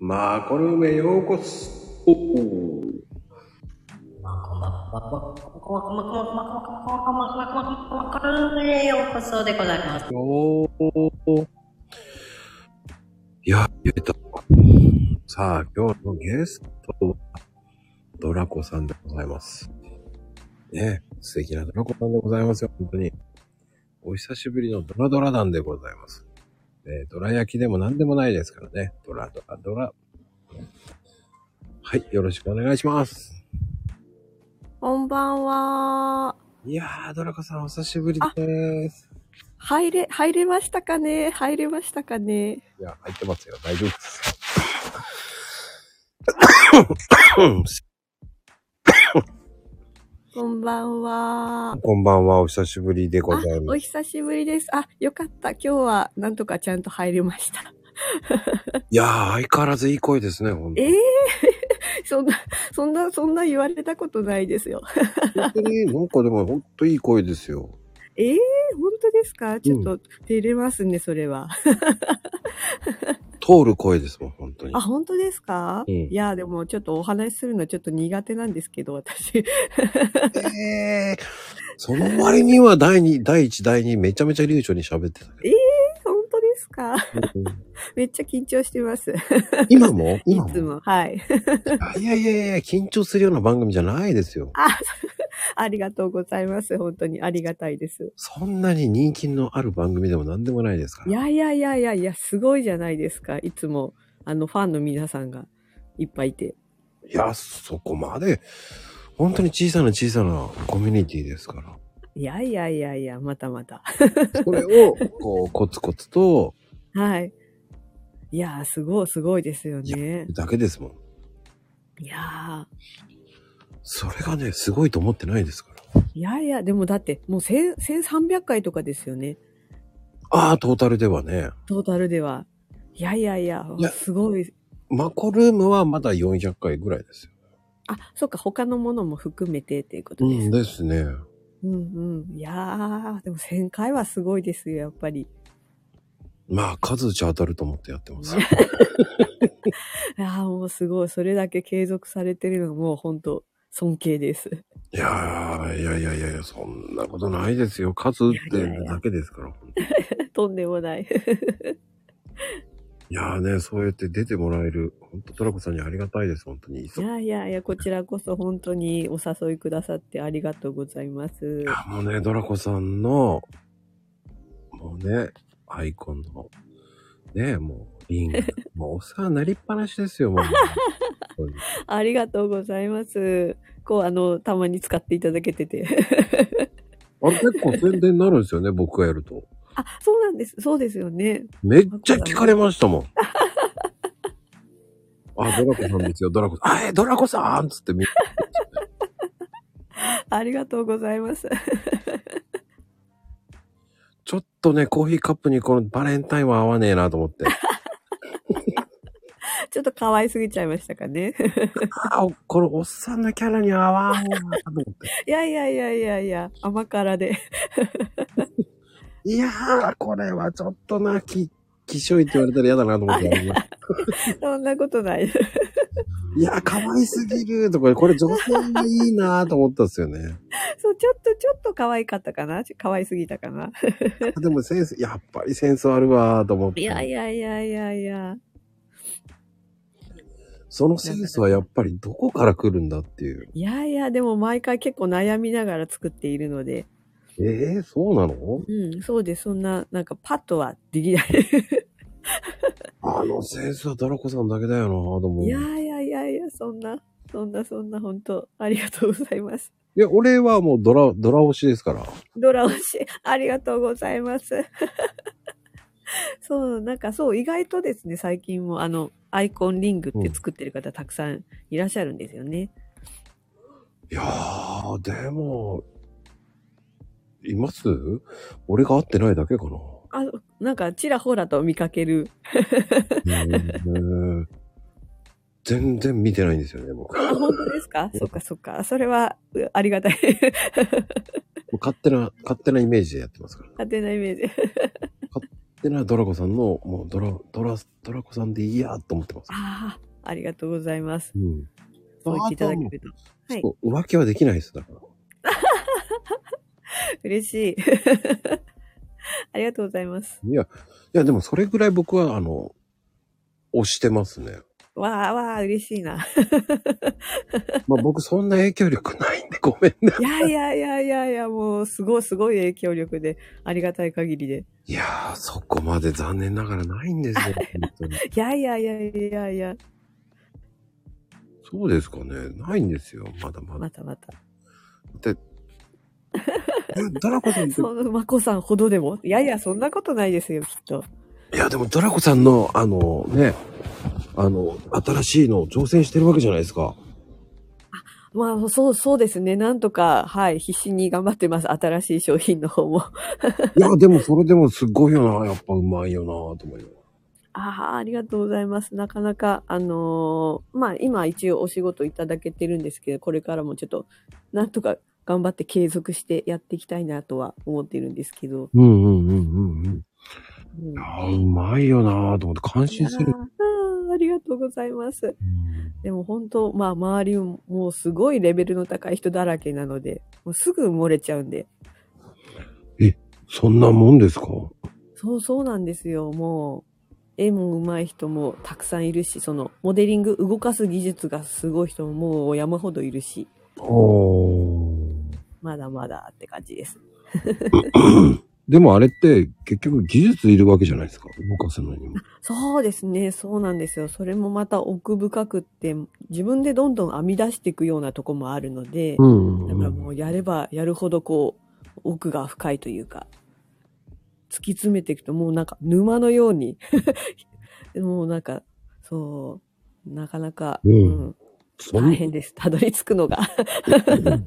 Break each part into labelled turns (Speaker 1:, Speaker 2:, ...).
Speaker 1: まあ、この夢ようこそ。おお
Speaker 2: へようこそでございます。
Speaker 1: おお。いや、言えた。さあ、今日のゲストは、ドラコさんでございます。ねえ素敵なドラコさんでございますよ、本当に。お久しぶりのドラドラ団でございます。えードラ焼きでも何でもないですからね。ドラドラドラ。はい、よろしくお願いします。
Speaker 3: こんばんは。
Speaker 1: いやー、ドラコさんお久しぶりです。
Speaker 3: 入れ、入れましたかね入れましたかね
Speaker 1: いや、入ってますよ。大丈夫です。
Speaker 3: こんばんは。
Speaker 1: こんばんは、お久しぶりでご
Speaker 3: あ
Speaker 1: ざい、
Speaker 3: お
Speaker 1: ます。
Speaker 3: 久しぶりです。あ、よかった。今日はなんとかちゃんと入れました。
Speaker 1: いやー、相変わらずいい声ですね、ほんと
Speaker 3: ええ そんな、そんな、そんな言われたことないですよ。
Speaker 1: 本当に、 なんかでもほんといい声ですよ。
Speaker 3: ええ本当ですかちょっと照れますね、それは。
Speaker 1: 通る声ですもん、本当に
Speaker 3: あ、。本当ですか、
Speaker 1: うん
Speaker 3: いや、でもちょっとお話しするのちょっと苦手なんですけど、私。
Speaker 1: えー、その割には第2、第1、第2、めちゃめちゃ流暢に喋ってたけ
Speaker 3: 本当ですか
Speaker 1: ど。
Speaker 3: めっちゃ緊張してます。い
Speaker 1: 今も今
Speaker 3: つ
Speaker 1: も
Speaker 3: も。 はい。
Speaker 1: いやいやいや、緊張するような番組じゃないですよ。
Speaker 3: ありがとうございます。本当にありがたいです。
Speaker 1: そんなに人気のある番組でも何でもないですか
Speaker 3: い
Speaker 1: ら。
Speaker 3: やいやいやいやいや、すごいじゃないですか。いつも、あの、ファンの皆さんがいっぱいいて。
Speaker 1: いや、そこまで、本当に小さな小さなコミュニティですから。
Speaker 3: いやいやいやいや、またまた。
Speaker 1: それを、こう、コツコツと、
Speaker 3: はい。いやー、すごい、すごいですよね。
Speaker 1: だけですもん。
Speaker 3: いや
Speaker 1: それがね、すごいと思ってないですから。
Speaker 3: ー、いやいや、でもだって、もう1000 1300回とかですよね。
Speaker 1: ああ、トータルではね。
Speaker 3: トータルでは。いやいやいや
Speaker 1: いや、
Speaker 3: すごい。
Speaker 1: マコルームはまだ400回ぐらいですよ。
Speaker 3: あ、そっか、他のものも含めてっていうこと
Speaker 1: う
Speaker 3: です。
Speaker 1: んですね。
Speaker 3: うんうん。いやー、でも1000回はすごいですよ、やっぱり。
Speaker 1: まあ、数打ち当たると思ってやって ます。
Speaker 3: いやあもうすごい。それだけ継続されてるのがもう本当尊敬です。
Speaker 1: いやー、いやいやいやいや、そんなことないですよ。数打ってるだけですから。本当に
Speaker 3: とんでもない。
Speaker 1: いやーね、そうやって出てもらえる、本当トラコさんにありがたいです、本当に。い
Speaker 3: いやいやいや、こちらこそ本当にお誘いくださってありがとうございます。
Speaker 1: や、もうね、ドラコさんの、もうね、アイコンの、ね、もう、リング、もうお世話になりっぱなしですよ、もう。本
Speaker 3: ありがとうございます。こう、あの、たまに使っていただけてて。
Speaker 1: 当にあれ結構宣伝になるんですよね、僕がやると。
Speaker 3: あ、そうなんです。そうですよね。
Speaker 1: めっちゃ聞かれましたもん。あ、ドラコさんですよ、ドラコさん。あ、え、ドラコさんっつってみんな
Speaker 3: ありがとうございます。
Speaker 1: ちょっとね、コーヒーカップにこのバレンタインは合わねえなと思って。
Speaker 3: ちょっと可愛すぎちゃいましたかね。
Speaker 1: あ、このおっさんのキャラに合わんわと思って。
Speaker 3: いやいやいやいやいや、甘辛で。
Speaker 1: いやー、これはちょっとな、き、きしょいって言われたら嫌だなと思って。
Speaker 3: そんなことない。
Speaker 1: いやー、可愛すぎるとか、これ女性がいいなと思ったんですよね。
Speaker 3: そう、ちょっと、ちょっと可愛かったかな可愛すぎたかな
Speaker 1: あでもセンス、やっぱりセンスあるわと思って。
Speaker 3: いやいやいやいやいや。
Speaker 1: そのセンスはやっぱりどこから来るんだっていう。
Speaker 3: いやいや、でも毎回結構悩みながら作っているので、
Speaker 1: えー、そうなの
Speaker 3: うん、そうです。そんな、なんかパッとはできない。
Speaker 1: あのセンスはドラコさんだけだよなと思う。
Speaker 3: い
Speaker 1: い
Speaker 3: や
Speaker 1: や、
Speaker 3: いやいやいや、そんな、そんな、そんな、本当ありがとうございます。
Speaker 1: 俺はもうドラ、ドラ推しですから。
Speaker 3: ドラ推し、ありがとうございます。 そう、なんかそう、意外とですね、最近もあの、アイコンリングって作ってる方たくさんいらっしゃるんですよね。
Speaker 1: いやー、でも、います俺が合ってないだけかな。
Speaker 3: あなんか、ちらほらと見かける。
Speaker 1: うん全然見てないんですよね、僕。
Speaker 3: あ、本当ですかそっかそっか。それは、うありがたい。
Speaker 1: 勝手な、勝手なイメージでやってますから。
Speaker 3: 勝手なイメージ。
Speaker 1: ってのはドラコさんの、もうドラ、ドラ、ドラコさんでいいやと思ってます。
Speaker 3: ああ、ありがとうございます。
Speaker 1: うん。
Speaker 3: そう言っていただけると。はい
Speaker 1: そう浮気はできないです、だから。
Speaker 3: 嬉しい。 ありがとうございます。
Speaker 1: いや、いや、でもそれぐらい僕は、あの、押してます ね。
Speaker 3: わあわあ、嬉しいな。
Speaker 1: まあ僕そんな影響力ないんでごめんね。
Speaker 3: いやいやいやいやいや、もう、すごいすごい影響力で、ありがたい限りで。
Speaker 1: いやー、そこまで残念ながらないんです よ、本当に。
Speaker 3: いやいやいやいやいや、
Speaker 1: そうですかね。ないんですよ、まだまだ
Speaker 3: ま。たまた。
Speaker 1: えドラコさんって、
Speaker 3: その、まこさんほどでも。いやいや、そんなことないですよ、きっと。
Speaker 1: いや、でもドラコさんの、あの、ね、あの、新しいのを挑戦してるわけじゃないですか。
Speaker 3: まあ、そう、そうですね。なんとか、はい、必死に頑張ってます。新しい商品の方も。
Speaker 1: いや、でもそれでもすごいよな。やっぱうまいよなと思いながら
Speaker 3: ああ、ありがとうございます。なかなか、あのーまあ、今一応お仕事いただけてるんですけど、これからもちょっと、なんとか頑張って継続してやっていきたいなとは思ってるんですけど。
Speaker 1: うんうんうんうんうん。い
Speaker 3: うん、
Speaker 1: や
Speaker 3: あ
Speaker 1: ーうまいよなと思って感心する。
Speaker 3: ーありがとうございます。
Speaker 1: うん
Speaker 3: でも本当、まあ、周りももうすごいレベルの高い人だらけなので、もうすぐ漏れちゃうんで。
Speaker 1: そんなもんですか
Speaker 3: そうそうなんですよ。もう、絵も上手い人もたくさんいるし、その、モデリング動かす技術がすごい人ももう山ほどいるし、
Speaker 1: おー。
Speaker 3: まだまだって感じです。
Speaker 1: でもあれって結局技術いるわけじゃないですか。動かすのにも。
Speaker 3: そうですね。そうなんですよ。それもまた奥深くって、自分でどんどん編み出していくようなとこもあるので、
Speaker 1: ん
Speaker 3: だからもうやればやるほどこう、奥が深いというか、突き詰めていくともうなんか沼のように、 もうなんか、そう、なかなか、
Speaker 1: うん
Speaker 3: うん、
Speaker 1: そ
Speaker 3: 大
Speaker 1: ん
Speaker 3: 変です。たどり着くのが。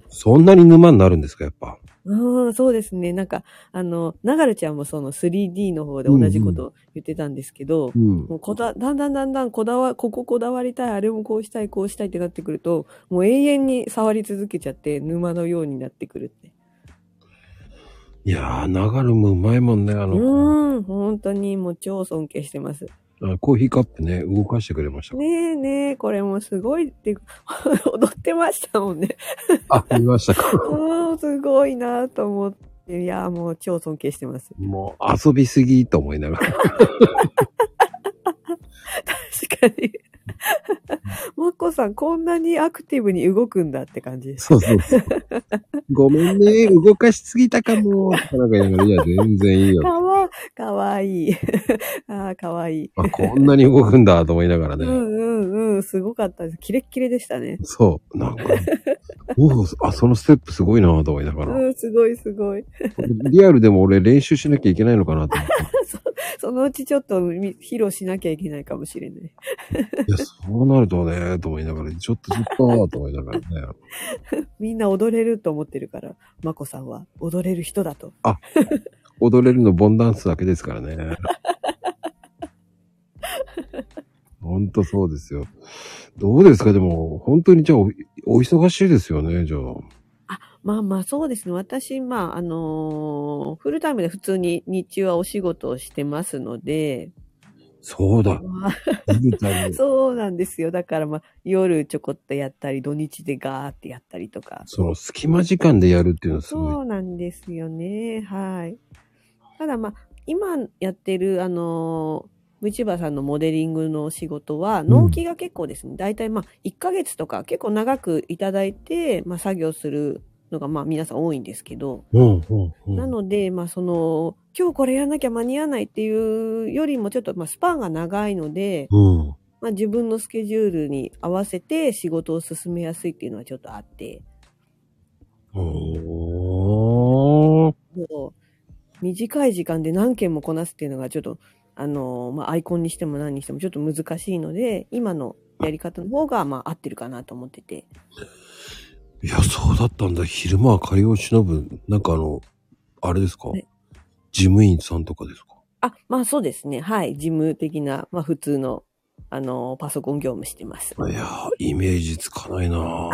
Speaker 1: そんなに沼になるんですか、やっぱ。
Speaker 3: うん、そうですね。なんか、あの、ながるちゃんもその 3D の方で同じことを言ってたんですけど、
Speaker 1: うん
Speaker 3: も。うこだ、だんだんだんだんこだわ、こここだわりたい、あれもこうしたい、こうしたいってなってくると、もう永遠に触り続けちゃって、沼のようになってくるって。
Speaker 1: いやー、流れもうまいもんね。あ
Speaker 3: う
Speaker 1: の、
Speaker 3: ーん、本当にもう超尊敬してます。
Speaker 1: あコーヒーカップね、動かしてくれました。
Speaker 3: ねえねえ、これもすごいって、 踊ってましたもんね。
Speaker 1: あ、見ましたか。
Speaker 3: うん、すごいなと思って、いや、もう超尊敬してます。
Speaker 1: もう遊びすぎと思いなが ら。
Speaker 3: 確かに。マッコさん、こんなにアクティブに動くんだって感じです。
Speaker 1: そうそうそう。ごめんね、動かしすぎたかも。とかなんか言いながら、いや、全然いい
Speaker 3: か
Speaker 1: よ。
Speaker 3: わ、かわいい。 ああ、かわいい。
Speaker 1: あ、こんなに動くんだと思いながら
Speaker 3: う
Speaker 1: ね。
Speaker 3: んうんうん、すごかったです。キレッキレでしたね。
Speaker 1: そう。なんか、おーあ、そのステップすごいなと思いながら。
Speaker 3: うん、すごいすごい。
Speaker 1: リアルでも俺練習しなきゃいけないのかなと思って。
Speaker 3: そのうちちょっとみ披露しなきゃいけないかもしれない。
Speaker 1: いや、そうなるとね、と思いながら、ちょっとちょっと、と思いながらね。
Speaker 3: みんな踊れると思ってるから、まこさんは踊れる人だと。
Speaker 1: 踊れるのボンダンスだけですからね。 ほんとそうですよ。どうですかでも、本当にじゃあお、お忙しいですよね、じゃあ。
Speaker 3: まあまあそうですね。私、まああのーフルタイムで普通に日中はお仕事をしてますので、
Speaker 1: そうだ。
Speaker 3: まあ
Speaker 1: フルタイム
Speaker 3: そうなんですよ。だからまあ夜ちょこっとやったり、土日でガーってやったりとか。
Speaker 1: その隙間時間でやるっていうのはすごい。
Speaker 3: そうなんですよね。はい。ただまあ、今やってる、あのー、VTuber さんのモデリングのお仕事は、納期が結構ですね、大体まあ、1ヶ月とか結構長くいただいて、まあ、作業するのがまあ、皆さん多いんですけど、
Speaker 1: うん、うん、うん。
Speaker 3: なので、まあ、その、今日これやらなきゃ間に合わないっていうよりも、ちょっとまあ、スパンが長いので、
Speaker 1: うん。
Speaker 3: まあ、自分のスケジュールに合わせて仕事を進めやすいっていうのはちょっとあって、
Speaker 1: おー。
Speaker 3: もう短い時間で何件もこなすっていうのがちょっと、あのーまあ、アイコンにしても何にしてもちょっと難しいので、今のやり方の方が、まあ、合ってるかなと思ってて。
Speaker 1: いや、そうだったんだ。昼間は借りを忍ぶ。なんかあの、あれですか
Speaker 3: はい
Speaker 1: 事務員さんとかですか
Speaker 3: あ、まあそうですね。はい。事務的な、まあ普通の、あのーパソコン業務してます。
Speaker 1: いやー、イメージつかないなぁ。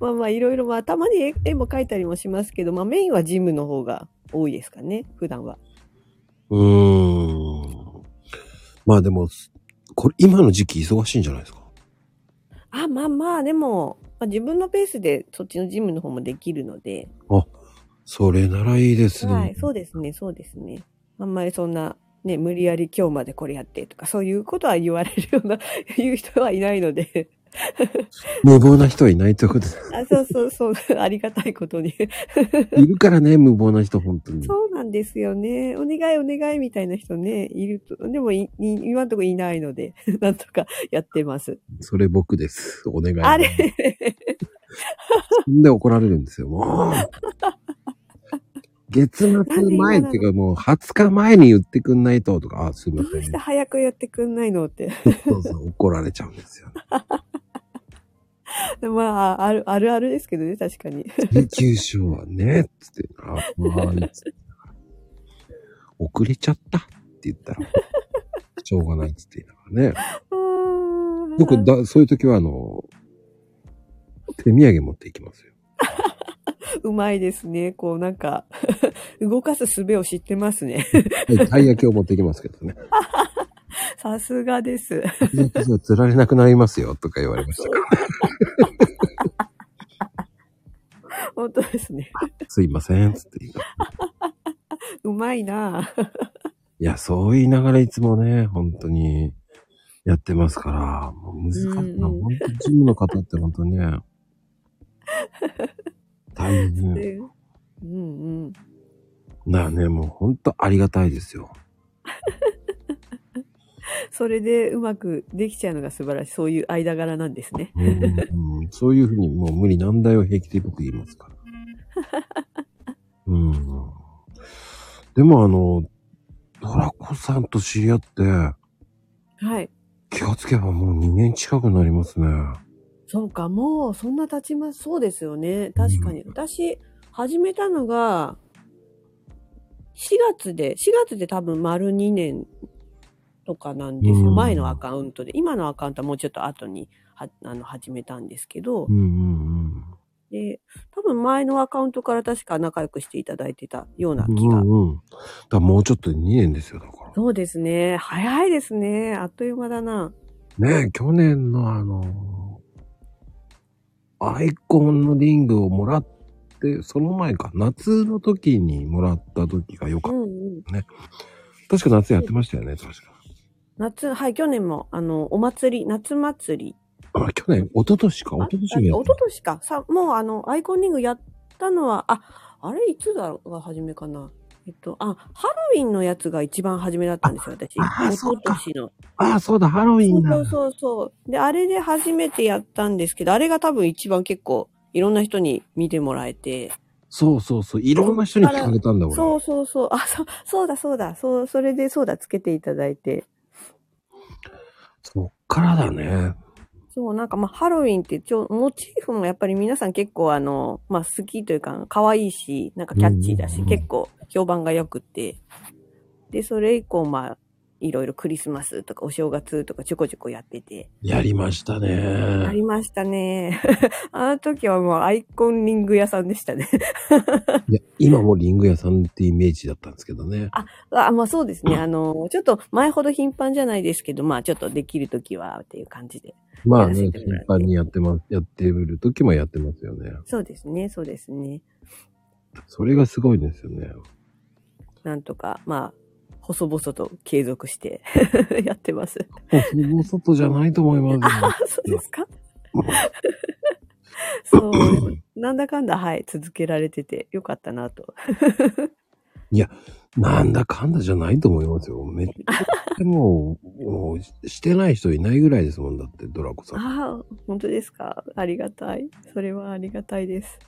Speaker 3: まあまあいろいろ、まあたまに絵絵も描いたりもしますけど、まあメインは事務の方が多いですかね、普段は。
Speaker 1: うーん。まあでも、これ、今の時期忙しいんじゃないですか。
Speaker 3: あ、まあまあ、でも、まあ、自分のペースでそっちのジムの方もできるので、
Speaker 1: それならいいですね。
Speaker 3: はい、そうですね、そうですね。あんまりそんな、ね、無理やり今日までこれやってとか、そういうことは言われるような、 言う人はいないので、
Speaker 1: 無謀な人はいないということで
Speaker 3: あそうそう そう、ありがたいことに。
Speaker 1: いるからね、無謀な人、本当に。
Speaker 3: そうなんですよね。お願いお願いみたいな人ね、いると。でもい、い今んとこいないので、 なんとかやってます。
Speaker 1: それ僕です。お願い。
Speaker 3: あれ
Speaker 1: で怒られるんですよ。 もう。月末前っていうかもう20日前に言ってくんないととか、あ、すいま
Speaker 3: ど う
Speaker 1: せ
Speaker 3: し
Speaker 1: ん
Speaker 3: て。早くやってくんないのって。
Speaker 1: そうそう、怒られちゃうんですよ。
Speaker 3: まあ、ある、あるあるですけどね、確かに。
Speaker 1: 請求書はね、つって、あ、はい、つって遅れちゃったって言ったら、しょうがないっつって言いながらね。僕だ、そういう時はあの、手土産持っていきますよ。
Speaker 3: うまいですね。こう、なんか、 動かす術を知ってますね。
Speaker 1: はい、たい焼きを持っていきますけどね。
Speaker 3: さすがです。
Speaker 1: たい焼きじゃ釣られなくなりますよ、とか言われましたから。
Speaker 3: 本当ですね。
Speaker 1: すいません、つって言いながら。
Speaker 3: うまいなぁ
Speaker 1: いや、そう言いながらいつもね、本当に、やってますから、もう難しいな。
Speaker 3: うんうん
Speaker 1: 本当ジムの方って本当ね、大変。
Speaker 3: うんうん。
Speaker 1: なあね、もうほんとありがたいですよ。
Speaker 3: それでうまくできちゃうのが素晴らしい。そういう間柄なんですね。
Speaker 1: うんうんそういうふうにもう無理難題を平気で僕言いますから。うん、でもあの、ドラコさんと知り合って、
Speaker 3: はい。
Speaker 1: 気がつけばもう2年近くなりますね。
Speaker 3: そうか、もうそんな経ちます。そうですよね。確かに。
Speaker 1: うん
Speaker 3: 私、始めたのが、4月で、4月で多分丸2年とかなんですよ。
Speaker 1: うん
Speaker 3: 前のアカウントで。今のアカウントはもうちょっと後にはあの始めたんですけど、
Speaker 1: うんうん
Speaker 3: で、多分前のアカウントから確か仲良くしていただいてたような
Speaker 1: うん。
Speaker 3: 気
Speaker 1: う
Speaker 3: が。
Speaker 1: んうん。だからもうちょっとで2年ですよ、だか
Speaker 3: そうですね。早いですね。あっという間だな。
Speaker 1: ら。ねえ、去年のあの、アイコンのリングをもらって、その前か、夏の時にもらった時が良かった
Speaker 3: うんうん。
Speaker 1: 確か夏やってましたよね、確か。
Speaker 3: 夏、はい、去年も、あの、お祭り、夏祭り
Speaker 1: あ、去年、一昨年か、一
Speaker 3: あ
Speaker 1: 昨年
Speaker 3: あ
Speaker 1: にや
Speaker 3: 一
Speaker 1: っ
Speaker 3: 昨年か。さ、もうあの、アイコンリングやったのは、あ、あれいつだろうが初めかな。えっと、あ、ハロウィンのやつが一番初めだったんですよ、私。
Speaker 1: あ
Speaker 3: 一
Speaker 1: そう
Speaker 3: 昨
Speaker 1: か
Speaker 3: 年の。
Speaker 1: た。あ、そうだ、ハロウィ
Speaker 3: そ
Speaker 1: ン
Speaker 3: う
Speaker 1: だ。
Speaker 3: そうそうそう。で、あれで初めてやったんですけど、あれが多分一番結構、いろんな人に見てもらえて。
Speaker 1: そうそうそう、いろんな人に聞かれたんだ、俺。
Speaker 3: そうそうそう。あ、そう、そうだそうだ。そう、それでそうだ、つけていただいて。
Speaker 1: そっからだね。
Speaker 3: そう、なんかまあ、ハロウィンってちょ、モチーフもやっぱり皆さん結構あの、まあ、好きというか、可愛いし、なんかキャッチーだ
Speaker 1: うん
Speaker 3: し、
Speaker 1: うんうん
Speaker 3: 結構評判が良くて。で、それ以降、まあ、いろいろクリスマスとかお正月とかちょこちょこやってて。
Speaker 1: やりました
Speaker 3: あ
Speaker 1: ね。
Speaker 3: りましたね。 あの時はもうアイコンリング屋さんでしたね。
Speaker 1: いや、今もリング屋さんってイメージだったんですけどね。
Speaker 3: あ、まあそうですね。あの、ちょっと前ほど頻繁じゃないですけど、まあちょっとできる時はっていう感じで。
Speaker 1: まあ
Speaker 3: や
Speaker 1: ね、
Speaker 3: らせて
Speaker 1: 頻
Speaker 3: もらって
Speaker 1: 繁にやってます、やってる時もやってますよね。
Speaker 3: そうですね、そうですね。
Speaker 1: それがすごいですよね。
Speaker 3: なんとか、まあ、細々と継続して やってます。
Speaker 1: その外じゃないと思います よ
Speaker 3: あ、そうですかそう。なんだかんだ、はい、続けられててよかったなと。
Speaker 1: なんだかんだじゃないと思いますよ。めっちゃもう、もうしてない人いないぐらいですもんだって、ドラコさん。だ
Speaker 3: ああ、本当ですかありがたい。それはありがたいです。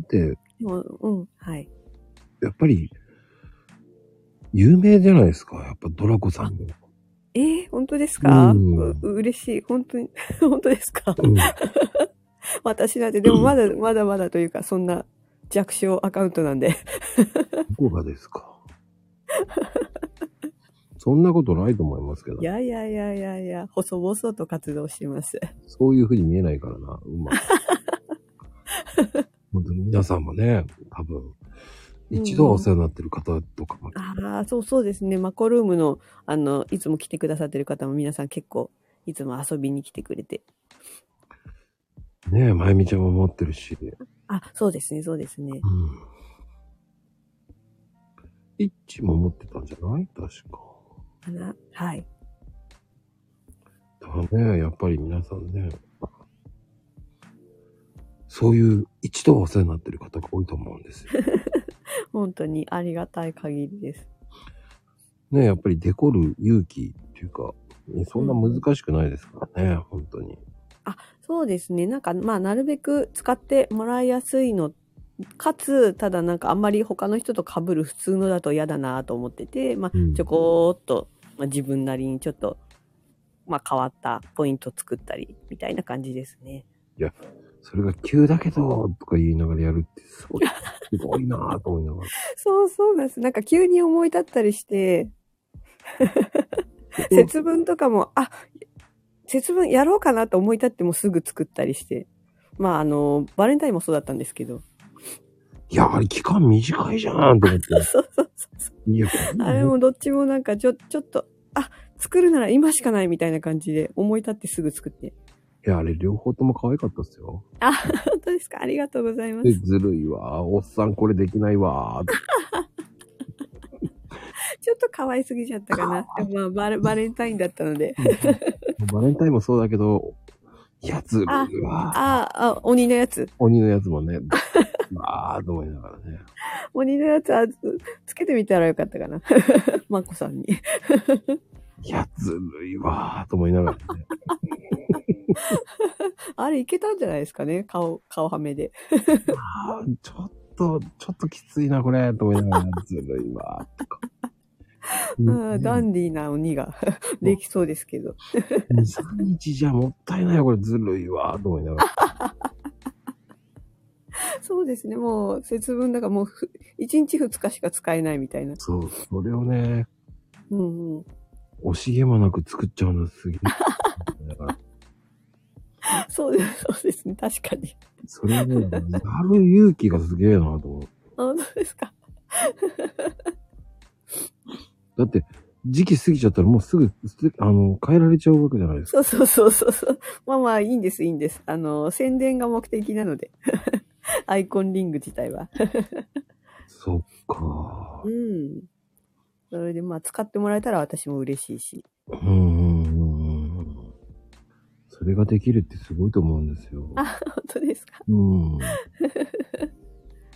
Speaker 1: って、
Speaker 3: でも、うん、はい。
Speaker 1: やっぱり、有名じゃないですか、やっぱドラコさんも。
Speaker 3: えー、本当ですか
Speaker 1: うん
Speaker 3: う嬉しい。本当に、 本当ですか
Speaker 1: うん
Speaker 3: 私なんて、でもまだ、まだまだというか、そんな弱小アカウントなんで。
Speaker 1: どこがですか。そんなことないと思いますけど
Speaker 3: い、やいやいやいやいや、細々と活動してます。
Speaker 1: そういうふうに見えないからな、うまく。本当に皆さんもね、多分、一度はお世話になってる方とかも、
Speaker 3: ああ、そうそうですね。マコルームの、あの、いつも来てくださってる方も皆さん結構、いつも遊びに来てくれて。
Speaker 1: ねえ、まゆみちゃんも持ってるし。
Speaker 3: あ、そうですね、そうですね
Speaker 1: う。ん。イッチも持ってたんじゃない確か。
Speaker 3: あら、はい。
Speaker 1: だからね、やっぱり皆さんね、そういう一度はお世話になってる方が多いと思うんです よ。
Speaker 3: 本当にありがたい限りです。
Speaker 1: ねえ、やっぱりデコる勇気っていうか、ねそんな難しくないですからね、本当に。
Speaker 3: そうですね。なんか、まあ、なるべく使ってもらいやすいの。かつ、ただなんかあんまり他の人と被る普通のだと嫌だなと思ってて、まあ
Speaker 1: うん、
Speaker 3: ちょこーっと、まあ、自分なりにちょっと、まあ、変わったポイント作ったり、みたいな感じですね。
Speaker 1: それが急だけど、とか言いながらやるってすごい、すごいなぁと思いながら。
Speaker 3: そうそうなんです。なんか急に思い立ったりして、 節分とかも、あ、節分やろうかなと思い立ってもすぐ作ったりして。まあ、あの、バレンタインもそうだったんですけど。
Speaker 1: いや、あれ期間短いじゃんと思って。
Speaker 3: そうそうそう。
Speaker 1: いや、
Speaker 3: あれもどっちもなんかちょ、ちょっと、あ、作るなら今しかないみたいな感じで思い立ってすぐ作って。
Speaker 1: いや、あれ両方とも可愛かったっすよ。
Speaker 3: あ、本当ですかありがとうございま。
Speaker 1: ですずるいわ。おっさんこれできないわ。
Speaker 3: ちょっと可愛すぎちゃったかな。でもまあバレ、バレンタインだったので。
Speaker 1: バレンタインもそうだけど、いや、ずるいわ。
Speaker 3: ああ、鬼のやつ。
Speaker 1: 鬼のやつもね、 わーと思いながらね。
Speaker 3: 鬼のやつはつつけてみたらよかったかな。 まこさんに。
Speaker 1: いや、ずるいわーと思いながらね。
Speaker 3: あれいけたんじゃないですかね。顔、顔はめで。
Speaker 1: あーちょっと、ちょっときついな、これ、と思いながら、ずるいわ ーとか。
Speaker 3: ああ
Speaker 1: ね
Speaker 3: ダンディーな鬼ができそうですけど。
Speaker 1: 2、3日じゃもったいないよ、これずるいわ、と思いながら。
Speaker 3: そうですね。もう節分だからもうふ1日2日しか使えないみたいな。
Speaker 1: そう、それをね、
Speaker 3: うんうん。
Speaker 1: 惜しげもなく作っちゃうのすげえ。だから
Speaker 3: そうです。そうですね。確かに。
Speaker 1: それも、やる勇気がすげえなと思う。
Speaker 3: あ本当ですか。
Speaker 1: だって、時期過ぎちゃったらもうすぐ、すあの、変えられちゃうわけじゃないですか。
Speaker 3: そうそうそうそうそう。まあまあいいんです、いいんです。あの、宣伝が目的なので。 アイコンリング自体は。
Speaker 1: そっか
Speaker 3: う。ん。それでまあ使ってもらえたら私も嬉しいし。
Speaker 1: うんうんうんうん。それができるってすごいと思うんですよ。
Speaker 3: 本当ですか。
Speaker 1: うん。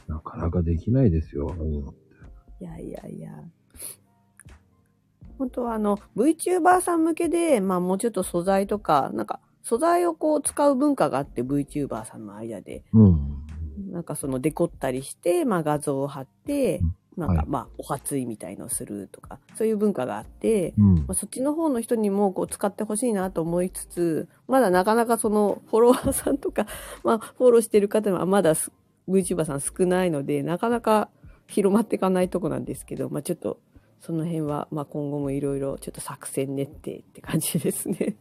Speaker 1: なかなかできないですよ、ああいうの
Speaker 3: いやいやいや。本当はあの、VTuber さん向けで、まあもうちょっと素材とか、なんか素材をこう使う文化があって VTuber さんの間で、
Speaker 1: うん。
Speaker 3: なんかそのデコったりして、まあ画像を貼って、なん
Speaker 1: は
Speaker 3: か
Speaker 1: い
Speaker 3: まあお初いみたいのをするとか、そういう文化があって、
Speaker 1: うん
Speaker 3: まあ、。そっちの方の人にもこう使ってほしいなと思いつつ、まだなかなかそのフォロワーさんとか、 まあフォローしてる方はまだす VTuber さん少ないので、なかなか広まっていかないとこなんですけど、まあちょっとその辺は、まあ今後もいろいろちょっと作戦練ってって感じですね。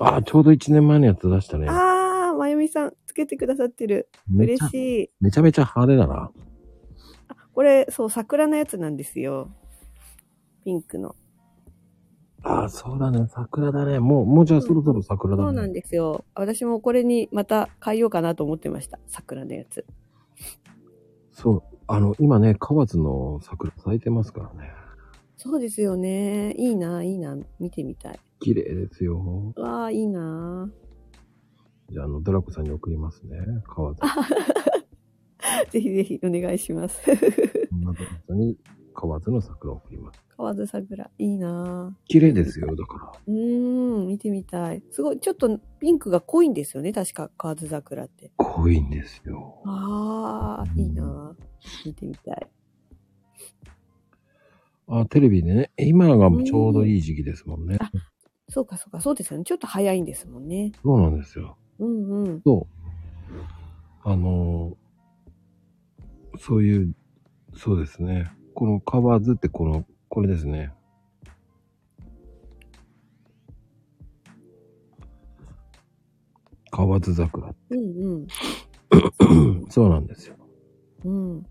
Speaker 1: ああ、ちょうど1年前のやつ出したね。
Speaker 3: あー、まゆみさんつけてくださってる。
Speaker 1: めち
Speaker 3: 嬉
Speaker 1: ゃ
Speaker 3: しい。
Speaker 1: めちゃめちゃ派手だな。
Speaker 3: これ、そう、桜のやつなんですよ。ピンクの。
Speaker 1: ああ、そうだね。桜だね。もう、もうじゃあそろそろ桜だね。
Speaker 3: そうなんですよ。私もこれにまた変えようかなと思ってました。桜のやつ。
Speaker 1: そう。あの、今ね、河津の桜咲いてますからね。
Speaker 3: そうですよね。いいな、いいな。見てみたい。
Speaker 1: 綺麗ですよ。
Speaker 3: わあ、いいな。
Speaker 1: じゃあ、あの、ドラコさんに送りますね。河津。
Speaker 3: ぜひぜひお願いします。
Speaker 1: ドラコさんに河津の桜を送ります。
Speaker 3: 河津桜、いいな。
Speaker 1: 綺麗ですよ、だから。
Speaker 3: うーん、見てみたい。すごい、ちょっとピンクが濃いんですよね。確か、河津桜って。
Speaker 1: 濃いんですよ。
Speaker 3: ああ、いいな。見てみたい。
Speaker 1: あ、テレビでね、今がちょうどいい時期ですもんね。
Speaker 3: そうか、そうか、そうですよね。ちょっと早いんですもんね。
Speaker 1: そうなんですよ。
Speaker 3: うんうん。
Speaker 1: そう。あのーそういう、そうですね。この河津ってこの、これですね。河津桜。
Speaker 3: うんうん。
Speaker 1: そうなんですよ。
Speaker 3: うん。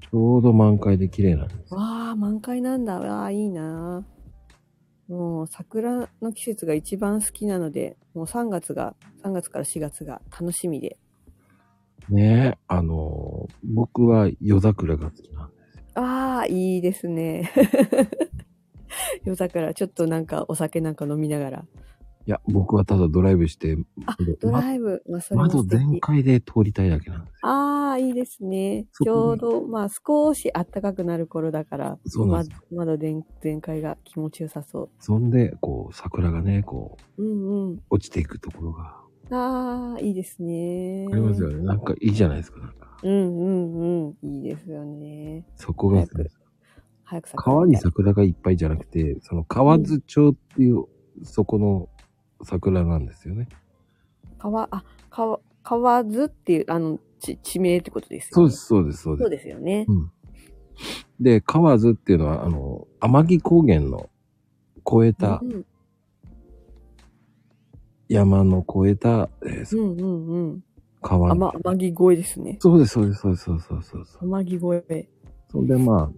Speaker 1: ちょうど満開で綺麗なんです。
Speaker 3: わあ、満開なんだ。わあ、いいなあ。もう桜の季節が一番好きなので、もう3月が、3月から4月が楽しみで。
Speaker 1: ねえ、あのー、僕は夜桜が好きなんで。
Speaker 3: ああ、いいですね。 夜桜、ちょっとなんかお酒なんか飲みながら。
Speaker 1: いや、僕はただドライブして、
Speaker 3: あ
Speaker 1: で、
Speaker 3: ドライブ、まあ、それも
Speaker 1: 窓
Speaker 3: 素
Speaker 1: 全
Speaker 3: 敵。
Speaker 1: 開で通りたいだけなんです。
Speaker 3: ああ、いいですね。
Speaker 1: そ
Speaker 3: ち
Speaker 1: こ
Speaker 3: ょ
Speaker 1: に
Speaker 3: うど、まあ少し暖かくなる頃だから、
Speaker 1: そうなんです
Speaker 3: ま窓全全開が気持ちよさそ
Speaker 1: そんで、こう、桜がね、こう、
Speaker 3: う。うんうん。
Speaker 1: 落ちていくところが
Speaker 3: ああ、いいですね。
Speaker 1: ありますよね。なんかいいじゃないですか、なんか。
Speaker 3: うんうんうん。いいですよね。
Speaker 1: そこが、
Speaker 3: 早く早く桜
Speaker 1: 川
Speaker 3: 見
Speaker 1: に
Speaker 3: たい
Speaker 1: 桜がいっぱいじゃなくて、その河津町っていう、そこの桜なんですよね。
Speaker 3: 川、あ、川、川津っていう、あの、ち地名ってことですよ
Speaker 1: そう
Speaker 3: ね。
Speaker 1: で。す、そうです、そうで
Speaker 3: そう
Speaker 1: す。
Speaker 3: ですよね。
Speaker 1: うん。で、河津っていうのは、あの、天城高原の越えた
Speaker 3: う、ん
Speaker 1: 山の越えた、えー
Speaker 3: うんうんうん。
Speaker 1: 川
Speaker 3: あま、天城越えですね。
Speaker 1: そうです、そうです、そうです、そうですそうです。そうです
Speaker 3: 天城越え。
Speaker 1: そんで、まあ、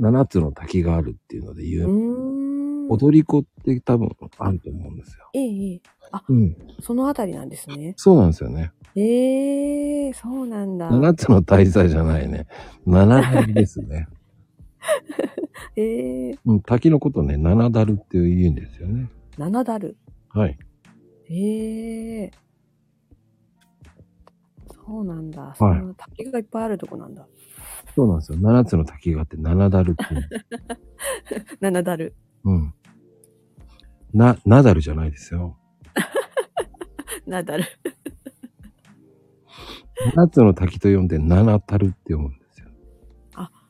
Speaker 1: 七つの滝があるっていうので有
Speaker 3: う
Speaker 1: 名
Speaker 3: ーん。
Speaker 1: 踊り子って多分あると思うんですよ。
Speaker 3: ええええ、
Speaker 1: うん。
Speaker 3: そのあたりなんですね。
Speaker 1: そうなんですよね。
Speaker 3: ええそうなんだ。
Speaker 1: 七つの大罪じゃないね。七だりです ね。
Speaker 3: ええ
Speaker 1: うん、滝のことね、七だるって言うんですよね。
Speaker 3: 七だる。
Speaker 1: はい。
Speaker 3: ええそうなんだ。そんな滝がいっぱいあるとこなんだ。
Speaker 1: そうなんですよ。七つの滝があって、七だるって いう。
Speaker 3: 七だる。
Speaker 1: うん。な、ナダルじゃないですよ。
Speaker 3: 七だる。
Speaker 1: 七つの滝と呼んで、七たるって読むんですよ。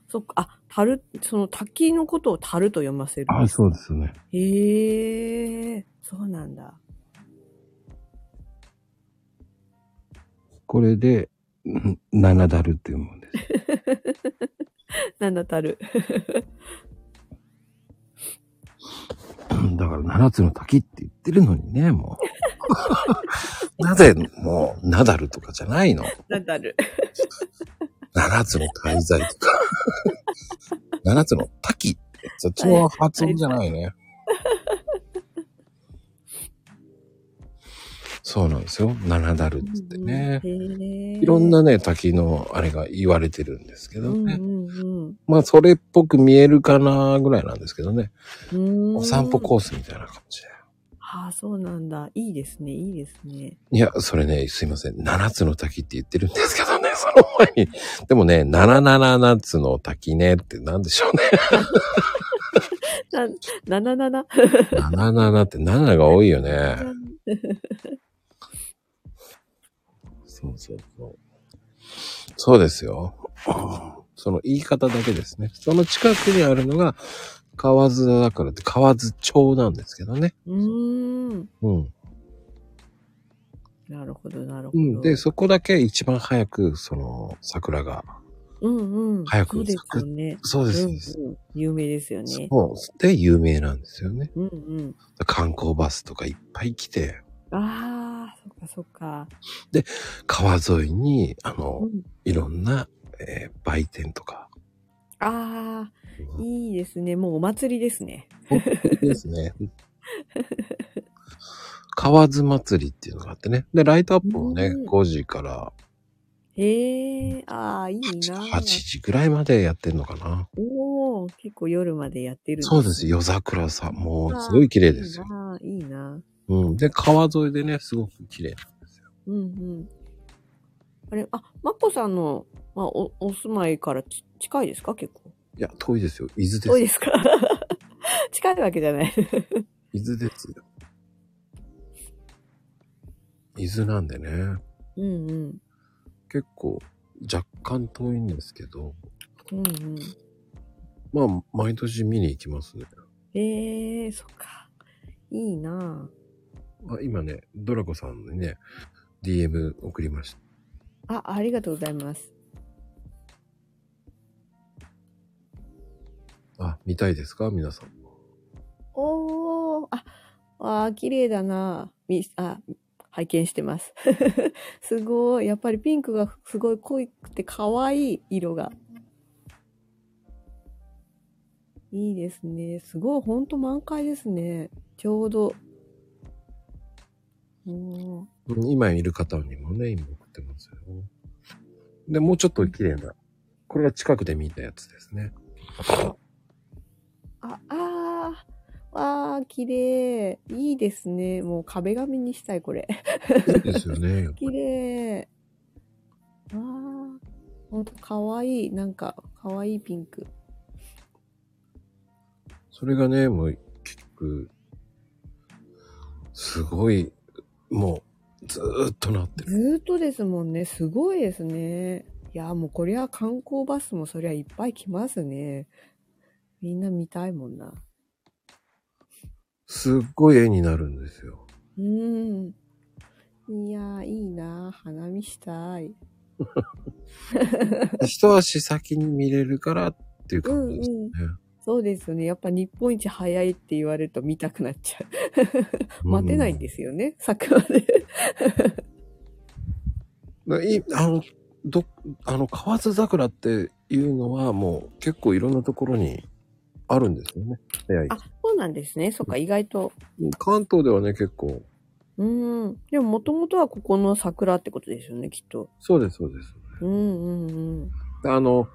Speaker 3: そっか、あ、たる、その滝のことをたると読ませる。
Speaker 1: あ、そうですよね。
Speaker 3: ええそうなん だ。
Speaker 1: これで、うん七だるって読むんです。
Speaker 3: 七たる。
Speaker 1: うんだから、七つの滝って言ってるのにね、もう。 なぜ、もう、ナダルとかじゃないの。
Speaker 3: 七たる。
Speaker 1: 七つの滞在とか。七つの滝って、そっちの発音じゃないね。そうなんですよ。七ダルっつってね
Speaker 3: え。え
Speaker 1: いろん。なね、滝のあれが言われてるんですけ
Speaker 3: う
Speaker 1: ど
Speaker 3: んう
Speaker 1: ね。
Speaker 3: んうん。
Speaker 1: まあ、それっぽく見えるかなぐらいなんですけどね。
Speaker 3: うーん
Speaker 1: お散歩コースみたいな感じで。
Speaker 3: ああ、そうなんだ。いいですね、いいですね。
Speaker 1: いや、それね、すいません。七つの滝って言ってるんですけどね、その前に。でもね、七七七つの滝ねってなんでしょうね。
Speaker 3: な、なななな。
Speaker 1: 七七って七が多いよね。そうそうそう。そうですよ。その言い方だけですね。その近くにあるのが、河津だからって、河津町なんですけどね。
Speaker 3: うーん。
Speaker 1: うん。
Speaker 3: なるほど、なるほ
Speaker 1: う
Speaker 3: ど。
Speaker 1: ん、で、そこだけ一番早く、その、桜が。
Speaker 3: うんうん。
Speaker 1: 早く
Speaker 3: そうですよね。
Speaker 1: そう
Speaker 3: う
Speaker 1: です。そうです
Speaker 3: んうん。有名ですよね。
Speaker 1: そう。で、有名なんですよね。
Speaker 3: うんうん。
Speaker 1: 観光バスとかいっぱい来て、
Speaker 3: ああ、そっかそっか。
Speaker 1: 川沿いに、あの、
Speaker 3: うん
Speaker 1: いろんな、えー売店とか。
Speaker 3: ああ、いいですね。もうお祭りですね。
Speaker 1: です ね。河津祭りっていうのがあってね。で、ライトアップもね
Speaker 3: う、ん
Speaker 1: 5時から
Speaker 3: へえ、ああ、いいな。
Speaker 1: 8時ぐらいまでやってんのかな。
Speaker 3: おお、結構夜までやってるんで
Speaker 1: そうです。
Speaker 3: ね。
Speaker 1: 夜桜さん、もうすごい綺麗ですよ。
Speaker 3: いいな、いいな。
Speaker 1: うん。で、川沿いでね、すごく綺麗。
Speaker 3: うんうん。あれ、あ、まこさんの、まあ、お、お住まいからち近いですか結構。
Speaker 1: いや、遠いですよ。伊
Speaker 3: そう
Speaker 1: 豆で。
Speaker 3: ですすか 近いわけじゃない。
Speaker 1: 伊豆ですよ。伊豆なんでね、
Speaker 3: うんうん。
Speaker 1: 結構若干遠いんですけど、
Speaker 3: うんうん。
Speaker 1: まあ、毎年見に行きますね。
Speaker 3: ええー、そっか。いいな
Speaker 1: あ今ね、ドラコさんにね、DM 送りました。
Speaker 3: あ。あ、ありがとうございます。
Speaker 1: あ、見たいですか皆さん。
Speaker 3: おー、あ、あー綺麗だなみあ、拝見してます。 すごい。やっぱりピンクがすごい濃くて可愛い色が。いいですね。すごい。ほんと満開ですね。ちょうど。おー
Speaker 1: うん今いる方にもね、今送ってますよ。で、もうちょっと綺麗な。これは近くで見たやつですね。
Speaker 3: あ、あー。わー、綺麗。いいですね。もう壁紙にしたい、これ。
Speaker 1: いいですよね。 やっぱ
Speaker 3: 綺
Speaker 1: り
Speaker 3: 麗。わあ、ほんとかわいい。なんか、かわいいピンク。
Speaker 1: それがね、もう結局、すごい、もう、ずーっとなってる。
Speaker 3: ずーっとですもんね。すごいですね。いやー、もうこりゃ観光バスもそりゃいっぱい来ますね。みんな見たいもんな。
Speaker 1: すっごい絵になるんです よ。
Speaker 3: うーん。いやー、いいなー。花見したい。
Speaker 1: 一足先に見れるからっていう感じですね。
Speaker 3: うんうんそうですよね。やっぱ日本一早いって言われると見たくなっちゃう。
Speaker 1: うん
Speaker 3: 待てないんですよね。桜で。
Speaker 1: だいあの、ど、あの、河津桜っていうのはもう結構いろんなところにあるんですよね。早い。
Speaker 3: あ、そうなんですね。そっか、意外と。
Speaker 1: 関東ではね、結構。
Speaker 3: うーん。でも、もともとはここの桜ってことですよね、きっと。
Speaker 1: そうです、そうです。
Speaker 3: うんうんうん。
Speaker 1: あの、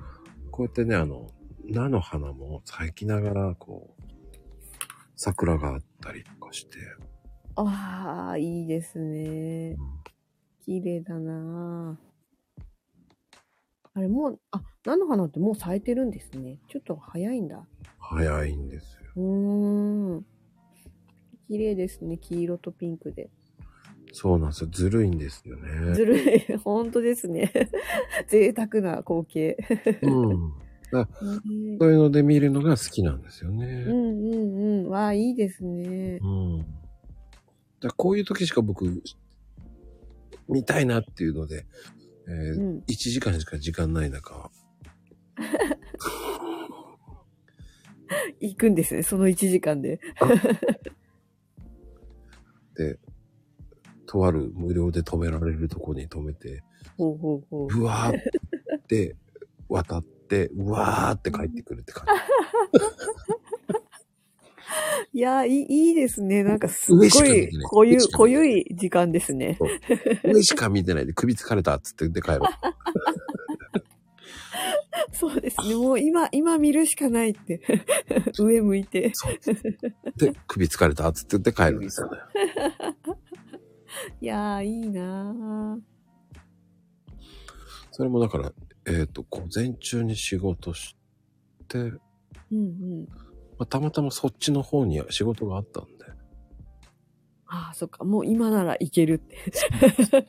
Speaker 1: こうやってね、あの、菜の花も咲きながら、こう、桜があったりとかして、
Speaker 3: ああ、いいですね
Speaker 1: う。ん
Speaker 3: 綺麗だなああれ、もう、あ、菜の花ってもう咲いてるんですね。ちょっと早いんだ。
Speaker 1: 早いんですよ。
Speaker 3: うーん。綺麗ですね、黄色とピンクで。
Speaker 1: そうなんですよ。ずるいんですよね。
Speaker 3: ずるい。本当ですね。 贅沢な光景。
Speaker 1: うん。
Speaker 3: うん
Speaker 1: そういうので見るのが好きなんですよ
Speaker 3: う
Speaker 1: ね。
Speaker 3: んうんうん。わあ、いいですね。
Speaker 1: うん。だからこういう時しか僕、見たいなっていうので、え
Speaker 3: う
Speaker 1: ー
Speaker 3: ん。
Speaker 1: 1時間しか時間ない中、
Speaker 3: 行くんですね、その1時間で。
Speaker 1: で、とある無料で止められるとこに止めて、
Speaker 3: ほうほうほう。
Speaker 1: うわーって 渡って、うわーって帰ってくるって感じ。
Speaker 3: いやーいい、いいですね。なんかすっ
Speaker 1: 上しか
Speaker 3: ご
Speaker 1: 見て
Speaker 3: い
Speaker 1: ない
Speaker 3: 濃ゆ
Speaker 1: 上
Speaker 3: い
Speaker 1: し、か
Speaker 3: 濃
Speaker 1: 見てな
Speaker 3: ゆい時間ですね。
Speaker 1: 上しか見てないで首疲れたっつってで帰る。
Speaker 3: そうですね。もう今、今見るしかないって。 上向いて。
Speaker 1: そう。で、首疲れたっつってで帰るんですよね。
Speaker 3: いやー、いいな
Speaker 1: それもだから、えっ、と、午前中に仕事して、ま
Speaker 3: ー。うんうん。
Speaker 1: あ、たまたまそっちの方に仕事があったんで、
Speaker 3: ああ、そっか。もう今ならいけるって。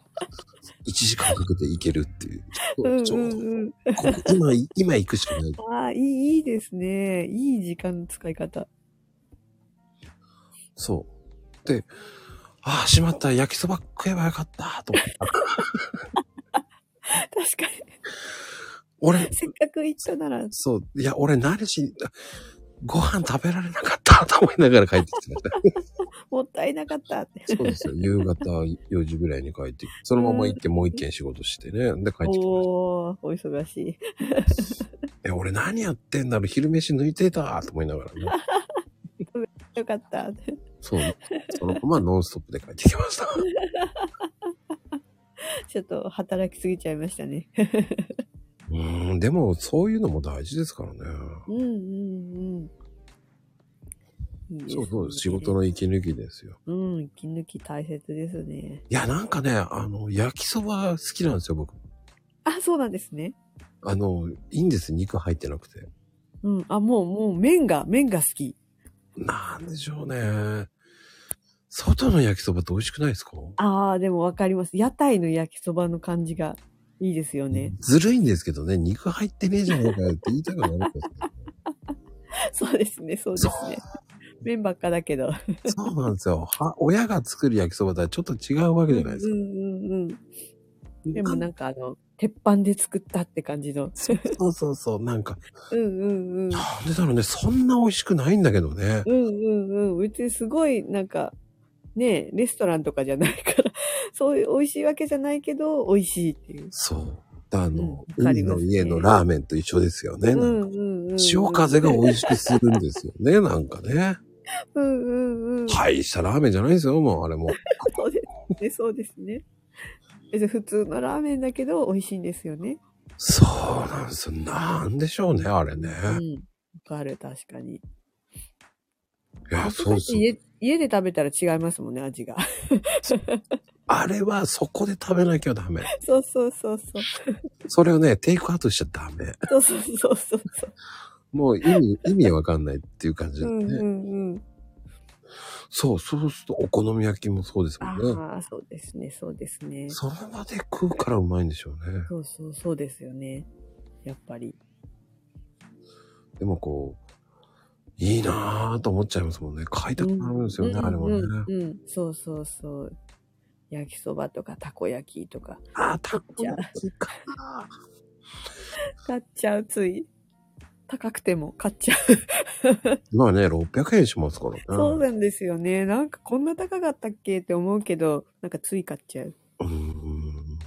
Speaker 1: 1時間かけて行けるっていう。
Speaker 3: うん
Speaker 1: ち
Speaker 3: う
Speaker 1: ょうんど
Speaker 3: うん。
Speaker 1: ここ今、今行くしかない。
Speaker 3: ああ、いい、いいですね。いい時間の使い方。
Speaker 1: そう。で、ああ、しまった、焼きそば食えばよかった、と思って。
Speaker 3: 確か
Speaker 1: 俺
Speaker 3: に。、せっかく行ったなら。
Speaker 1: そう、いや、俺何し、ご飯食べられなかった と思いながら帰ってきてまし
Speaker 3: もったいなかったって。
Speaker 1: た。そうですよ。夕方4時ぐらいに帰って、そのまま行ってもう一件仕事してね。で帰ってきてまし
Speaker 3: おー、お忙しい。
Speaker 1: た。え、俺何やってんだろう昼飯抜いてたと思いながらね。
Speaker 3: よかったって。
Speaker 1: そう。そのままノンストップで帰ってきました。
Speaker 3: ちょっと働きすぎちゃいましたね。
Speaker 1: うーん、でもそういうのも大事ですからね。
Speaker 3: うんうんうん。いいです
Speaker 1: そ
Speaker 3: ね
Speaker 1: うそう、仕事。の息抜きですよ。
Speaker 3: うん、息抜き大切ですね。
Speaker 1: いや、なんかね、あの、焼きそば好きなんですよ、僕。
Speaker 3: あ、そうなんですね。
Speaker 1: あの、いいんです、肉入ってなくて。
Speaker 3: うん、あ、もう、もう、麺が、麺が好き。
Speaker 1: なんでしょうね。外の焼きそばって美味しくないですか
Speaker 3: ああ、でもわかります。屋台の焼きそばの感じがいいですよね。
Speaker 1: ずるいんですけどね、肉入ってねえじゃねえ かよって言いたくなるんです
Speaker 3: そうですね、そうです ね。麺ばっかだけど。
Speaker 1: けど。そうなんですよ。は親が作る焼きそばとはちょっと違うわけじゃないです
Speaker 3: う
Speaker 1: か。
Speaker 3: んうんうん。でも
Speaker 1: な
Speaker 3: なんかあの、鉄板で作ったって感じの。
Speaker 1: そうそうそう、なんか。
Speaker 3: うんうんうん。
Speaker 1: なんでだろうね、そんな美味しくないんだけどね。
Speaker 3: うんうんうん。うちすごい、なんか、ねえレストランとかじゃないから、 そういう美味しいわけじゃないけど、美味しいっていう。
Speaker 1: そう。あの、
Speaker 3: うんわか
Speaker 1: 海
Speaker 3: ります
Speaker 1: の
Speaker 3: ね
Speaker 1: 家のラーメンと一緒ですよね。
Speaker 3: う
Speaker 1: なん
Speaker 3: ん
Speaker 1: か
Speaker 3: うんうん。
Speaker 1: 潮風が美味しくするんですよね、なんかね。
Speaker 3: うんうんうん。
Speaker 1: 大したラーメンじゃないですよ、もうあれも。
Speaker 3: そうですね、そうですね。別に普通のラーメンだけど、美味しいんですよね。
Speaker 1: そうなんですよ。なんでしょうね、あれね。
Speaker 3: うん。わかる、確かに。
Speaker 1: いや、そうですよ。
Speaker 3: 家家で食べたら違いますもんね、味が。
Speaker 1: あれはそこで食べなきゃダメ。
Speaker 3: そうそうそうそう。
Speaker 1: それをね、テイクアウトしちゃダメ。
Speaker 3: そうそうそう そうそう。
Speaker 1: もう意 味、意味わかんないっていう感じで
Speaker 3: う
Speaker 1: すね。
Speaker 3: んうんうん。
Speaker 1: そう、そうするとお好み焼きもそうですもんね。
Speaker 3: ああ、そうですね、そうですね。
Speaker 1: その場で食うからうまいんでしょうね。
Speaker 3: そうそう、そうですよね。やっぱり。
Speaker 1: でもこう、いいなぁと思っちゃいますもんね。買いたくなるんですよね、あれもね。
Speaker 3: うんうんうん、そうそうそう。焼きそばとかたこ焼きとか
Speaker 1: ああ、たこ焼きかな
Speaker 3: 買っちゃうつい高くても買っちゃう、
Speaker 1: 今ね、600円しますからね。
Speaker 3: そうなんですよねなんかこんな高かったっけって思うけどなんかつい買っちゃう
Speaker 1: うーん。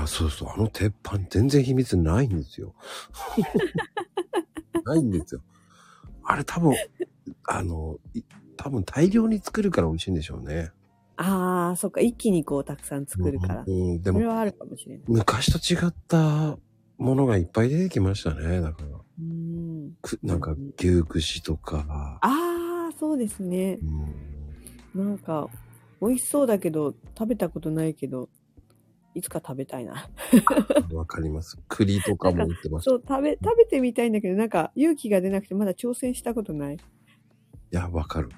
Speaker 1: あそうそう、あの鉄板全然秘密ないんです よ。ないんですよ。あれ多分、あの、い多分大量に作るから美味しいんでしょうね。
Speaker 3: あーそっか一気にこうたくさん作るから、
Speaker 1: うんうん、で
Speaker 3: それ
Speaker 1: も、
Speaker 3: はあるかもしれない
Speaker 1: 昔と違ったものがいっぱい出てきましたね。だから、
Speaker 3: うん
Speaker 1: くなんか
Speaker 3: うん
Speaker 1: 牛串とか。
Speaker 3: ああそうですね
Speaker 1: うん、
Speaker 3: なんか美味しそうだけど食べたことないけどいつか食べたいな
Speaker 1: わかります。栗とかも売ってました。い
Speaker 3: そう食べ食べてみたいんだけどなんか勇気が出なくてまだ挑戦したことない
Speaker 1: や、わかる。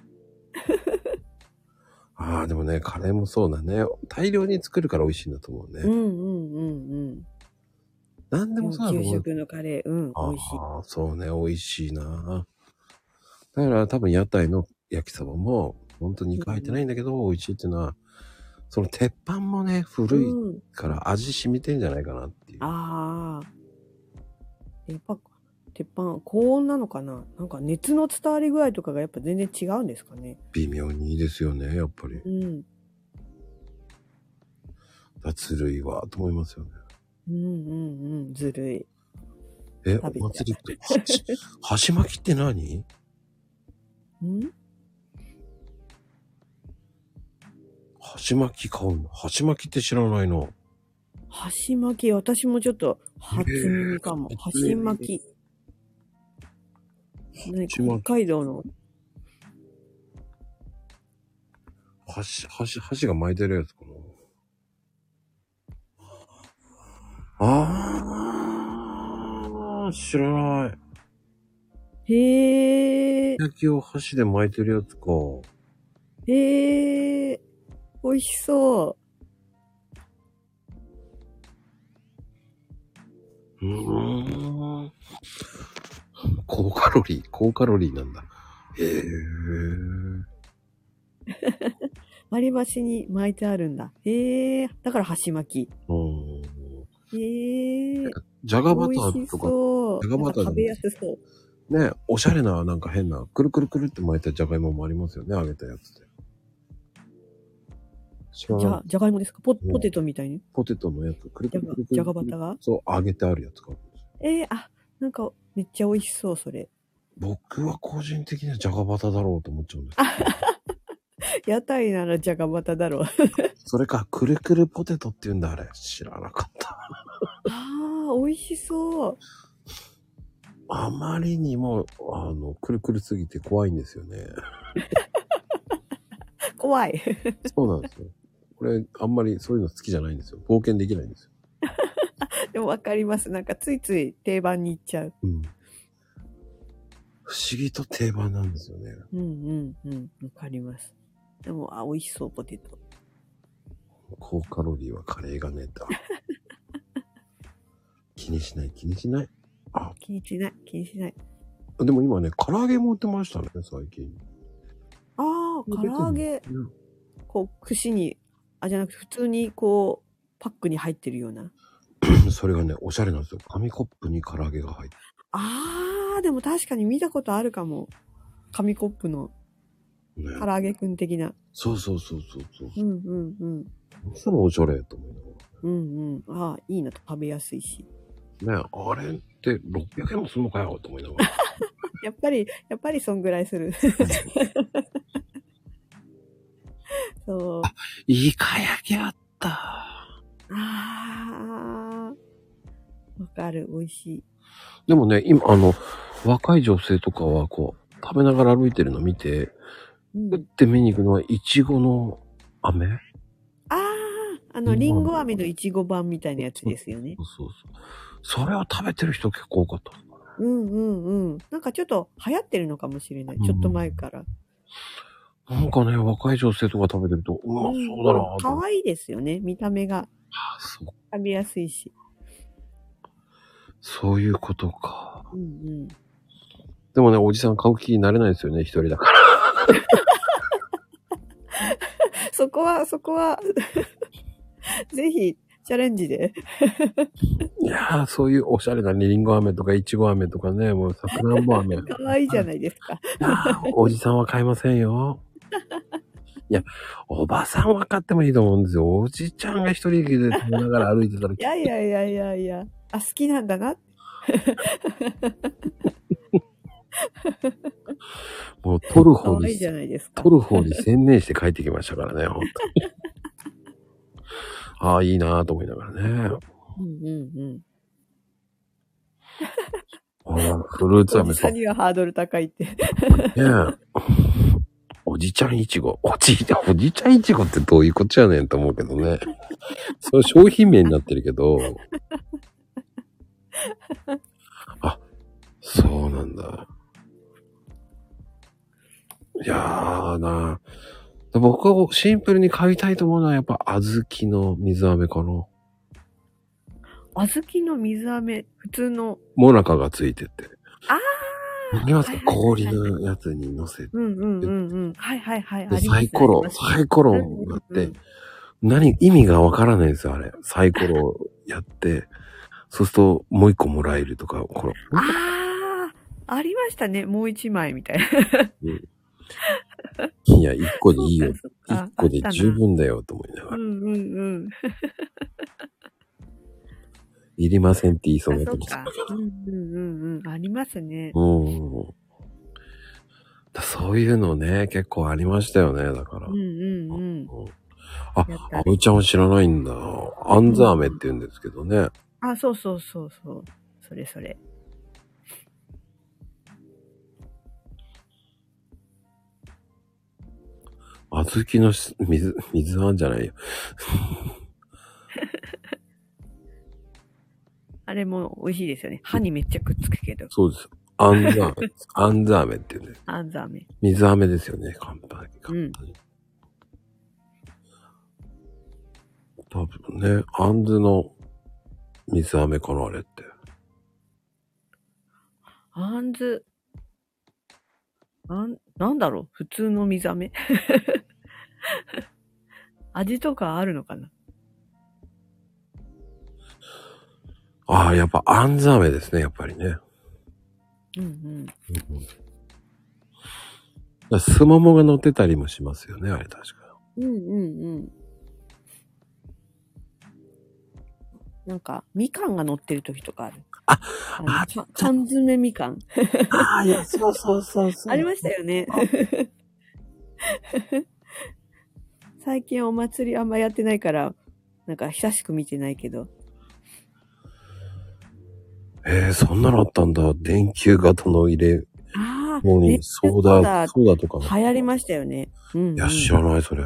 Speaker 1: ああ、でもね、カレーもそうだね。大量に作るから美味しいんだと思う
Speaker 3: うん
Speaker 1: ね。
Speaker 3: うんうんうん
Speaker 1: なんで
Speaker 3: で
Speaker 1: も
Speaker 3: も
Speaker 1: そうだと
Speaker 3: 給
Speaker 1: 思う。
Speaker 3: 食のカレー、うん、
Speaker 1: あ
Speaker 3: 美味しい。
Speaker 1: あ、そうね、美味しいな。だから多分屋台の焼きそばも、本当に肉入ってないんだけど、美味しいっていうのは、その鉄板もね、古い
Speaker 3: うん、
Speaker 1: から味染みてんじゃないかなっていう。
Speaker 3: ああ。やっぱ、鉄板、高温なのかななんか熱の伝わり具合とかがやっぱ全然違うんですかね。
Speaker 1: 微妙にいいですよね、やっぱり。
Speaker 3: うん。
Speaker 1: 脱類は、と思いますよね。
Speaker 3: うんうんうん、ずるい。
Speaker 1: え、
Speaker 3: 食べて
Speaker 1: お祭りって、 箸箸巻きって何
Speaker 3: ん
Speaker 1: 箸巻き買うの箸巻きって知らないの。
Speaker 3: 箸巻き、私もちょっと初耳かも
Speaker 1: へー。
Speaker 3: 箸巻き。何
Speaker 1: 箸巻
Speaker 3: か北海道の。
Speaker 1: 箸、箸、箸が巻いてるやつかな。あー、知らない。
Speaker 3: へえ、
Speaker 1: 焼きを箸で巻いてるやつか。
Speaker 3: へえ、美味しそう
Speaker 1: ーん。高カロリー、高カロリーなんだ。へえ。
Speaker 3: う。割り箸に巻いてあるんだ。へえ、だから箸巻き。
Speaker 1: うん。
Speaker 3: ええー、
Speaker 1: じゃがバターとか
Speaker 3: と
Speaker 1: じゃがバター
Speaker 3: 食べやすそう。
Speaker 1: ね、おしゃれな、なんか変な、くるくるくるって巻いたじゃがいももありますよね、揚げたやつで。知ら
Speaker 3: じ
Speaker 1: な
Speaker 3: ゃ
Speaker 1: い、
Speaker 3: じゃがいもですかポ
Speaker 1: うん
Speaker 3: ポテトみたいに
Speaker 1: ポテトのやつ、くる
Speaker 3: じ
Speaker 1: く
Speaker 3: ゃ
Speaker 1: る
Speaker 3: が
Speaker 1: くるくる
Speaker 3: じゃがバターが
Speaker 1: そう、揚げてあるやつか。
Speaker 3: えー、あ、なんかめっちゃ美味しそう、それ。
Speaker 1: 僕は個人的にはじゃがバターだろうと思っちゃうんです
Speaker 3: 屋台ならじゃがバターだろう。
Speaker 1: それか、くるくるポテトって言うんだ、あれ。知らなかった。
Speaker 3: ああ、美味しそう。
Speaker 1: あまりにも、あの、くるくるすぎて怖いんですよね。
Speaker 3: 怖い。
Speaker 1: そうなんですよ。これ、あんまりそういうの好きじゃないんですよ。冒険できないんですよ。
Speaker 3: でもわかります。なんかついつい定番に行っちゃう。
Speaker 1: うん。不思議と定番なんですよね。
Speaker 3: うんうんうん。わかります。でも、あ、美味しそう、ポテト。
Speaker 1: 高カロリーはカレーがねえだ。 気にしない、気にしない。あ、
Speaker 3: 気にしない、気にしない。
Speaker 1: でも今ね、唐揚げも売ってましたね、最近。
Speaker 3: ああ、唐揚げ、
Speaker 1: うん
Speaker 3: こう、串に、あ、じゃなくて、普通にこう、パックに入ってるような。
Speaker 1: それがね、おしゃれなんですよ。紙コップに唐揚げが入って。
Speaker 3: あー、でも確かに見たことあるかも。紙コップの。
Speaker 1: ね
Speaker 3: 唐揚げくん的な。
Speaker 1: そうそうそうそうそう。
Speaker 3: うんうんうん。
Speaker 1: そのおしゃれと思い
Speaker 3: うんうん。ああ、いいなと食べやすいし。
Speaker 1: ながら。ねあれって600円もするのかよと思いな がら。
Speaker 3: やっぱり、やっぱりそんぐらいする。 そう。
Speaker 1: イカ焼きあった。
Speaker 3: ああ。わかる、美味しい。
Speaker 1: でもね、今、あの、若い女性とかはこう、食べながら歩いてるの見て、
Speaker 3: うん
Speaker 1: 打って見に行くのはイチゴの飴
Speaker 3: ああ、あの、リンゴ飴のいちご版みたいなやつですよね。
Speaker 1: そうそうそう。それを食べてる人結構多かった。
Speaker 3: うんうんうん。なんかちょっと流行ってるのかもしれない。ちょっと前から。
Speaker 1: なんかね、若い女性とか食べてると、うわ、そうだなぁと
Speaker 3: 可
Speaker 1: 思って。
Speaker 3: 愛いですよね。見た目
Speaker 1: あ
Speaker 3: が
Speaker 1: そう
Speaker 3: 食べやすいし。
Speaker 1: そういうことか。
Speaker 3: うんうん。
Speaker 1: でもね、おじさん買う気になれないですよね、一人だから。
Speaker 3: そこは、そこは、 ぜひ、チャレンジで。
Speaker 1: いやー、そういうおしゃれなリンゴ飴とかイチゴ飴とかね、もうさくらんぼ 飴。い
Speaker 3: 可愛いじ ゃないですか。
Speaker 1: やーおじさんは買いませんよ。いや、おばさんは買ってもいいと思うんですよ。おじちゃんが一人で食べながら歩いてたら、
Speaker 3: いやいやいやいやいや。あ、好きなんだな。
Speaker 1: もう取る
Speaker 3: 可
Speaker 1: 方
Speaker 3: 愛い
Speaker 1: に
Speaker 3: じ、ゃないですか。
Speaker 1: 取る方に専念して帰ってきましたからね、本当に。ああ、いいなーと思いながらね。
Speaker 3: うんうんうん。
Speaker 1: あらフルーツ
Speaker 3: お
Speaker 1: 飴
Speaker 3: じ
Speaker 1: そ
Speaker 3: さ
Speaker 1: うんね
Speaker 3: にはハードル高いって。
Speaker 1: え。おじちゃんいちご。おじ、おじちゃんいちごってどういうこっちゃねんと思うけどね。それ商品名になってるけど。あ、そうなんだ。いやーな僕はシンプルに買いたいと思うのはやっぱ小豆の水飴かな。
Speaker 3: 小豆の水飴、普通の。
Speaker 1: モナカがついてて。
Speaker 3: ああ
Speaker 1: 見ますか氷のやつに乗せて。
Speaker 3: うんうんうんうん。はいはいはい。
Speaker 1: で
Speaker 3: あります
Speaker 1: サイコロ
Speaker 3: ありま、す
Speaker 1: サイコロをやっ
Speaker 3: うんうんう
Speaker 1: て
Speaker 3: ん、
Speaker 1: 何、意味がわからないんですよ、あれ。サイコロをやって、そうするともう一個もらえるとか、この、
Speaker 3: ああ、ありましたね。もう一枚みたいな。
Speaker 1: いや、一個でいいよ。
Speaker 3: そっか
Speaker 1: 一個で十。分だよ、と思いな
Speaker 3: あっ
Speaker 1: が
Speaker 3: たなう
Speaker 1: ら。
Speaker 3: んうんうん。
Speaker 1: いりませんって言いそうに
Speaker 3: あ
Speaker 1: なっ
Speaker 3: そってか
Speaker 1: ま。
Speaker 3: うんうんうんうん。ありますね。
Speaker 1: うん。だそういうのね、結構ありましたよね、だから。
Speaker 3: うんうんうん。
Speaker 1: うん
Speaker 3: やっ
Speaker 1: あ
Speaker 3: た
Speaker 1: おいちゃんは知らないんだ。あんざ飴って言うんですけどね。
Speaker 3: あ、そうそうそうそう。それそれ。
Speaker 1: 小豆のし水、水あんじゃないよ。
Speaker 3: あれも美味しいですよね。歯にめっちゃくっつくけど。
Speaker 1: そうです。あんざ飴。あんざ飴って言うんです。
Speaker 3: あんざ飴。
Speaker 1: 水飴ですよね。簡単に。簡単に。多分ね、あんずの水飴かな、あれって。
Speaker 3: あんず。あん、なんだろう普通の水飴 味とかあるのかな
Speaker 1: ああ、やっぱあんず飴ですね、やっぱりね。
Speaker 3: うんうん。
Speaker 1: すももが乗ってたりもしますよね、あれ確か。
Speaker 3: うんうんうん。なんか、みかんが乗ってる時とかある。
Speaker 1: あ
Speaker 3: の、
Speaker 1: あ
Speaker 3: か缶詰みかん。
Speaker 1: ああ、いや、そうそうそうそ
Speaker 3: ありました よね。最近お祭りあんまやってないから、なんか久しく見てないけど。
Speaker 1: えー、そんなのあったんだ。電球型の入れ
Speaker 3: ああ、
Speaker 1: 物
Speaker 3: めっ
Speaker 1: に、
Speaker 3: ちゃ
Speaker 1: ソーダ、ソーダとか。
Speaker 3: 流行りま
Speaker 1: し
Speaker 3: したよね。うん、うん。
Speaker 1: いや、知らない、それ。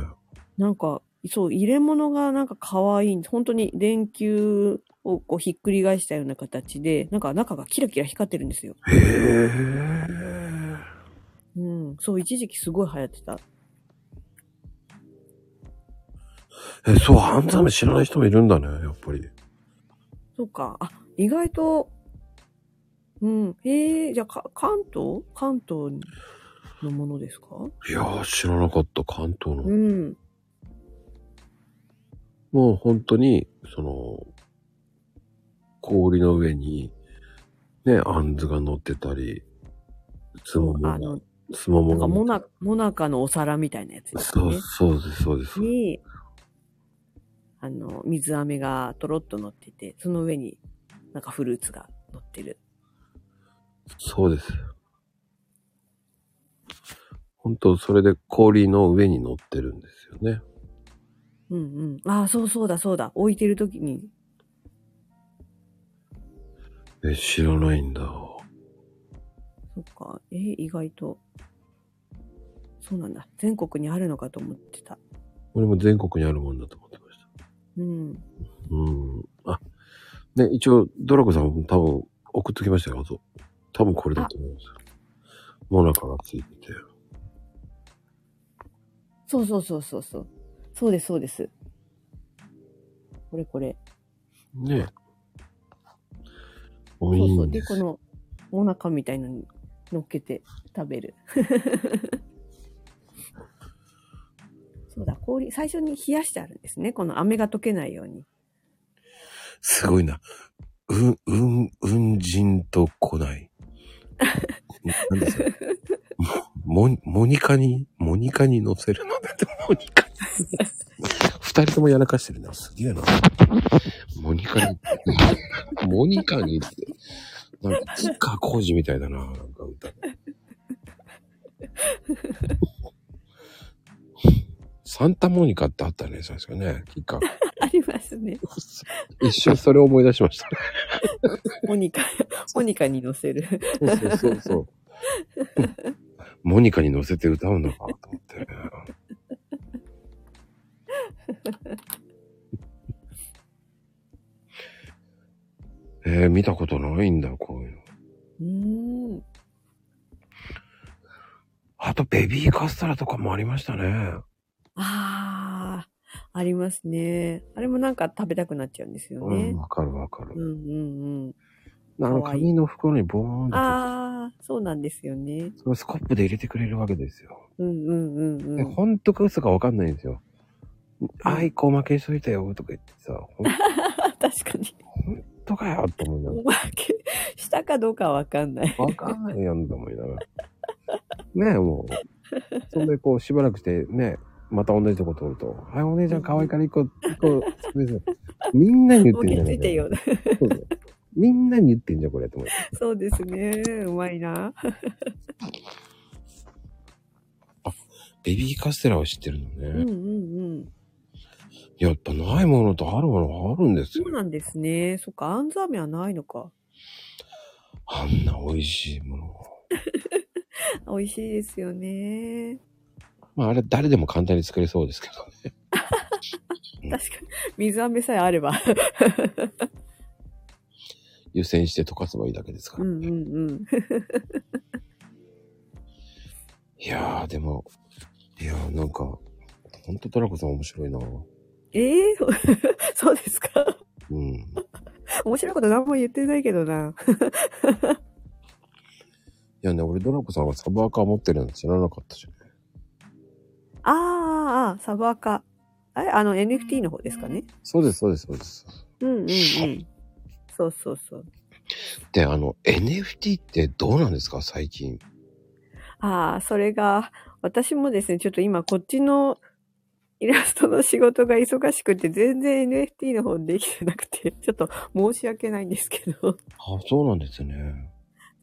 Speaker 3: なんか、そう、入れ物がなんか可愛い。本当に電球をこうひっくり返したような形で、なんか中がキラキラ光ってるんですよ。
Speaker 1: へえ。
Speaker 3: うん。そう、一時期すごい流行ってた。
Speaker 1: え、そう、ハンザメ知らない人もいるんだね、やっぱり。
Speaker 3: そうか。あ、意外と、うん。へえじゃあか、関東関東のものですか
Speaker 1: いやー、知らなかった、関東の。
Speaker 3: うん。
Speaker 1: もう本当に、その、氷の上に、ね、あんずが乗ってたり、つもも
Speaker 3: あ
Speaker 1: が
Speaker 3: の、
Speaker 1: すも
Speaker 3: な
Speaker 1: も
Speaker 3: ん
Speaker 1: が。
Speaker 3: かモナ、モナカのお皿みたいなやつです
Speaker 1: そ
Speaker 3: よ
Speaker 1: う、
Speaker 3: ね。
Speaker 1: そうです、そうです。
Speaker 3: に、あの、水飴がとろっと乗ってて、その上になんかフルーツが乗ってる。
Speaker 1: そうです。本当それで氷の上に乗ってるんですよね。
Speaker 3: うんうん。ああ、そうそうだそうだ。置いてる時に。
Speaker 1: え、知らないんだ。
Speaker 3: そっか。えー意外と。そうなんだ。全国にあるのかと思ってた。
Speaker 1: 俺も全国にあるもんだと思ってました。
Speaker 3: うん。
Speaker 1: うん。あ、ね、一応、ドラコさんも多分送っときましたよ、そう多分これだと思うんですよ。モナカがついてて。
Speaker 3: そうそうそうそうそう。そうです、そうです。これこれ。
Speaker 1: ねお
Speaker 3: そう
Speaker 1: い
Speaker 3: そ
Speaker 1: い
Speaker 3: うん
Speaker 1: で
Speaker 3: で、こ
Speaker 1: す。
Speaker 3: の、もなかみたいなのに乗っけて食べる。 そうだ、氷、最初に冷やしてあるんですね。この飴が溶けないよ うに。
Speaker 1: すごいな。うん、うん、うんじんと来ない。なんですかモニモニカに、モニカに乗せるのだって、モニカに。二人ともやらかしてるな。すげえな。モニカに、 モニカにって。なんか、ツッカー工事みたいだな。なんか 歌。サンタモニカってあったね、最初ね。キッカー
Speaker 3: ありますね。
Speaker 1: 一瞬それを思い出しました。
Speaker 3: モニカ、モニカに乗 せる。
Speaker 1: そうそうそう そう。モニカに乗せて歌うのかと思 って。えー、見たことないんだ、こういうの。
Speaker 3: うーん。
Speaker 1: あと、ベビーカステラとかもありましたね。
Speaker 3: あー、ありますね。あれもなんか食べたくなっちゃうんですよ
Speaker 1: うん、
Speaker 3: ね。
Speaker 1: わかるわか
Speaker 3: う
Speaker 1: る。
Speaker 3: んうんうん。
Speaker 1: あの、
Speaker 3: かわいい
Speaker 1: 紙の袋にボーンと
Speaker 3: あー、そうなんですよね。、
Speaker 1: それをスコップで入れてくれるわけですよ。
Speaker 3: うんうんうんう
Speaker 1: で、
Speaker 3: ん。
Speaker 1: ほんとか嘘かわかんないんですよ。あい、こう負けしといたよ、とか言ってさ、ほん
Speaker 3: 確かに。
Speaker 1: とかよ、と思いながら
Speaker 3: おまけしたかどうかはわかん ない。
Speaker 1: わかんないやんと思いながら。ねえ、もう。そんで、こう、しばらくして、ね、また同じとこ通ると、はい、お姉ちゃん可愛いから一個、一個、すみません。みんなに言
Speaker 3: も
Speaker 1: っ
Speaker 3: う
Speaker 1: てん
Speaker 3: 気
Speaker 1: じゃ
Speaker 3: づ
Speaker 1: ない
Speaker 3: いてよ。
Speaker 1: そうだよみんなに言ってんじゃん、これ、と思って。
Speaker 3: そうですね。うまいな。
Speaker 1: ベビーカステラは知ってるの
Speaker 3: う
Speaker 1: ね
Speaker 3: んう。んうん。
Speaker 1: やっぱないものとあるものがあるんです
Speaker 3: そう
Speaker 1: よ。
Speaker 3: なんですね。そっか、あんず飴はないのか。
Speaker 1: あんな美味しいもの。
Speaker 3: 美味しいですよね。
Speaker 1: まあ、あれ、誰でも簡単に作れそうですけどね。
Speaker 3: 確かに、水飴さえあれば。
Speaker 1: 湯煎して溶かせばいいだけですか
Speaker 3: う
Speaker 1: ら。
Speaker 3: んうんうん。
Speaker 1: いやー、でも、いやー、なんか、ほんとドラコさん面白いな
Speaker 3: ええ そうですか。
Speaker 1: うん。
Speaker 3: 面白いこと何も言ってないけどな。
Speaker 1: いやね、俺ドラコさんがサブアカー持ってるの知らなかったし、ね。
Speaker 3: あーあー、サブアカ。あれあの NFT の方ですかね。
Speaker 1: そうです、そうです、そうです。
Speaker 3: うんうんうん。そうそうそう。
Speaker 1: で、あの、NFT ってどうなんですか最近。
Speaker 3: ああ、それが、私もですね、ちょっと今こっちのイラストの仕事が忙しくて、全然 NFT の方できてなくて、ちょっと申し訳ないんですけど。
Speaker 1: あ、そうなんですね。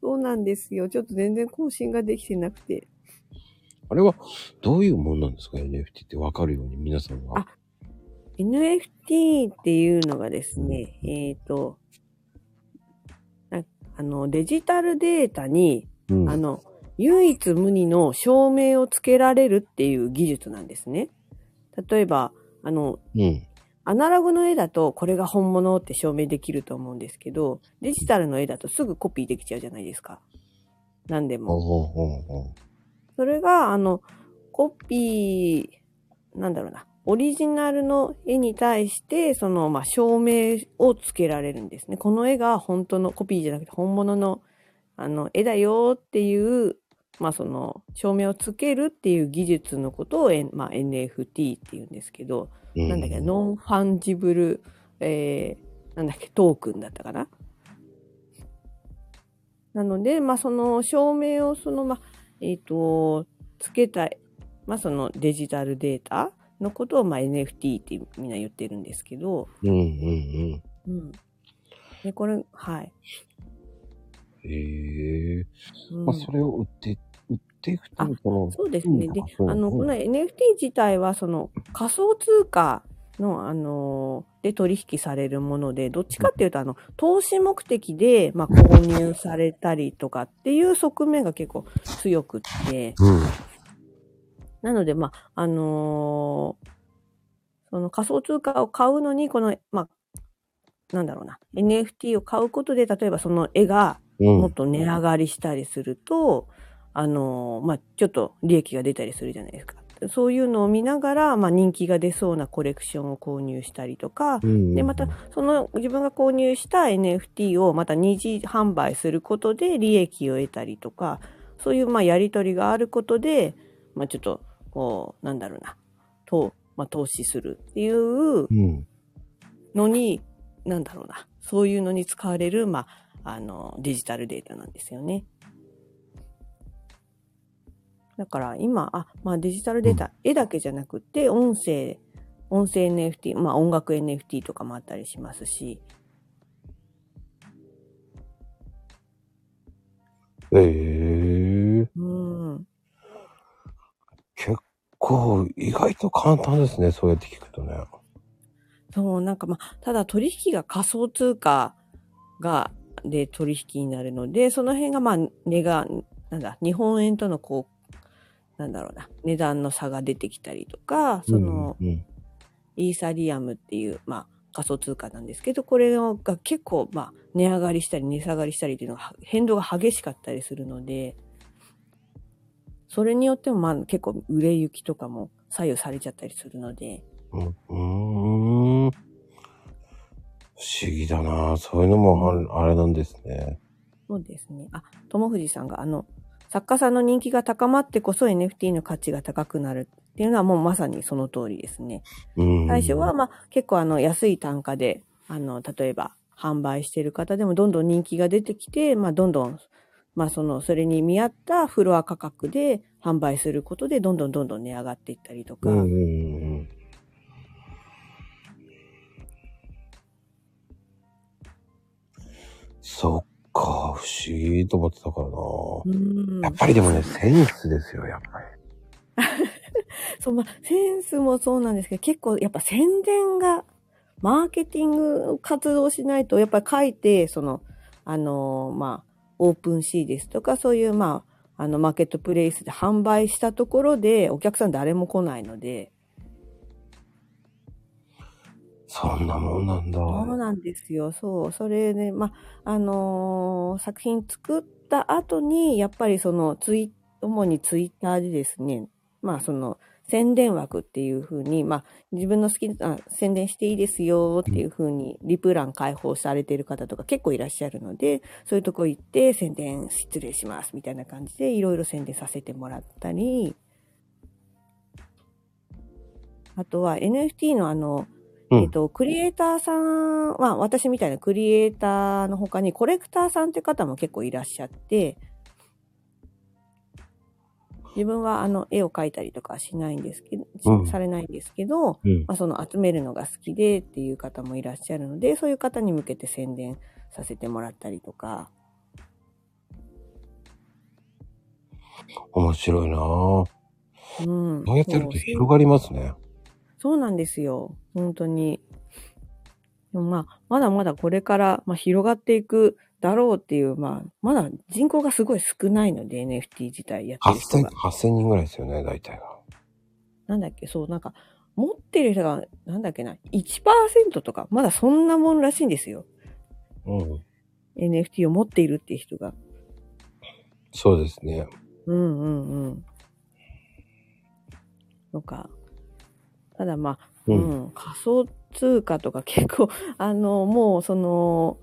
Speaker 3: そうなんですよ。ちょっと全然更新ができてなくて。
Speaker 1: あれは、どういうもんなんですか ?NFT ってわかるように皆さんが
Speaker 3: あ。NFT っていうのがですね、えっ、と、なあの、デジタルデータに、
Speaker 1: うん。
Speaker 3: あの、唯一無二の証明をつけられるっていう技術なんですね。例えば、あの、
Speaker 1: うん。
Speaker 3: アナログの絵だとこれが本物って証明できると思うんですけど、デジタルの絵だとすぐコピーできちゃうじゃないですか。何で
Speaker 1: ほう
Speaker 3: も。
Speaker 1: ほうほうほ
Speaker 3: それが、あの、コピー、なんだろうな、オリジナルの絵に対して、その、まあ、証明をつけられるんですね。この絵が本当のコピーじゃなくて本物の、あの、絵だよっていう、まあ、その、証明をつけるっていう技術のことを、えんまあ、NFT って言うんですけど、
Speaker 1: う。う
Speaker 3: なんだっけ、ノンファンジブル、えー、なんだっけ、トークンだったかな。なので、まあ、その証明を、その、まあ、えっ、と、つけたい、まあ、そのデジタルデータのことを、まあ、NFT ってみんな言ってるんですけど、
Speaker 1: うんうん
Speaker 3: うん。で、これ、はい。
Speaker 1: うん。へえ。
Speaker 3: うん
Speaker 1: まあ、それを売って、売っていくと、
Speaker 3: あ
Speaker 1: この、
Speaker 3: そうですね。で、
Speaker 1: うん
Speaker 3: あの、この NFT 自体は、その仮想通貨の、あのーで取引されるもので、どっちかっていうと、あの、投資目的で、まあ、購入されたりとかっていう側面が結構強くって、
Speaker 1: うん。
Speaker 3: なので、まあ、あのーその仮想通貨を買うのに、この、まあ、なんだろうな、NFT を買うことで、例えばその絵が、
Speaker 1: うん。
Speaker 3: もっと値上がりしたりすると、あの、まあ、ちょっと利益が出たりするじゃないですか。そういうのを見ながら、まあ、人気が出そうなコレクションを購入したりとか、
Speaker 1: うん
Speaker 3: で、また、その自分が購入した NFT をまた二次販売することで利益を得たりとか、そういう、まあ、やり取りがあることで、まあ、ちょっと、こう、なんだろうな、投、まあ、投資するっていう
Speaker 1: うん。
Speaker 3: のに、なんだろうな、そういうのに使われる、まあ、あの、デジタルデータなんですよね。だから今、あ、まあデジタルデータ、絵だけじゃなくて、音声、音声 NFT、まあ音楽 NFT とかもあったりしますし、
Speaker 1: へえ。
Speaker 3: うん。
Speaker 1: 結構、意外と簡単ですね。そうやって聞くとね。
Speaker 3: そう、なんかまあ、ただ取引が仮想通貨が、で取引になるので、その辺がまあ、値が、なんだ、日本円とのこう、なんだろうな、値段の差が出てきたりとか、その、
Speaker 1: うんうん
Speaker 3: イーサリアムっていう、まあ、仮想通貨なんですけど、これが結構、まあ、値上がりしたり値下がりしたりっていうのが変動が激しかったりするので、それによっても、まあ、結構売れ行きとかも左右されちゃったりするので、
Speaker 1: うんうーん。不思議だなそういうのもあるあれなんですね。
Speaker 3: そうですね。あ、友藤さんが、あの、作家さんの人気が高まってこそ NFT の価値が高くなるっていうのはもうまさにその通りですね。
Speaker 1: うん。
Speaker 3: 最初は、まあ、結構あの安い単価で、あの、例えば販売してる方でもどんどん人気が出てきて、まあ、どんどん、まあ、その、それに見合ったフロア価格で販売することで、どんどんどんどん値上がっていったりとか、
Speaker 1: うんうんうんうん。そっか、不思議と思ってたからな、
Speaker 3: うん
Speaker 1: やっぱりでもね、センスですよ、やっぱり。
Speaker 3: そう、まあ、センスもそうなんですけど、結構やっぱ宣伝が、マーケティング活動しないと、やっぱり書いて、その、あのーまあ、オープンシーですとか、そういう、まあ、あの、マーケットプレイスで販売したところで、お客さん誰も来ないので、
Speaker 1: そんなもんなんだ。
Speaker 3: そうなんですよ。そう。それで、まあ、あのー作品作った後に、やっぱりそのツイ、主にツイッターでですね、まあその宣伝枠っていう風に、まあ自分の好きな、宣伝していいですよっていう風に、リプラン開放されている方とか結構いらっしゃるので、そういうとこ行って宣伝失礼しますみたいな感じで、いろいろ宣伝させてもらったり、あとは NFT のあの、
Speaker 1: うん
Speaker 3: えっと、クリエイターさんは、私みたいなクリエイターの他に、コレクターさんって方も結構いらっしゃって、自分はあの、絵を描いたりとかはしないんですけど、
Speaker 1: うん
Speaker 3: されないんですけど、
Speaker 1: うん
Speaker 3: まあ、その集めるのが好きでっていう方もいらっしゃるので、そういう方に向けて宣伝させてもらったりとか、
Speaker 1: 面白いなぁ。
Speaker 3: うん。
Speaker 1: そうやってやる
Speaker 3: そ
Speaker 1: と
Speaker 3: う
Speaker 1: 広がりますね。
Speaker 3: そうなんですよ。本当に。でもまあ、まだまだこれから、まあ、広がっていくだろうっていう、まあ、まだ人口がすごい少ないので、NFT 自体やってる人
Speaker 1: 8000、
Speaker 3: が。
Speaker 1: 8000人ぐらいですよね、大体が。
Speaker 3: なんだっけ、そう、なんか、持ってる人が、なんだっけな、1%とか、まだそんなもんらしいんですよ。
Speaker 1: うん。
Speaker 3: NFT を持っているっていう人が。
Speaker 1: そうですね。
Speaker 3: うんうんうん。とか。ただまあ、
Speaker 1: う。
Speaker 3: うんん、仮想通貨とか結構、 あの、もうその、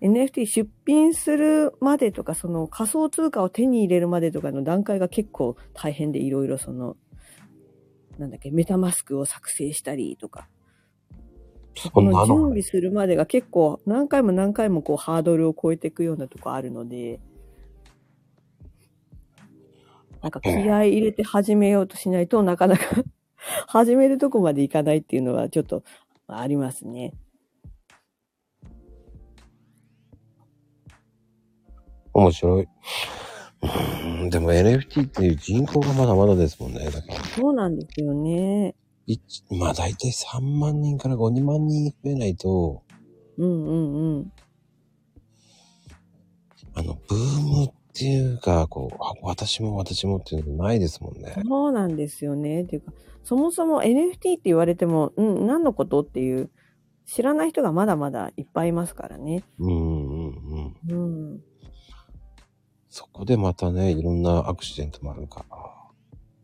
Speaker 3: NFT 出品するまでとか、その仮想通貨を手に入れるまでとかの段階が結構大変で、いろいろその、なんだっけ、メタマスクを作成したりとか、
Speaker 1: そ
Speaker 3: こ
Speaker 1: んな
Speaker 3: の準
Speaker 1: の。
Speaker 3: 備するまでが結構何回も何回もこうハードルを超えていくようなとこあるので、なんか気合い入れて始めようとしないとなかな か始めるとこまでいかないっていうのはちょっとありますね。
Speaker 1: 面白い。うーんでも NFT っていう人口がまだまだですもんね。だから、
Speaker 3: そうなんですよね。
Speaker 1: 一まあ大体3万人から5、2万人増えないと、
Speaker 3: うんうんうん。
Speaker 1: あの、ブームっていうか、こう、あ私も私もっていうのないですもんね。
Speaker 3: そうなんですよね。っていうか、そもそも NFT って言われても、うん、何のことっていう、知らない人がまだまだいっぱいいますからね。
Speaker 1: うんうんうん。
Speaker 3: うん。
Speaker 1: そこでまたね、いろんなアクシデントもあるから。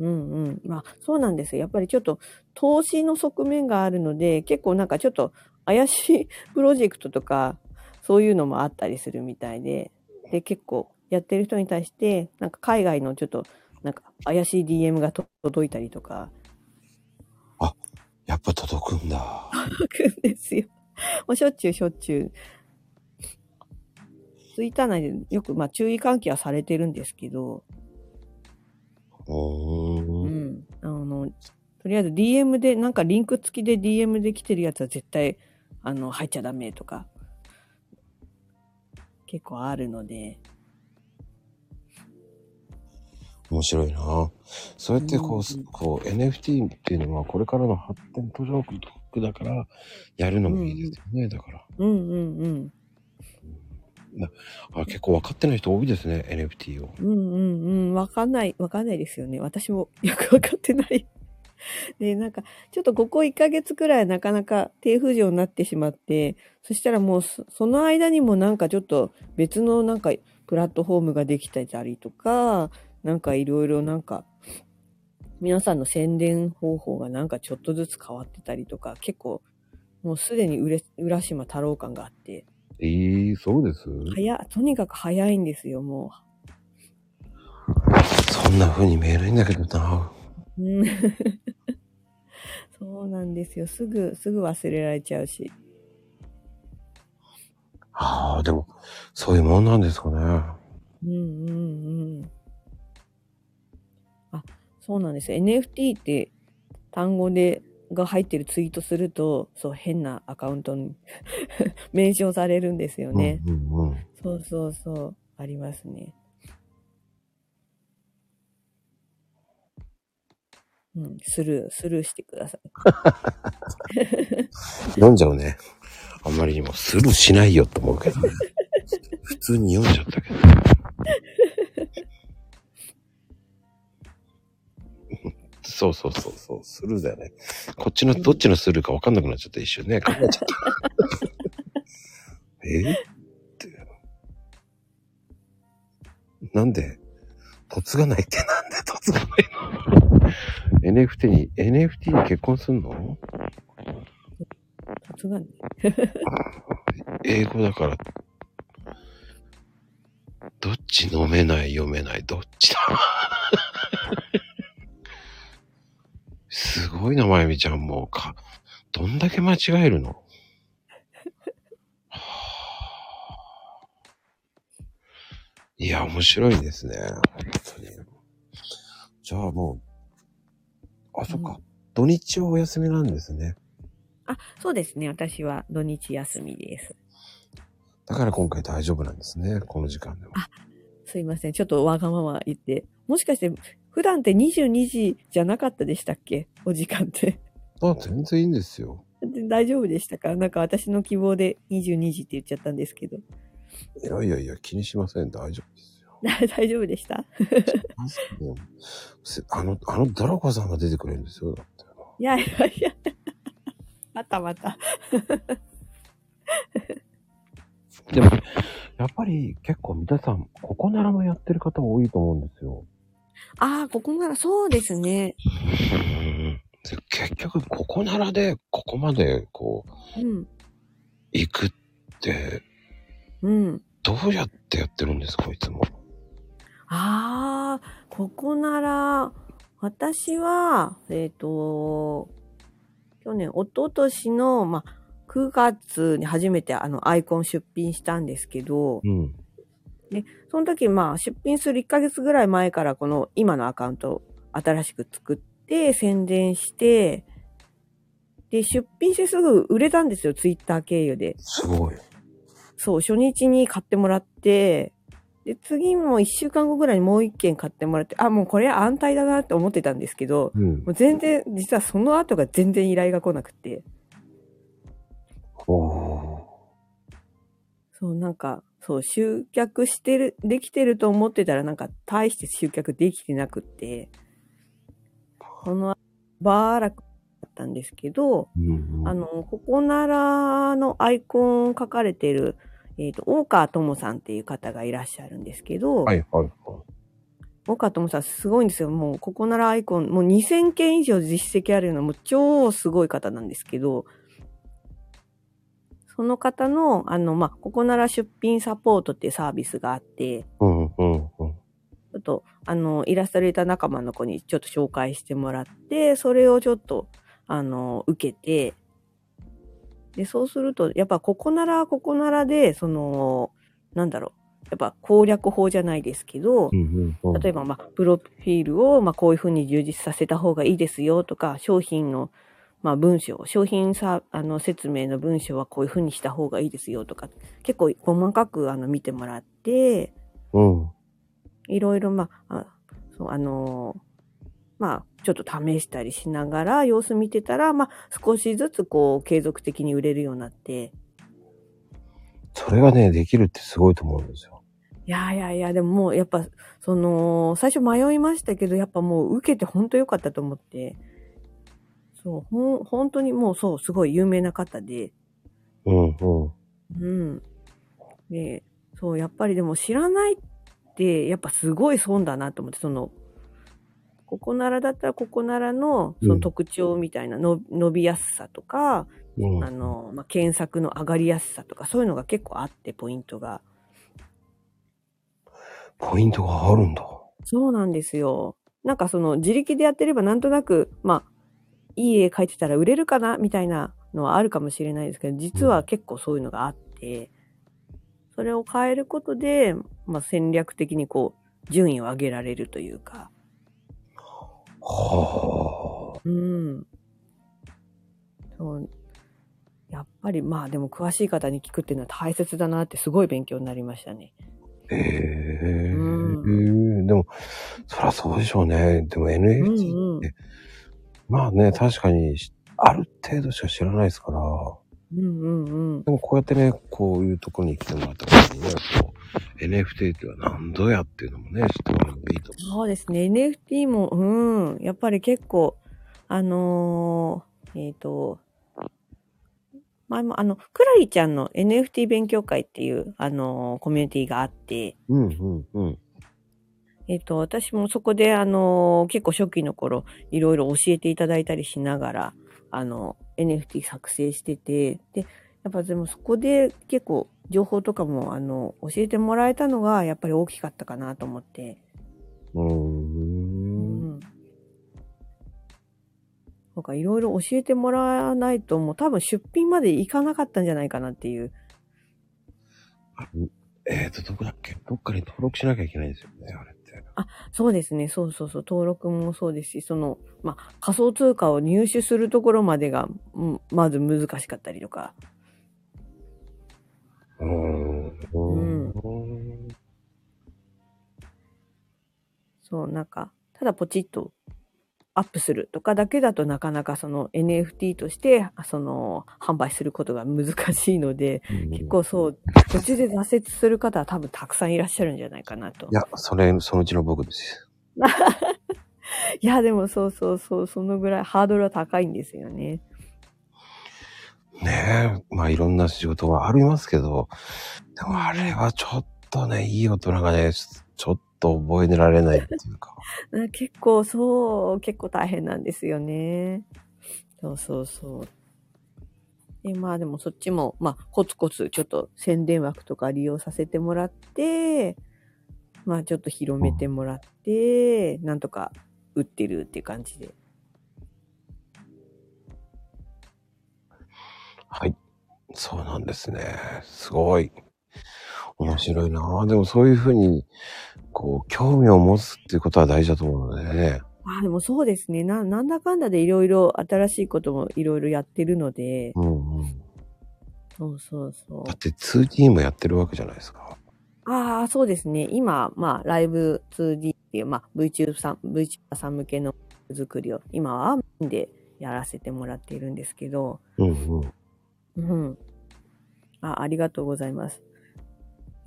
Speaker 3: うんうん。まあ、そうなんですよ。やっぱりちょっと投資の側面があるので、結構なんかちょっと怪しいプロジェクトとか、そういうのもあったりするみたいで、で、結構やってる人に対して、なんか海外のちょっと、なんか怪しい DM がと届いたりとか、
Speaker 1: やっぱ届くんだ。
Speaker 3: 届くんですよ。もうしょっちゅうしょっちゅう。ツイッター内でよく、まあ注意喚起はされてるんですけど、
Speaker 1: うー。
Speaker 3: うんん。あの、とりあえず DM で、なんかリンク付きで DM で来てるやつは絶対、あの、入っちゃダメとか、結構あるので。
Speaker 1: 面白いな。そうやってこう、す
Speaker 3: うんうん
Speaker 1: こう、NFT っていうのはこれからの発展途上国だから、やるのもいいですよね。だから。
Speaker 3: うんうんうん。
Speaker 1: あ、結構分かってない人多いですね、NFT を。
Speaker 3: うんうんうん。わかんない、わかんないですよね。私もよくわかってない。 で、なんか、ちょっとここ1ヶ月くらいなかなか低浮上になってしまって、そしたらもうそ、その間にもなんかちょっと別のなんかプラットフォームができてたりとか、なんかいろいろなんか、皆さんの宣伝方法がなんかちょっとずつ変わってたりとか、結構、もうすでに浦浦島太郎感があって、
Speaker 1: えー、そうです
Speaker 3: 早、とにかく早いんですよ、もう。
Speaker 1: そんな風に見えないんだけどな。
Speaker 3: うん そうなんですよ。すぐ、すぐ忘れられちゃうし。
Speaker 1: ああ、でも、そういうもんなんですかね。
Speaker 3: うんうんうん。あ、そうなんですよ。NFT って単語で、が入ってるツイートすると、そう、変なアカウントに メンションされるんですよね。
Speaker 1: うんうんうん。
Speaker 3: そうそうそう。ありますね。うん、スルー、スルーしてください。
Speaker 1: 読んじゃうね。あんまりにもスルーしないよと思うけどね。普通に読んじゃったけど。そうそうそうそう、スルーだよね。こっちの、どっちのスルーか分かんなくなっちゃった一瞬 ね。考えちゃった。えって。なんで、とつがないってなんでとつが ないの ?NFT に、NFT に結婚すんの
Speaker 3: さすがに。
Speaker 1: 英語だから、どっち飲めない、読めない、どっちだすごいな、まゆみちゃん。もうか、どんだけ間違えるのはあいや、面白いですね。本当に。じゃあもう、あ、そっか。土日はお休みなんですね。
Speaker 3: あ、そうですね。私は土日休みです。
Speaker 1: だから今回大丈夫なんですね。この時間でも。
Speaker 3: すいません。ちょっとわがまま言って。もしかして、普段って22時じゃなかったでしたっけお時間って。
Speaker 1: あ、全然いいんですよ。
Speaker 3: で大丈夫でしたかなんか私の希望で22時って言っちゃったんですけど。
Speaker 1: いやいやいや、気にしません。大丈夫ですよ。
Speaker 3: だ大丈夫でした
Speaker 1: もうせあの、あのドラコさんが出てくれるんですよ。だって
Speaker 3: いやいやいや。 またまた。
Speaker 1: でも、やっぱり結構皆さん、ここならもやってる方多いと思うんですよ。
Speaker 3: ああ、ここならそうですね。
Speaker 1: うん。で結局、ここならで、ここまで、こう、
Speaker 3: うん。
Speaker 1: 行くって、
Speaker 3: うん。
Speaker 1: どうやってやってるんですか、いつも。
Speaker 3: ああ、ここなら、私は、えっ、と、去年、一昨年の、まあ、9月に初めてあのアイコン出品したんですけど、
Speaker 1: うん。
Speaker 3: で、その時、まあ、出品する1ヶ月ぐらい前から、この今のアカウントを新しく作って、宣伝して、で、出品してすぐ売れたんですよ、ツイッター経由で。
Speaker 1: すごい。
Speaker 3: そう、初日に買ってもらって、で、次も1週間後ぐらいにもう1件買ってもらって、あ、もうこれ安泰だなって思ってたんですけど、
Speaker 1: うん。
Speaker 3: もう全然、実はその後が全然依頼が来なくて、
Speaker 1: お
Speaker 3: そう、なんか、そう、集客してる、できてると思ってたら、なんか、大して集客できてなくって、この、バーラクだったんですけど、
Speaker 1: ーうんうん。
Speaker 3: あの、ここならのアイコン書かれてる、えっ、と、大川智さんっていう方がいらっしゃるんですけど、
Speaker 1: はいはいはい。
Speaker 3: 大川智さんすごいんですよ。もう、ここならアイコン、もう2000件以上実績あるような、もう超すごい方なんですけど、その方の、あの、まあ、ここなら出品サポートっていうサービスがあって、
Speaker 1: うんうんうん。
Speaker 3: ちょっと、あの、イラストレーター仲間の子にちょっと紹介してもらって、それをちょっと、あの、受けて、で、そうすると、やっぱここならここならで、その、なんだろう、やっぱ攻略法じゃないですけど
Speaker 1: う、んうんうん。
Speaker 3: 例えば、まあ、プロフィールを、まあ、こういうふうに充実させた方がいいですよとか、商品の、まあ、文章、商品さ、あの、説明の文章はこういうふうにした方がいいですよとか、結構細かく、あの、見てもらって、
Speaker 1: うん。
Speaker 3: いろいろ、まあ、あそうあのーまあ、ちょっと試したりしながら様子見てたら、まあ、少しずつこう、継続的に売れるようになって、
Speaker 1: それがね、できるってすごいと思うんですよ。
Speaker 3: いやいやいや、でももう、やっぱ、その、最初迷いましたけど、やっぱもう受けて本当良かったと思って、そう、ほん、本当にもうそう、すごい有名な方で、
Speaker 1: うんうん。
Speaker 3: うん。で、そう、やっぱりでも知らないって、やっぱすごい損だなと思って、その、ここならだったらここならの、そ
Speaker 1: うん
Speaker 3: の特徴みたいなの、伸びやすさとか、
Speaker 1: うん、
Speaker 3: あの、まあ、検索の上がりやすさとか、そういうのが結構あって、ポイントが。
Speaker 1: ポイントがあるんだ。
Speaker 3: そうなんですよ。なんかその、自力でやってればなんとなく、まあ、いい絵描いてたら売れるかな、みたいなのはあるかもしれないですけど、実は結構そういうのがあって、それを変えることで、まあ、戦略的にこう、順位を上げられるというか、
Speaker 1: はあ。
Speaker 3: うん。そう。やっぱりまあでも詳しい方に聞くっていうのは大切だなってすごい勉強になりましたね。
Speaker 1: ええ
Speaker 3: う
Speaker 1: でも、そりゃそうでしょうね。でも NFT って、
Speaker 3: うんうん
Speaker 1: まあね、確かにし、ある程度しか知らないですから、
Speaker 3: うんうんうん。
Speaker 1: でもこうやってね、こういうとこに来てもらった時にね、こう、NFT っていうのは何度やっていうのもね、知ってもらうのもいいと
Speaker 3: そうですね。NFT も、うん。やっぱり結構、あのーえっ、と、前もあの、クラリちゃんの NFT 勉強会っていう、あのーコミュニティがあって、
Speaker 1: 思う。うんうんうん。
Speaker 3: えっ、と、私もそこで、あのー結構初期の頃、いろいろ教えていただいたりしながら、あの、NFT 作成してて、で、やっぱでもそこで結構情報とかも、あの、教えてもらえたのが、やっぱり大きかったかなと思って。
Speaker 1: う。
Speaker 3: うんん。なんかいろいろ教えてもらわないと、もう多分出品までいかなかったんじゃないかなっていう。
Speaker 1: えっ、と、どこだっけどっかに登録しなきゃいけないんですよね、あれって。
Speaker 3: そうですね。そうそうそう。登録もそうですし、その、まあ、仮想通貨を入手するところまでが、うんまず難しかったりとか。
Speaker 1: うーん。うん。
Speaker 3: そう、なんか、ただポチッとアップするとかだけだとなかなかその NFT として、あその、販売することが難しいので、結構そう、途中で挫折する方は多分たくさんいらっしゃるんじゃないかなと
Speaker 1: い。や、それ、そのうちの僕です。
Speaker 3: いや、でもそうそうそう、そのぐらいハードルは高いんですよね。
Speaker 1: ねえ、まあいろんな仕事はありますけど、でもあれはちょっとね、いい大人がね、ちょちょっと覚えられないっていうか。
Speaker 3: な結構そう、結構大変なんですよね。そうそうそう。で、まあでもそっちも、まあコツコツちょっと宣伝枠とか利用させてもらって、まあちょっと広めてもらって、なんとか売ってるっていう感じで。
Speaker 1: はい。そうなんですね。すごい。面白いなあでもそういうふうに、こう、興味を持つっていうことは大事だと思うのでね。
Speaker 3: まあでもそうですね。な、なんだかんだでいろいろ新しいこともいろいろやってるので、
Speaker 1: うんうん。
Speaker 3: そうそうそ
Speaker 1: だって 2D もやってるわけじゃないですか。
Speaker 3: う。ああ、そうですね。今、まあライブ 2D っていう、まあ VTuber さん、VTuber さん向けの作りを今はメインでやらせてもらっているんですけど、
Speaker 1: うんうん。
Speaker 3: うん。あ、ありがとうございます。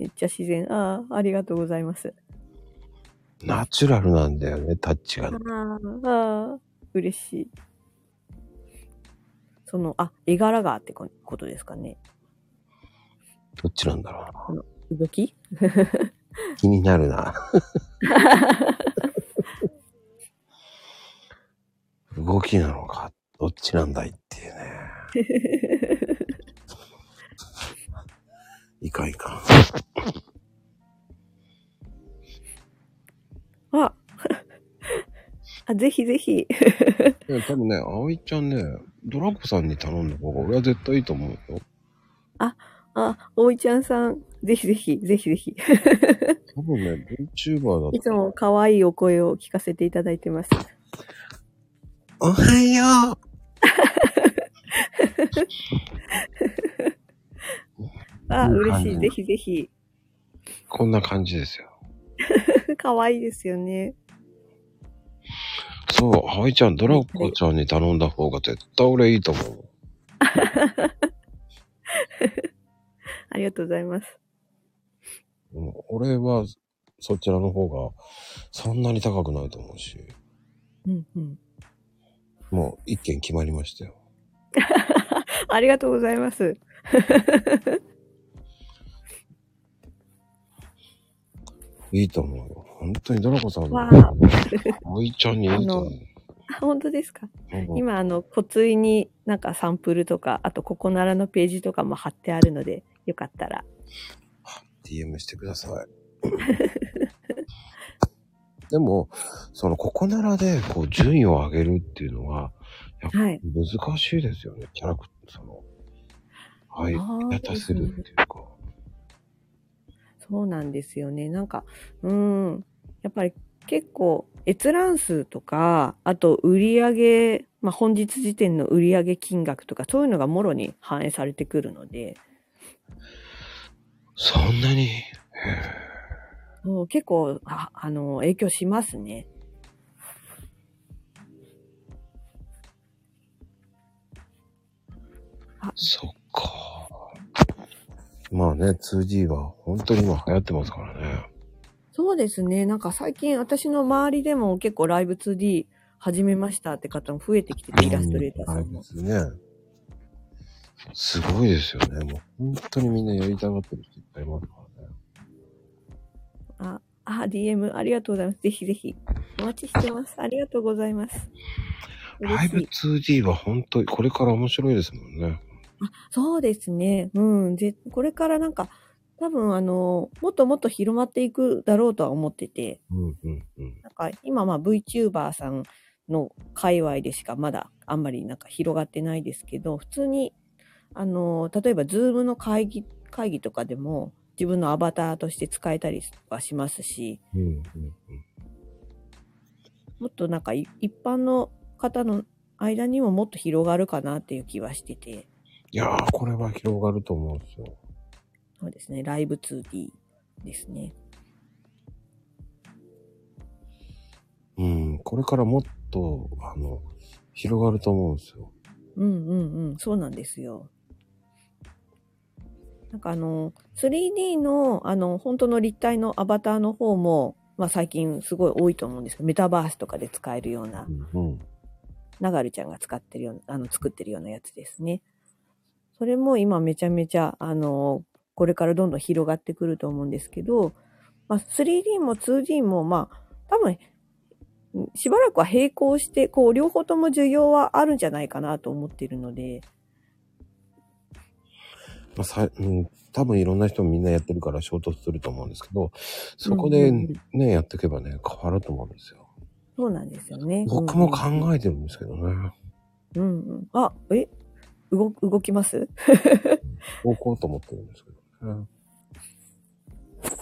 Speaker 3: めっちゃ自然。ああ、ありがとうございます。
Speaker 1: ナチュラルなんだよね、タッチが。
Speaker 3: あーあー、嬉しい。その、あ、絵柄がってこことですかね。
Speaker 1: どっちなんだろうな。
Speaker 3: 動き
Speaker 1: 気になるな。動きなのか、どっちなんだいっていうね。いかんいかん。
Speaker 3: あ、 あ、ぜひぜ
Speaker 1: ね、
Speaker 3: ひ。
Speaker 1: 多分ね、葵ちゃんね、ドラコさんに頼んだ方が俺は絶対いいと思うよ。
Speaker 3: あ、おいちゃんさん、ぜひぜひ、ぜひぜひ。
Speaker 1: 多分ね、VTuber だ
Speaker 3: いつも可愛いお声を聞かせていただいてます。
Speaker 1: おはよ
Speaker 3: あ、
Speaker 1: いい
Speaker 3: 嬉
Speaker 1: 感じ
Speaker 3: しい。ぜひぜひ。
Speaker 1: うこんな感じですよ。
Speaker 3: 可愛いですよね。
Speaker 1: そう、葵ちゃん、ドラコちゃんに頼んだ方が絶対俺いいと思う。
Speaker 3: ありがとうございます。
Speaker 1: うん俺は、そちらの方が、そんなに高くないと思うし、
Speaker 3: うんうん。
Speaker 1: もう一件決まりましたよ。
Speaker 3: ありがとうございます。
Speaker 1: いいと思うよ。本当にドラコさん
Speaker 3: わ
Speaker 1: も
Speaker 3: あ、
Speaker 1: 葵ちゃんにいいと思う。
Speaker 3: あ本当ですか
Speaker 1: うん
Speaker 3: 今、あの、骨髄になんかサンプルとか、あとここならのページとかも貼ってあるので、よかったら。
Speaker 1: DM してください。 でも、その、ここならで、こう、順位を上げるっていうのは、
Speaker 3: はい。
Speaker 1: 難しいですよね。キャラクター、その、はい、
Speaker 3: あ
Speaker 1: 立たせるっていうか。
Speaker 3: そうなんですよね。なんか、うーん。やっぱり結構、閲覧数とか、あと売り上げ、まあ、本日時点の売り上げ金額とか、そういうのがもろに反映されてくるので、
Speaker 1: そんなに、へ
Speaker 3: もう結構、ああの、影響しますね。
Speaker 1: そっか。まあね、2D は本当に今流行ってますからね。
Speaker 3: そうですね。なんか最近私の周りでも結構ライブ 2D 始めましたって方も増えてきてて、イラストレーターさ
Speaker 1: う
Speaker 3: んも。
Speaker 1: んはいですね。すごいですよね。もう本当にみんなやりたがってる人いっぱいいますからね。
Speaker 3: あ、あ、DM ありがとうございます。ぜひぜひ。お待ちしてます。ありがとうございます。嬉
Speaker 1: ライ
Speaker 3: し
Speaker 1: ブ
Speaker 3: い。
Speaker 1: 2D は本当にこれから面白いですもんね。
Speaker 3: そうですね。うん。ぜこれからなんか、多分あの、もっともっと広まっていくだろうとは思ってて、
Speaker 1: うんうんうん。
Speaker 3: なんか今まあ VTuber さんの界隈でしかまだあんまりなんか広がってないですけど、普通に、あの、例えば Zoom の会議、会議とかでも自分のアバターとして使えたりはしますし、
Speaker 1: うんうんうん。
Speaker 3: もっとなんかい一般の方の間にももっと広がるかなっていう気はしてて、
Speaker 1: いやー、これは広がると思うんですよ。
Speaker 3: そうですね、ライブ 2D ですね。
Speaker 1: うん、これからもっと、あの、広がると思うんですよ。
Speaker 3: うんうんうん、そうなんですよ。なんかあの、3D の、あの、本当の立体のアバターの方も、まあ最近すごい多いと思うんですけど、メタバースとかで使えるような、
Speaker 1: うん、うん。
Speaker 3: ながるちゃんが使ってるような、あの、作ってるようなやつですね。それも今めちゃめちゃ、あの、これからどんどん広がってくると思うんですけど、まあ、3D も 2D も、まあ、多分、んしばらくは並行して、こう、両方とも需要はあるんじゃないかなと思っているので、
Speaker 1: まあさうん、多分いろんな人もみんなやってるから衝突すると思うんですけど、そこで
Speaker 3: うん
Speaker 1: ね
Speaker 3: うん、
Speaker 1: やっていけばね、変わると思うんですよ。
Speaker 3: そうなんですよね。
Speaker 1: 僕も考えてるんですけどね、
Speaker 3: え。うんうん。あ、え動、動きます
Speaker 1: 動こうと思ってるんですけどね。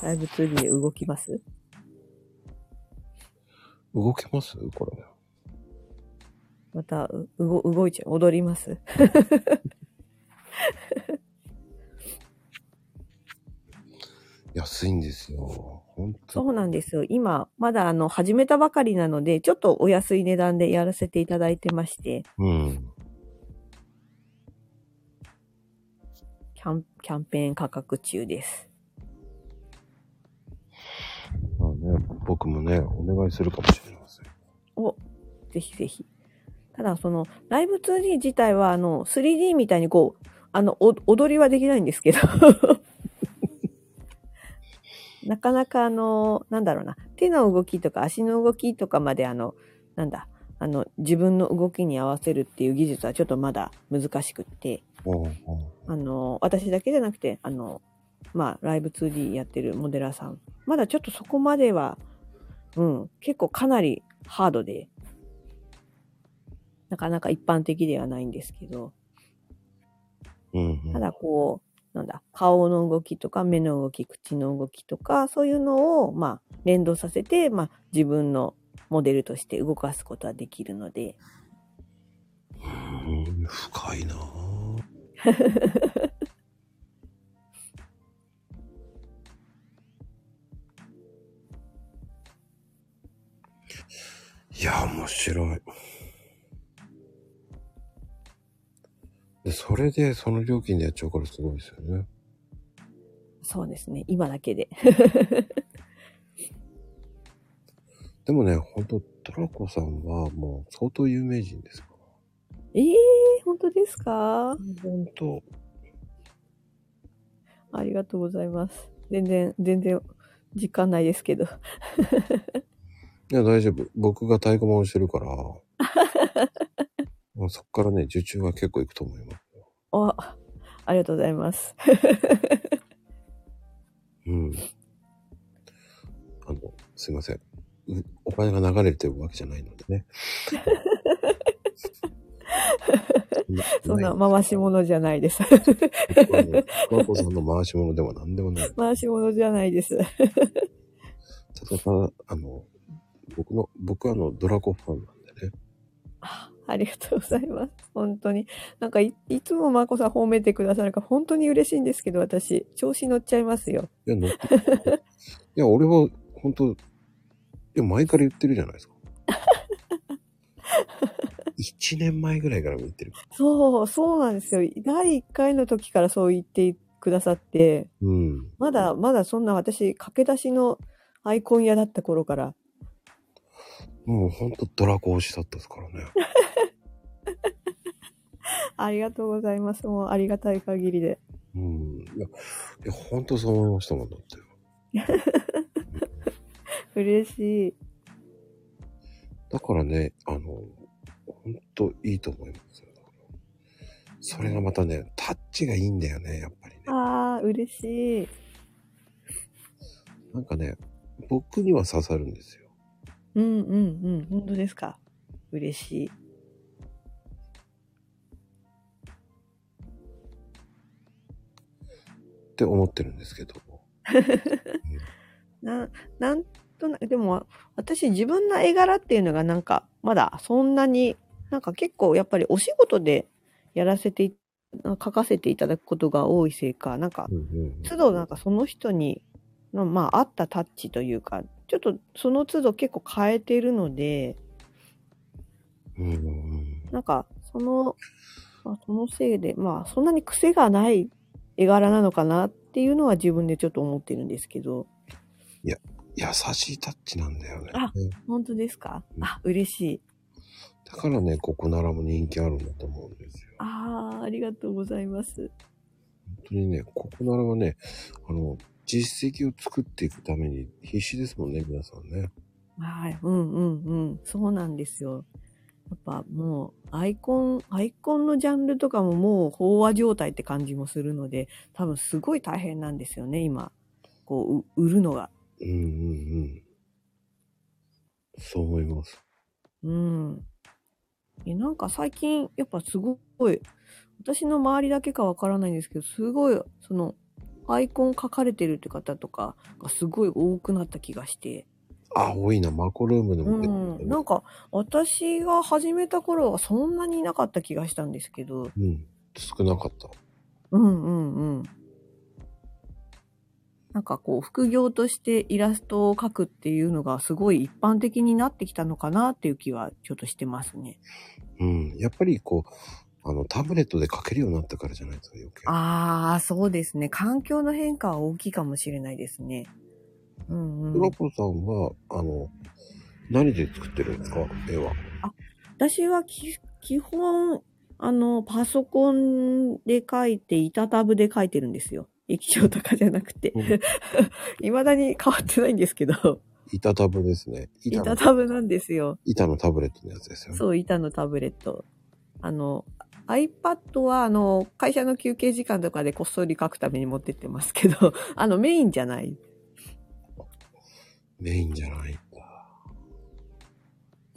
Speaker 3: ライブ 2D で動きます
Speaker 1: 動けますこれ。
Speaker 3: また、う、うご、動いちゃう、踊ります
Speaker 1: 安いんですよ。本当
Speaker 3: そうなんですよ。今、まだあの、始めたばかりなので、ちょっとお安い値段でやらせていただいてまして、
Speaker 1: うん。
Speaker 3: キャン、キャンペーン価格中です。
Speaker 1: まあね、僕もね、お願いするかもしれません。
Speaker 3: ぜひぜひ。ただ、その、ライブ 2D 自体は、あの、3D みたいにこう、あの、お踊りはできないんですけど。なかなか、あの、なんだろうな、手の動きとか足の動きとかまで、あの、なんだ、あの、自分の動きに合わせるっていう技術はちょっとまだ難しくって、
Speaker 1: うんうん
Speaker 3: あの、私だけじゃなくて、あの、まあ、ライブ 2D やってるモデラーさん、まだちょっとそこまでは、うん、結構かなりハードで、なかなか一般的ではないんですけど、
Speaker 1: うんう
Speaker 3: た
Speaker 1: ん。
Speaker 3: だこう、なんだ、顔の動きとか目の動き、口の動きとか、そういうのを、まあ、連動させて、まあ、自分のモデルとして動かすことはできるので、
Speaker 1: うん深いな ぁ。いや、面白い。で、それで、その料金でやっちゃうからすごいですよね。
Speaker 3: そうですね、今だけで。
Speaker 1: でもね、ほんと、トラコさんはもう相当有名人ですから。
Speaker 3: えー、本当ですか
Speaker 1: 本当。
Speaker 3: ありがとうございます。全然、全然、実感ないですけど。
Speaker 1: いや、大丈夫。僕が太鼓判をしてる から。もうそっからね、受注は結構いくと思います。
Speaker 3: あ、ありがとうございます。
Speaker 1: うん。あの、すいません。うお金が流れてるわけじゃないのでね。
Speaker 3: そんな回し物じゃないです。
Speaker 1: 和子さんの回し物でも何でもない。
Speaker 3: 回し物じゃないです。
Speaker 1: ただただ、あの、僕の、僕はあの、ドラコファンなんでね。
Speaker 3: あありがとうございます。本当に。なんかい、いつもまこさん褒めてくださるから、本当に嬉しいんですけど、私、調子乗っちゃいますよ。
Speaker 1: いや、乗っていや、俺は、本当いや、前から言ってるじゃないですか。1年前ぐらいからも言ってる。
Speaker 3: そう、そうなんですよ。第1回の時からそう言ってくださって、
Speaker 1: うん。
Speaker 3: まだ、まだそんな私、駆け出しのアイコン屋だった頃から、
Speaker 1: もう本当ドラコ推しだったですからね。
Speaker 3: ありがとうございます。もう、ありがたい限りで。
Speaker 1: うん。いや、いや本当そう思いましたもんだって。
Speaker 3: 嬉しい。
Speaker 1: だからね、あの、本当いいと思いますよ。それがまたね、タッチがいいんだよね、やっぱりね。
Speaker 3: ああ、嬉しい。
Speaker 1: なんかね、僕には刺さるんですよ。
Speaker 3: うんうんうん、本当ですか。嬉しい。
Speaker 1: って思ってるんですけど。
Speaker 3: な、なんとなく、でも、私自分の絵柄っていうのがなんか、まだそんなに、なんか結構やっぱりお仕事でやらせてい、書かせていただくことが多いせいか、なんか
Speaker 1: う、んうん
Speaker 3: 都度なんかその人に、のまあ、合ったタッチというか、ちょっとその都度結構変えてるので、
Speaker 1: うんうんうん
Speaker 3: なんか、その、まあ、そのせいで、まあ、そんなに癖がない絵柄なのかなっていうのは自分でちょっと思ってるんですけど。
Speaker 1: 優しいタッチなんだよね。
Speaker 3: あ本当ですか
Speaker 1: うん
Speaker 3: あ、嬉しい。
Speaker 1: だからね、ここならも人気あるんだと思うんですよ。
Speaker 3: ああ、ありがとうございます。
Speaker 1: 本当にね、ここならはね、あの、実績を作っていくために必死ですもんね、皆さんね。
Speaker 3: はい。うんうんうん。そうなんですよ。やっぱもう、アイコン、アイコンのジャンルとかももう飽和状態って感じもするので、多分すごい大変なんですよね、今。こう、う売るのが。
Speaker 1: うんうんうん。そう思います。
Speaker 3: うん。え、なんか最近、やっぱすごい、私の周りだけかわからないんですけど、すごい、その、アイコン書かれてるって方とかがすごい多くなった気がして。
Speaker 1: あ、多いな。マコルームでも出てる
Speaker 3: うん。なんか、私が始めた頃はそんなにいなかった気がしたんですけど。
Speaker 1: うん。少なかった。
Speaker 3: うんうんうん。なんかこう、副業としてイラストを描くっていうのがすごい一般的になってきたのかなっていう気はちょっとしてますね。
Speaker 1: うん。やっぱりこう、あの、タブレットで書けるようになったからじゃないですか、余計。
Speaker 3: ああ、そうですね。環境の変化は大きいかもしれないですね。うん
Speaker 1: ド
Speaker 3: う
Speaker 1: ラ
Speaker 3: ん。
Speaker 1: コさんは、あの、何で作ってるんですか絵は。
Speaker 3: 私はき基本、あの、パソコンで書いて、板タブで書いてるんですよ。液晶とかじゃなくて
Speaker 1: うん。
Speaker 3: 未だに変わってないんですけど、
Speaker 1: 板タブですね。板の
Speaker 3: 板タブなんですよ。
Speaker 1: 板のタブレットのやつですよね。
Speaker 3: そう、板のタブレット。あの、iPad は、あの、会社の休憩時間とかでこっそり書くために持ってってますけど、あの、メインじゃない。
Speaker 1: メインじゃないんだ。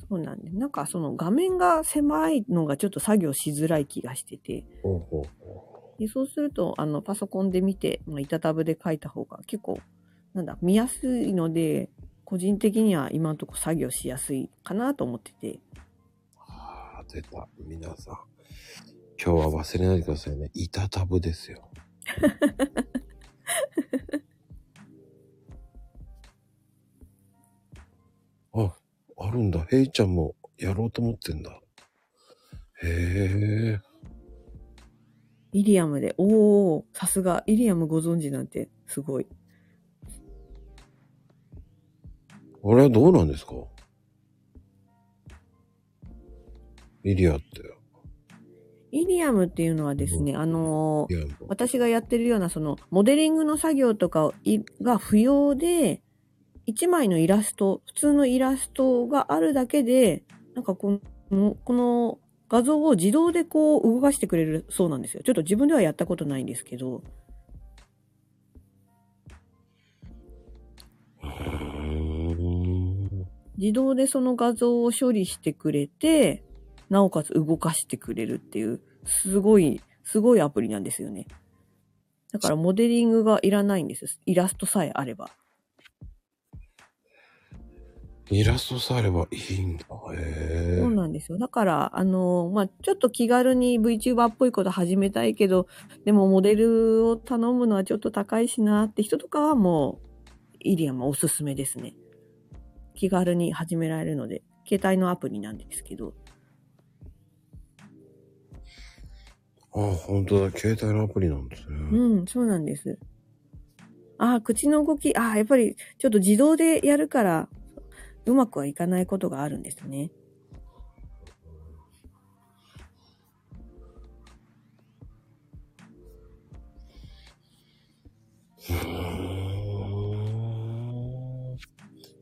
Speaker 3: そうなんで、なんかその画面が狭いのがちょっと作業しづらい気がしてて、
Speaker 1: ほうほうほ
Speaker 3: でそうすると、あの、パソコンで見て、まあ、板タブで書いた方が結構、なんだ、見やすいので、個人的には今のところ作業しやすいかなと思ってて。
Speaker 1: う。ああ、出た。皆さん。今日は忘れないでくださいね。板タブですよ。あ、あるんだ。ヘイちゃんもやろうと思ってんだ。へえ。
Speaker 3: イリアムで、おー、さすが、イリアムご存知なんて、すごい。
Speaker 1: あれはどうなんですかイリアって。
Speaker 3: イリアムっていうのはですね、あのー
Speaker 1: イリアの
Speaker 3: 私がやってるようなそのモデリングの作業とかをいが不要で、一枚のイラスト、普通のイラストがあるだけで、なんかこの、この画像を自動でこう動かしてくれるそうなんですよ。ちょっと自分ではやったことないんですけど。
Speaker 1: うーん
Speaker 3: 自動でその画像を処理してくれて、なおかつ動かしてくれるっていう、すごい、すごいアプリなんですよね。だからモデリングがいらないんです。イラストさえあれば。
Speaker 1: イラストさえあればいいんだ。へえ
Speaker 3: そう。なんですよ。だから、あの、まあ、ちょっと気軽に VTuber っぽいこと始めたいけど、でもモデルを頼むのはちょっと高いしなって人とかはもう、イリアムおすすめですね。気軽に始められるので、携帯のアプリなんですけど。
Speaker 1: あ、本当だ。携帯のアプリなんですね。
Speaker 3: うん、そうなんです。ああ、口の動き、ああ、やっぱりちょっと自動でやるから、うまくはいかないことがあるんですね。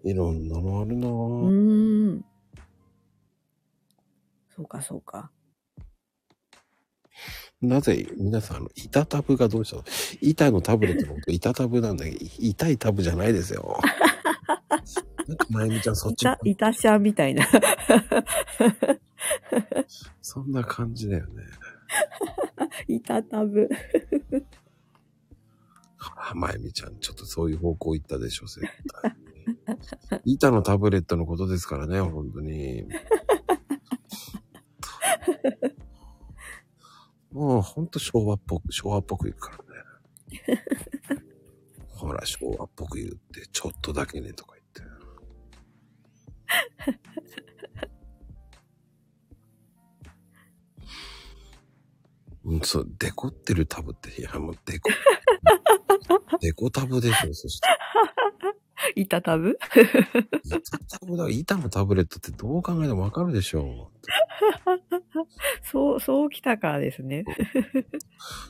Speaker 1: いろんなのあるな
Speaker 3: う
Speaker 1: ぁ
Speaker 3: ーん。そうか、そうか。
Speaker 1: なぜ、皆さん、あの、板タブがどうしたの板のタブレットのこと、板タブなんだけど、い 痛いタブじゃないです よ。なんかまゆみちゃん、そっ
Speaker 3: い
Speaker 1: ちの
Speaker 3: た、いたしゃみたいな。
Speaker 1: そんな感じだよね。
Speaker 3: いたたぶ。
Speaker 1: あまゆみちゃん、ちょっとそういう方向行ったでしょ、絶対。板のタブレットのことですからね、本当に。もう本当昭和っぽく、昭和っぽく行くからね。ほら、昭和っぽく言って、ちょっとだけねとか言って。うん、そう、デコってるタブって、いや、もうデコデコタブですよ、そして。
Speaker 3: いたたぶ
Speaker 1: 板タブだ。板のタブレットってどう考えてもわかるでしょ
Speaker 3: そう、そうきたかですね。
Speaker 1: う。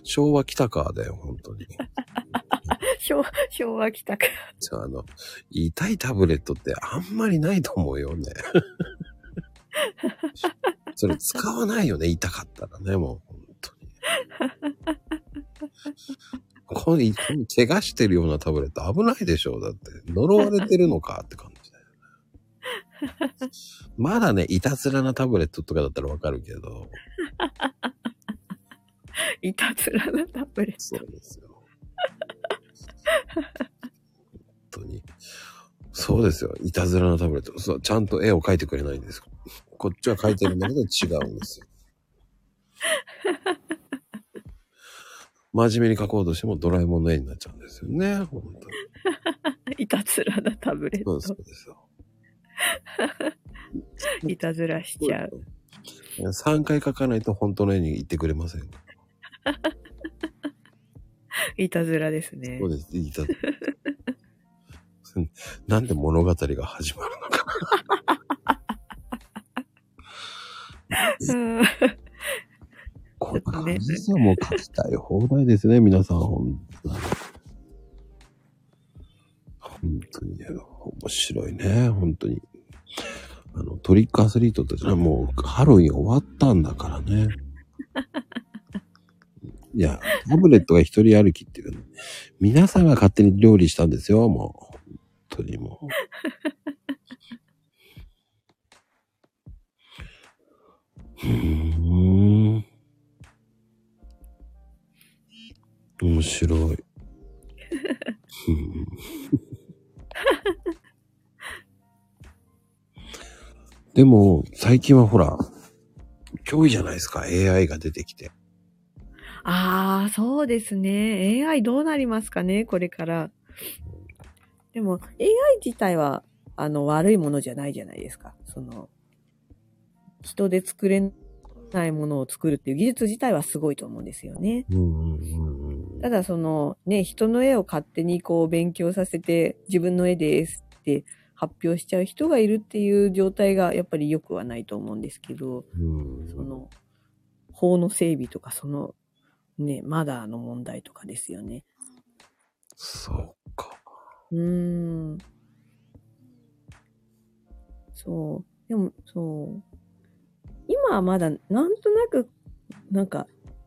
Speaker 1: 昭和来たかだよ、本当に。
Speaker 3: 昭昭和きたか。
Speaker 1: じゃあ、あの、痛いタブレットってあんまりないと思うよね。 それ使わないよね、痛かったらね、もう、本当に。これ、怪我してるようなタブレット危ないでしょう、だって。呪われてるのかって感じだよね。まだね、いたずらなタブレットとかだったらわかるけど。
Speaker 3: いたずらなタブレッ
Speaker 1: そ
Speaker 3: ト。
Speaker 1: うですよ。本当に。そうですよ。いたずらのタブレット。そう、ちゃんと絵を描いてくれないんです。こっちは描いてるんだけど違うんですよ。真面目に描こうとしてもドラえもんの絵になっちゃうんですよね。本当に。
Speaker 3: いたずらなタブレッ
Speaker 1: そうです、そ
Speaker 3: ト。
Speaker 1: うですよ。
Speaker 3: いたずらしちゃう。
Speaker 1: いや3回描かないと本当の絵に行ってくれません。
Speaker 3: いたずらですね
Speaker 1: そ。うです。いた なんで物語が始まるのか。
Speaker 3: うん
Speaker 1: これ
Speaker 3: ちょっとね
Speaker 1: 感じですよ。もう書きたい放題ですね、皆さん。本当に。本当に、面白いね、本当に。あの、トリックアスリートたちはもうハロウィン終わったんだからね。 いや、タブレットが一人歩きっていうかね、皆さんが勝手に料理したんですよ、もう。本当にもう。うーん。面白い。うんでも、最近はほら、脅威じゃないですか、AI が出てきて。
Speaker 3: ああ、そうですね。AI どうなりますかね、これから。でも、AI 自体は、あの、悪いものじゃないじゃないですか。その、人で作れないものを作るっていう技術自体はすごいと思うんですよね。
Speaker 1: うんうんうん
Speaker 3: ただ、その、ね、人の絵を勝手にこう、勉強させて、自分の絵ですって発表しちゃう人がいるっていう状態が、やっぱり良くはないと思うんですけど。
Speaker 1: うん。
Speaker 3: その、法の整備とか、その、ね、マダーの問題とかですよね。
Speaker 1: そうか。
Speaker 3: うーん。そう。でも、そう。今はまだ、なんとなく、なんか、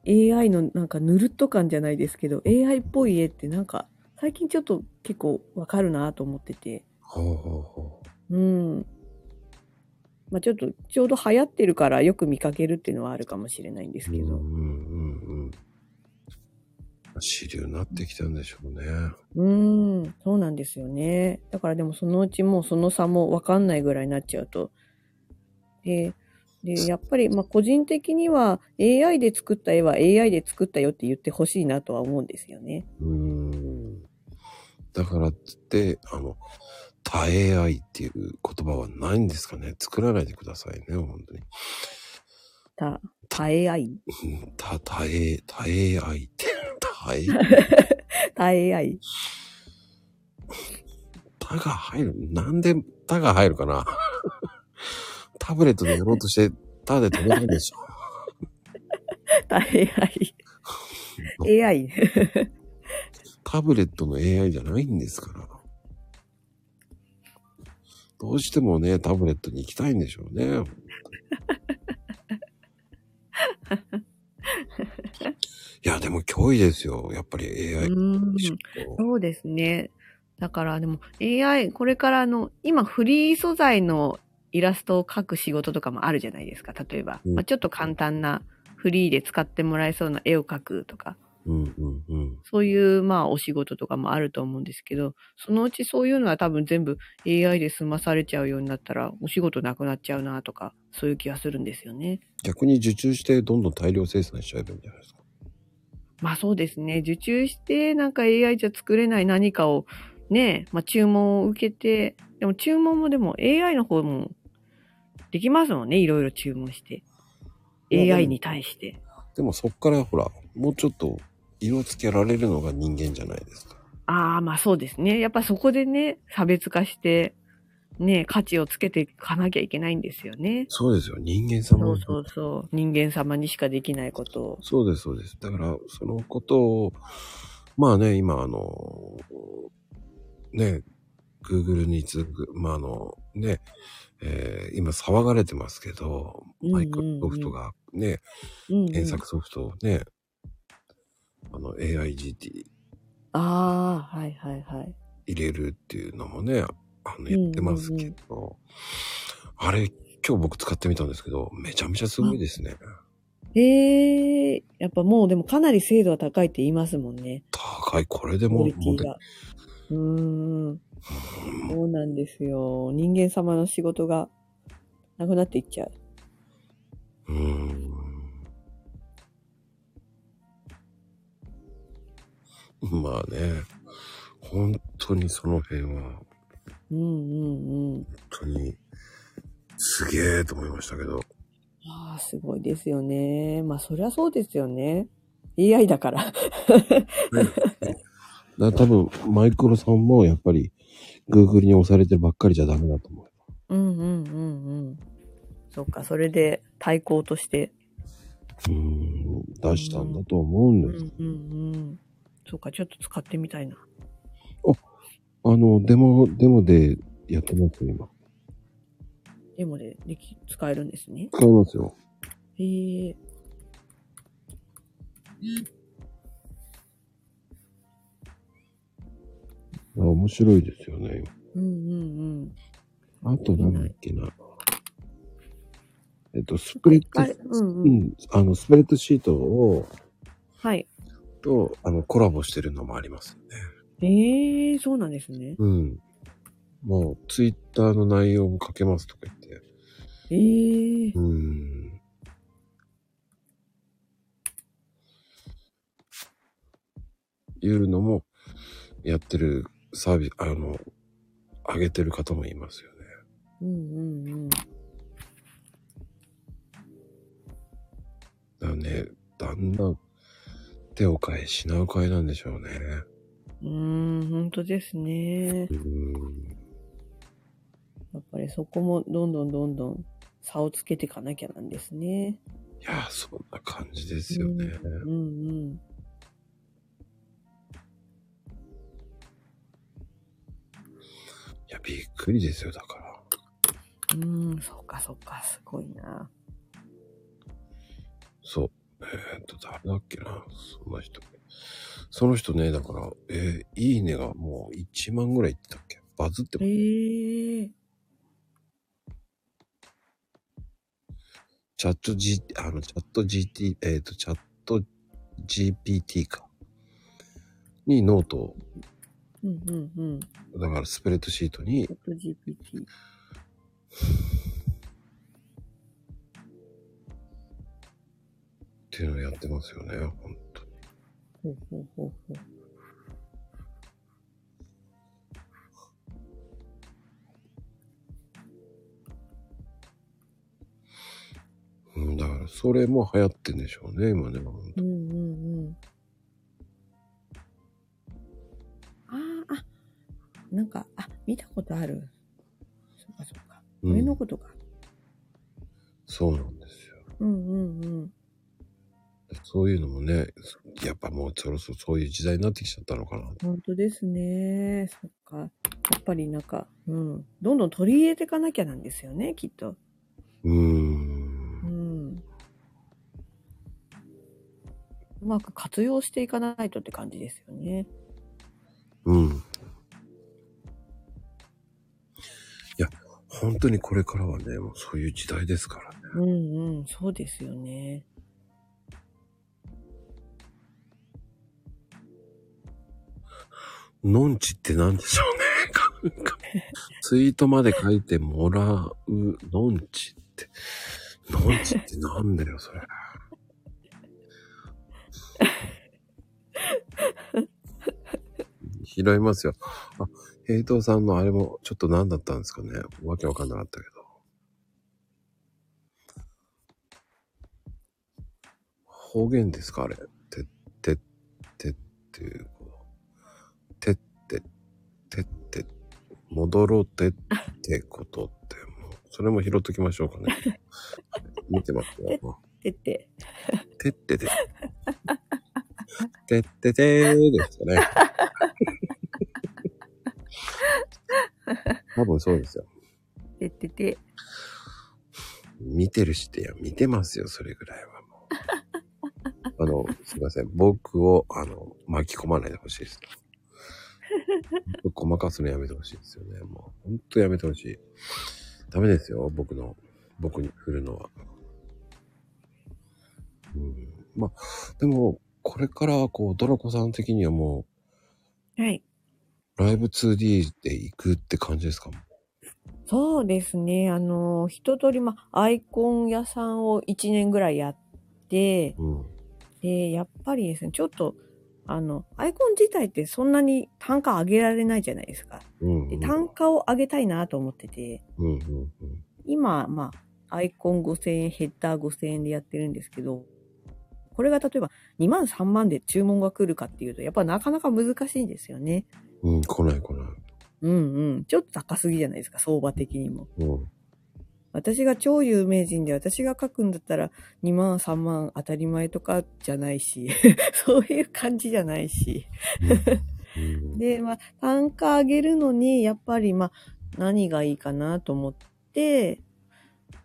Speaker 3: AI のなんかぬるっと感じゃないですけど、AI っぽい絵ってなんか、最近ちょっと結構わかるなと思ってて。
Speaker 1: ほうほうほう。
Speaker 3: うん。まあちょっと、ちょうど流行ってるからよく見かけるっていうのはあるかもしれないんです
Speaker 1: うん
Speaker 3: け
Speaker 1: う
Speaker 3: ど。
Speaker 1: んうんうん。主流になってきたんでしょうね。
Speaker 3: うーん、そうなんですよね。だからでもそのうちもうその差もわかんないぐらいになっちゃうと。で、でやっぱりまあ個人的には AI で作った絵は AI で作ったよって言ってほしいなとは思うんですよね。
Speaker 1: うん。だからってって、あの、多 AI っていう言葉はないんですかね。作らないでくださいね、本当に。
Speaker 3: た、た AI?
Speaker 1: うんた、たえ、たえあいって、たえ、
Speaker 3: た AI?
Speaker 1: たが入る。なんでたが入るかなタブレットでやろうとして、たで止めるでしょ。
Speaker 3: た AI? AI?
Speaker 1: タブレットの AI じゃないんですから。どうしてもね、タブレットに行きたいんでしょうね。いや、でも脅威ですよ。やっぱり AI
Speaker 3: う。ーんそうですね。だからでも AI、これからあの、今フリー素材のイラストを描く仕事とかもあるじゃないですか。例えば、
Speaker 1: うん
Speaker 3: まあ、ちょっと簡単なフリーで使ってもらえそうな絵を描くとか、
Speaker 1: うんうんうん。
Speaker 3: そういうまあお仕事とかもあると思うんですけど、そのうちそういうのは多分全部 AI で済まされちゃうようになったらお仕事なくなっちゃうなとか、そういう気がするんですよね。
Speaker 1: 逆に受注してどんどん大量生産しちゃえばいいんじゃないですか。
Speaker 3: まあそうですね。受注して、なんか AI じゃ作れない何かをね、まあ注文を受けて、でも注文もでも AI の方もできますもんね。いろいろ注文して。
Speaker 1: うん
Speaker 3: AI に対して。
Speaker 1: でもそっからほら、もうちょっと色つけられるのが人間じゃないですか。
Speaker 3: ああ、まあそうですね。やっぱそこでね、差別化して、ね、価値をつけていかなきゃいけないんですよね。
Speaker 1: そうですよ。人間
Speaker 3: そ
Speaker 1: 様
Speaker 3: うそうそう。人間様にしかできないことを。
Speaker 1: そうです、そうです。だから、そのことを、まあね、今、あの、ね、Google に続く、まああの、ね、えー今騒がれてますけど、
Speaker 3: うんうん
Speaker 1: マ
Speaker 3: うん
Speaker 1: イクロソフトがね、
Speaker 3: うん、うん。
Speaker 1: 検索ソフトをね、あの AIGT
Speaker 3: ああ、はいはいはい。
Speaker 1: 入れるっていうのもね、あの、やってますけど、あれ、今日僕使ってみたんですけど、めちゃめちゃすごいですね。
Speaker 3: ええやっぱもうでもかなり精度は高いって言いますもんね。
Speaker 1: 高い。これで
Speaker 3: クオ
Speaker 1: も
Speaker 3: リティが。うーん。そうなんですよ。人間様の仕事がなくなっていっちゃう。
Speaker 1: うーん。まあね、本当にその辺は、本
Speaker 3: うんうんうん。
Speaker 1: 当に、すげえと思いましたけど。
Speaker 3: ああ、すごいですよね。まあ、そりゃそうですよね。AI だから。
Speaker 1: だ多分、マイクロさんもやっぱり、Google に押されてばっかりじゃダメだと思う。
Speaker 3: うんうんうんうん。そっか、それで対抗として。
Speaker 1: うーん、出したんだと思うん
Speaker 3: う
Speaker 1: です。
Speaker 3: んうんうん。そっか、ちょっと使ってみたいな。
Speaker 1: あの、デモ、デモでやってますよ、今。
Speaker 3: でもね、でき、使えるんですね。
Speaker 1: 使いますよ。
Speaker 3: へえ。
Speaker 1: あ面白いですよね。
Speaker 3: うんうんうん。
Speaker 1: あと、なんだっけな。えっと、スプレッド
Speaker 3: あれ、うん
Speaker 1: う
Speaker 3: うん。
Speaker 1: ん、あの、スプレッドシートを、
Speaker 3: はい。
Speaker 1: と、あの、コラボしてるのもありますよね。
Speaker 3: ええそうなんですね。
Speaker 1: うん。もう、ツイッターの内容も書けますとか言って。
Speaker 3: ええ
Speaker 1: うん。いうのも、やってるサービス、あの、上げてる方もいますよね。
Speaker 3: うんうんうん。
Speaker 1: だからね、だんだん、手を変え、品を変えなんでしょうね。
Speaker 3: うーん、本当ですね。
Speaker 1: うん。
Speaker 3: やっぱりそこもどんどんどんどん差をつけていかなきゃなんですね。
Speaker 1: いやー、そんな感じですよね。
Speaker 3: うんうん。
Speaker 1: いや、びっくりですよ、だから。
Speaker 3: うん、そっかそっか、すごいな。
Speaker 1: そう。えー、っと、誰だっけな、そんな人。その人ね、だから、えーいいねがもう1万ぐらいいってたっけバズって
Speaker 3: え
Speaker 1: も、
Speaker 3: え
Speaker 1: チャット G、あの、チャット GT、えーっと、チャット GPT か。にノートを、
Speaker 3: うんうんうん。チ
Speaker 1: だからスプレッドシートに
Speaker 3: ャ、ット GPT。
Speaker 1: っていうのをやってますよね、ほんとに。
Speaker 3: ほうほうほうほう。
Speaker 1: うん、だから、それも流行ってんでしょうね、今ね、ほんと
Speaker 3: うんうんうん。ああ、あ、なんか、あ、見たことある。そっかそっか。
Speaker 1: う
Speaker 3: 上の
Speaker 1: ん、
Speaker 3: ことか。
Speaker 1: そうなんですよ。
Speaker 3: うんうんうん。
Speaker 1: そういうのもね、やっぱもうそろそろそういう時代になってきちゃったのかな。
Speaker 3: 本当ですね。そっか。やっぱりなんか、うん。どんどん取り入れていかなきゃなんですよね、きっと。
Speaker 1: うー。
Speaker 3: うんん。うまく活用していかないとって感じですよね。
Speaker 1: うん。いや、本当にこれからはね、もうそういう時代ですからね。
Speaker 3: うんうん、そうですよね。
Speaker 1: のんちって何でしょうね。なんかツイートまで書いてもらう、のんちって。のんちってなんだよ、それ。拾いますよ。あ、平等さんのあれもちょっと何だったんですかね。わけわかんなかったけど。方言ですかあれ。てってってっていう。てっててって戻ろうてってこと ってもうそれも拾っときましょうか ね見てますよ
Speaker 3: てって。
Speaker 1: てってててっててーですか ね多分そうですよ
Speaker 3: てってて。
Speaker 1: 見てるしっていや見てますよそれぐらいはもう あのすいません僕をあの巻き込まないでほしいですほんとごまかすのやめてほしいですよねもうほんとやめてほしいダメですよ僕の僕に振るのはうんまあでもこれからはこうドラコさん的にはもう
Speaker 3: はい。
Speaker 1: ライブ 2D で行くって感じですか
Speaker 3: そうですね。あの、一通り、ま、アイコン屋さんを1年ぐらいやって、
Speaker 1: うん。
Speaker 3: で、やっぱりですね、ちょっと、あの、アイコン自体ってそんなに単価上げられないじゃないですか。
Speaker 1: うん、う
Speaker 3: で
Speaker 1: ん。
Speaker 3: 単価を上げたいなと思ってて、
Speaker 1: うんうんうん。
Speaker 3: 今、まあ、アイコン5000円、ヘッダー5000円でやってるんですけど、これが例えば2万3万で注文が来るかっていうと、やっぱなかなか難しいんですよね。
Speaker 1: うん、来ない来ない。
Speaker 3: うんうん。ちょっと高すぎじゃないですか、相場的にも。
Speaker 1: うん。
Speaker 3: 私が超有名人で私が書くんだったら2万3万当たり前とかじゃないし、 そういう感じじゃないし。
Speaker 1: うん、
Speaker 3: で、まあ、単価上げるのに、やっぱり、まあ、何がいいかなと思って、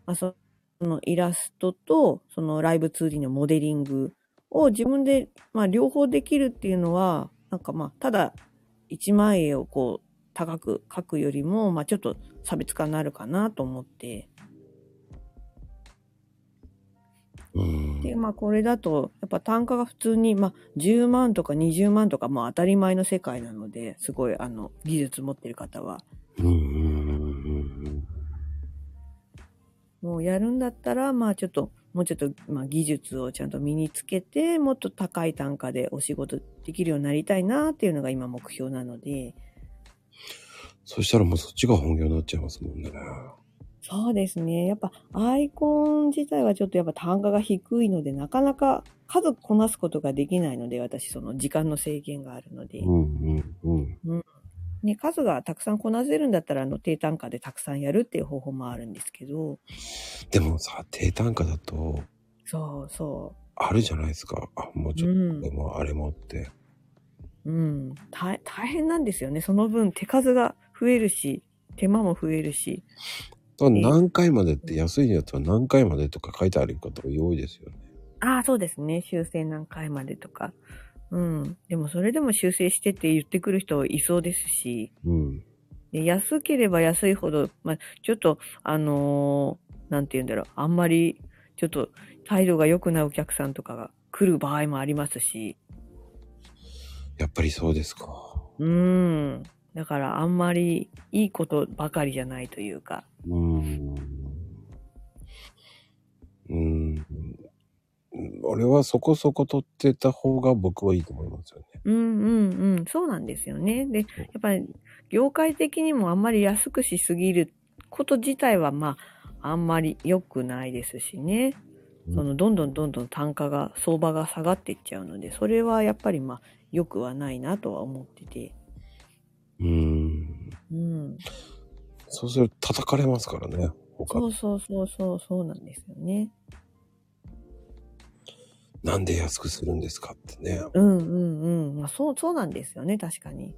Speaker 3: まあ、そのイラストと、そのライブツーリのモデリングを自分で、まあ、両方できるっていうのは、なんかまあ、ただ、一枚絵をこう、高く描くよりも、まあ、ちょっと差別化になるかなと思って、
Speaker 1: うん。
Speaker 3: で、まあ、これだと、やっぱ単価が普通に、まあ、10万とか20万とか、まあ、当たり前の世界なので、すごい、あの、技術持ってる方は、
Speaker 1: うんうんうんうん
Speaker 3: もうやるんだったら、まあちょっと、もうちょっと、まあ技術をちゃんと身につけて、もっと高い単価でお仕事できるようになりたいなっていうのが今目標なので、
Speaker 1: そしたらもうそっちが本業になっちゃいますもんね。
Speaker 3: そうですね。やっぱアイコン自体はちょっとやっぱ単価が低いので、なかなか数こなすことができないので、私その時間の制限があるので、
Speaker 1: うんうんうん。
Speaker 3: ね、数がたくさんこなせるんだったら、あの低単価でたくさんやるっていう方法もあるんですけど、
Speaker 1: でもさ、低単価だと、
Speaker 3: そうそ
Speaker 1: あるじゃないですか。あ、もう
Speaker 3: う。
Speaker 1: ち
Speaker 3: う
Speaker 1: ょっと、
Speaker 3: ん
Speaker 1: で。もあれもって。
Speaker 3: うん、大大変なんですよね。その分手数が増えるし、手間も増えるし。
Speaker 1: だから何回までって安いやつは何回までとか書いてあることが多いですよね。
Speaker 3: ああ、そうですね。修正何回までとか。うん。でもそれでも修正してって言ってくる人いそうですし、
Speaker 1: うん。
Speaker 3: で安ければ安いほど、まあ、ちょっと、あのーなんて言うんだろう。あんまり、ちょっと態度が良くないお客さんとかが来る場合もありますし、
Speaker 1: やっぱりそうですか。
Speaker 3: うん。だからあんまりいいことばかりじゃないというか。
Speaker 1: うん。うん。俺はそこそこ取ってた方が僕はいいと思いますよね。
Speaker 3: うんうんうん、そうなんですよね。で、やっぱり業界的にもあんまり安くしすぎること自体はまあ、あんまり良くないですしね。
Speaker 1: うん
Speaker 3: そのどんどんどんどん単価が、相場が下がっていっちゃうので、それはやっぱりまあ、良くはないなとは思ってて。
Speaker 1: うん。
Speaker 3: うん。
Speaker 1: そうすると叩かれますからね。他
Speaker 3: そうそうそうそう、そうなんですよね。
Speaker 1: なんで安くするんですかってね。
Speaker 3: うんうんうん。まあ、そう、そうなんですよね、確かに。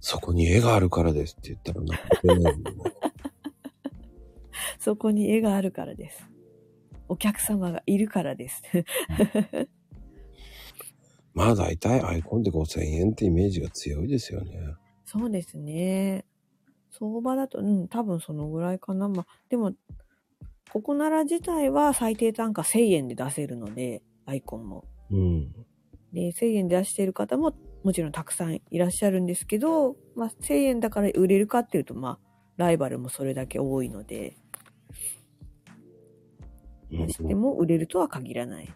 Speaker 1: そこに絵があるからですって言ったらなんかね、
Speaker 3: そこに絵があるからです。お客様がいるからです。
Speaker 1: まあ大体アイコンで5000円ってイメージが強いですよね。
Speaker 3: そうですね。相場だと、うん、多分そのぐらいかな。まあ、でも、ここなら自体は最低単価1000円で出せるので、アイコンも。
Speaker 1: うん。
Speaker 3: で、1000円で出してる方ももちろんたくさんいらっしゃるんですけど、まあ、1000円だから売れるかっていうと、まあ、ライバルもそれだけ多いので、
Speaker 1: うん
Speaker 3: しても売れるとは限らない。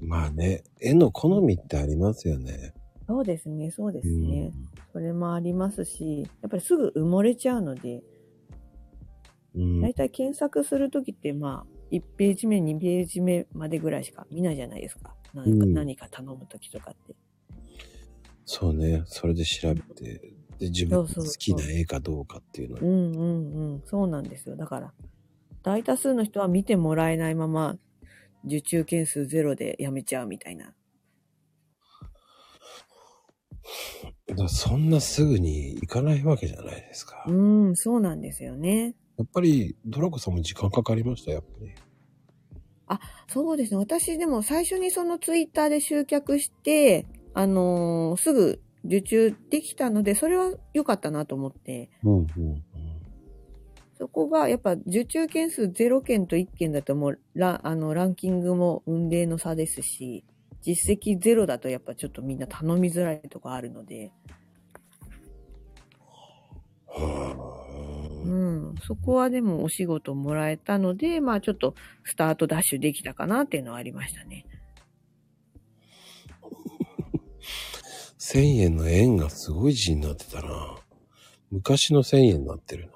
Speaker 1: まあね、絵の好みってありますよね。
Speaker 3: そうですね、そうです
Speaker 1: うん
Speaker 3: ね。それもありますし、やっぱりすぐ埋もれちゃうので、
Speaker 1: うん
Speaker 3: 大体検索するときって、まあ、1ページ目、2ページ目までぐらいしか見ないじゃないですか。何か,、
Speaker 1: うん
Speaker 3: 何か頼むときとかって。
Speaker 1: そうね、それで調べて、で、自分の
Speaker 3: そうそう
Speaker 1: 好
Speaker 3: そう
Speaker 1: きな絵かどうかっていうの
Speaker 3: う
Speaker 1: に。
Speaker 3: んうんうん。そうなんですよ。だから、大多数の人は見てもらえないまま、受注件数ゼロでやめちゃうみたいな。
Speaker 1: だからそんなすぐに行かないわけじゃないですか。
Speaker 3: う
Speaker 1: や
Speaker 3: ん、そうなんですよね。
Speaker 1: っぱり、ドラコさんも時間かかりました、やっぱり。
Speaker 3: そうですね。私でも最初にそのツイッターで集客して、あのーすぐ受注できたので、それは良かったなと思って。
Speaker 1: うんうん
Speaker 3: そこがやっぱ受注件数0件と1件だともうラあのランキングも運命の差ですし、実績ゼロだとやっぱちょっとみんな頼みづらいとかあるので、う
Speaker 1: は
Speaker 3: ん、そこはでもお仕事もらえたので、まあちょっとスタートダッシュできたかなっていうのはありましたね。
Speaker 1: あ。1000円の円がすごい字になってたな。昔の1000円になってるな。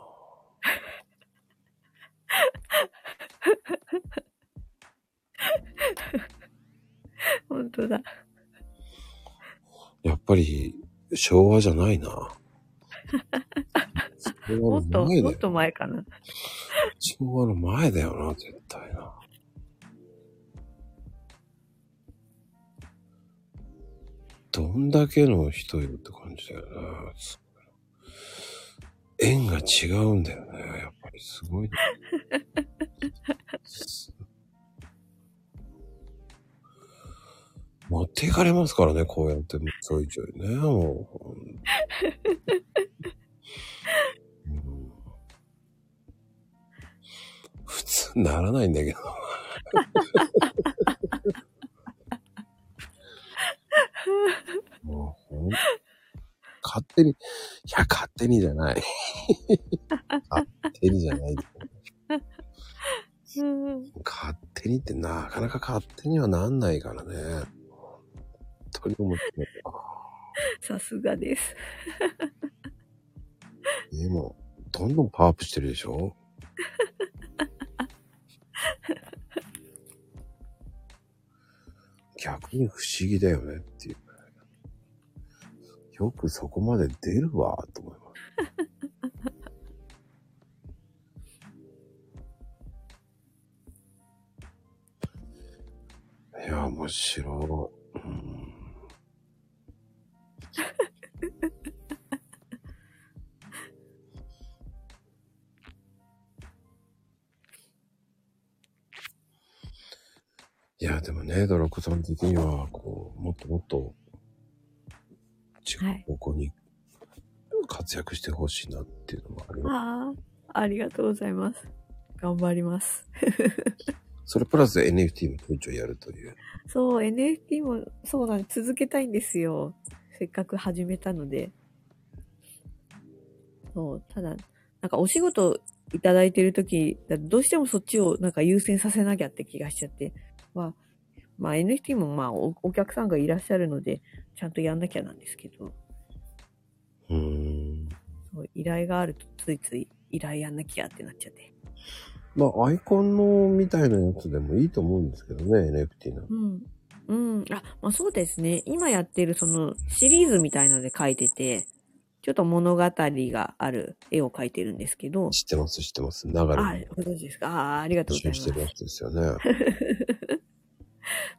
Speaker 3: 本当だ。
Speaker 1: やっぱり昭和じゃないな。昭
Speaker 3: も
Speaker 1: 和
Speaker 3: っ
Speaker 1: の
Speaker 3: と、
Speaker 1: 前
Speaker 3: も
Speaker 1: だ
Speaker 3: っ
Speaker 1: よ。
Speaker 3: と前かな。
Speaker 1: 昭和の前だよな、絶対な。どんだけの人いるって感じだよな。すごい縁が違うんだよね。やっぱりすごい ね、持っていかれますからね、こうやってちょいちょいね、もう。うん普通ならないんだけど。もうほん勝手に、いや、勝手にじゃない。勝手にじゃない。
Speaker 3: うん
Speaker 1: 勝手にってなかなか勝手にはなんないからね。本当に思ってない
Speaker 3: さすがです。
Speaker 1: でも、どんどんパワーアップしてるでしょ逆に不思議だよねっていう。よくそこまで出るわ、と思います。いや、面白い。うんいや、でもね、ドラコさん的には、こう、もっともっと、違
Speaker 3: は
Speaker 1: う
Speaker 3: い
Speaker 1: 方向に活躍してほしいなっていうのもあります。
Speaker 3: ああ、ありがとうございます。頑張ります。
Speaker 1: それプラス NFT もちょいちょいやるという。
Speaker 3: そう、NFT もそうなんです続けたいんですよ。せっかく始めたので。そう、ただ、なんかお仕事いただいてるとき、だどうしてもそっちをなんか優先させなきゃって気がしちゃって、まあ、まあ NFT もまあおお客さんがいらっしゃるので、ちゃんとやんなきゃなんですけど、
Speaker 1: うーん。
Speaker 3: そう依頼があるとついつい依頼やんなきゃってなっちゃって。
Speaker 1: まあ、アイコンのみたいなやつでもいいと思うんですけどね、NFT の。
Speaker 3: うん。うん。あ、まあそうですね。今やってるそのシリーズみたいので書いてて、ちょっと物語がある絵を描いてるんですけど、
Speaker 1: 知ってます、知ってます。流れ
Speaker 3: あ、
Speaker 1: に
Speaker 3: ご存知ですかああ、ありがとう
Speaker 1: 募
Speaker 3: ござい
Speaker 1: 集して
Speaker 3: ます
Speaker 1: る。やつですよね。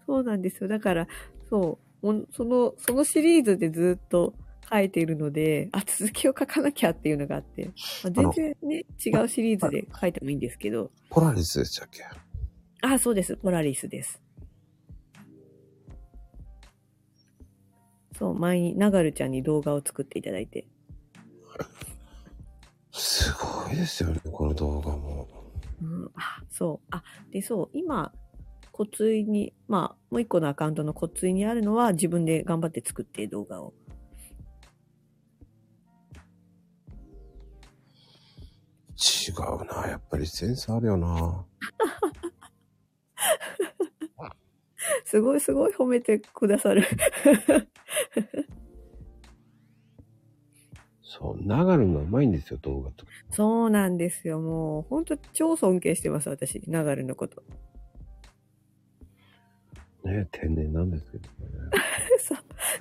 Speaker 3: そうなんですよ。だから、そう、もんその、そのシリーズでずっと描いてるので、あ、続きを書かなきゃっていうのがあって、まあ、全然ね、違うシリーズで書いてもいいんですけど、
Speaker 1: ポラリスでしたっけ
Speaker 3: あ、そうです。ポラリスです。そう、前に、ナガルちゃんに動画を作っていただいて。
Speaker 1: すごいですよね、この動画も。
Speaker 3: うん、あ、そう。あ、で、そう、今、骨髄に、まあ、もう一個のアカウントの骨髄にあるのは、自分で頑張って作って動画を。
Speaker 1: 違うな、やっぱりセンスあるよな。
Speaker 3: すごいすごい褒めてくださる。
Speaker 1: そう、流れるのうまいんですよ、動画とか。
Speaker 3: そうなんですよ。もう、ほんと超尊敬してます、私。ナガルのこと。
Speaker 1: ね、天然なんですけどね。
Speaker 3: そう。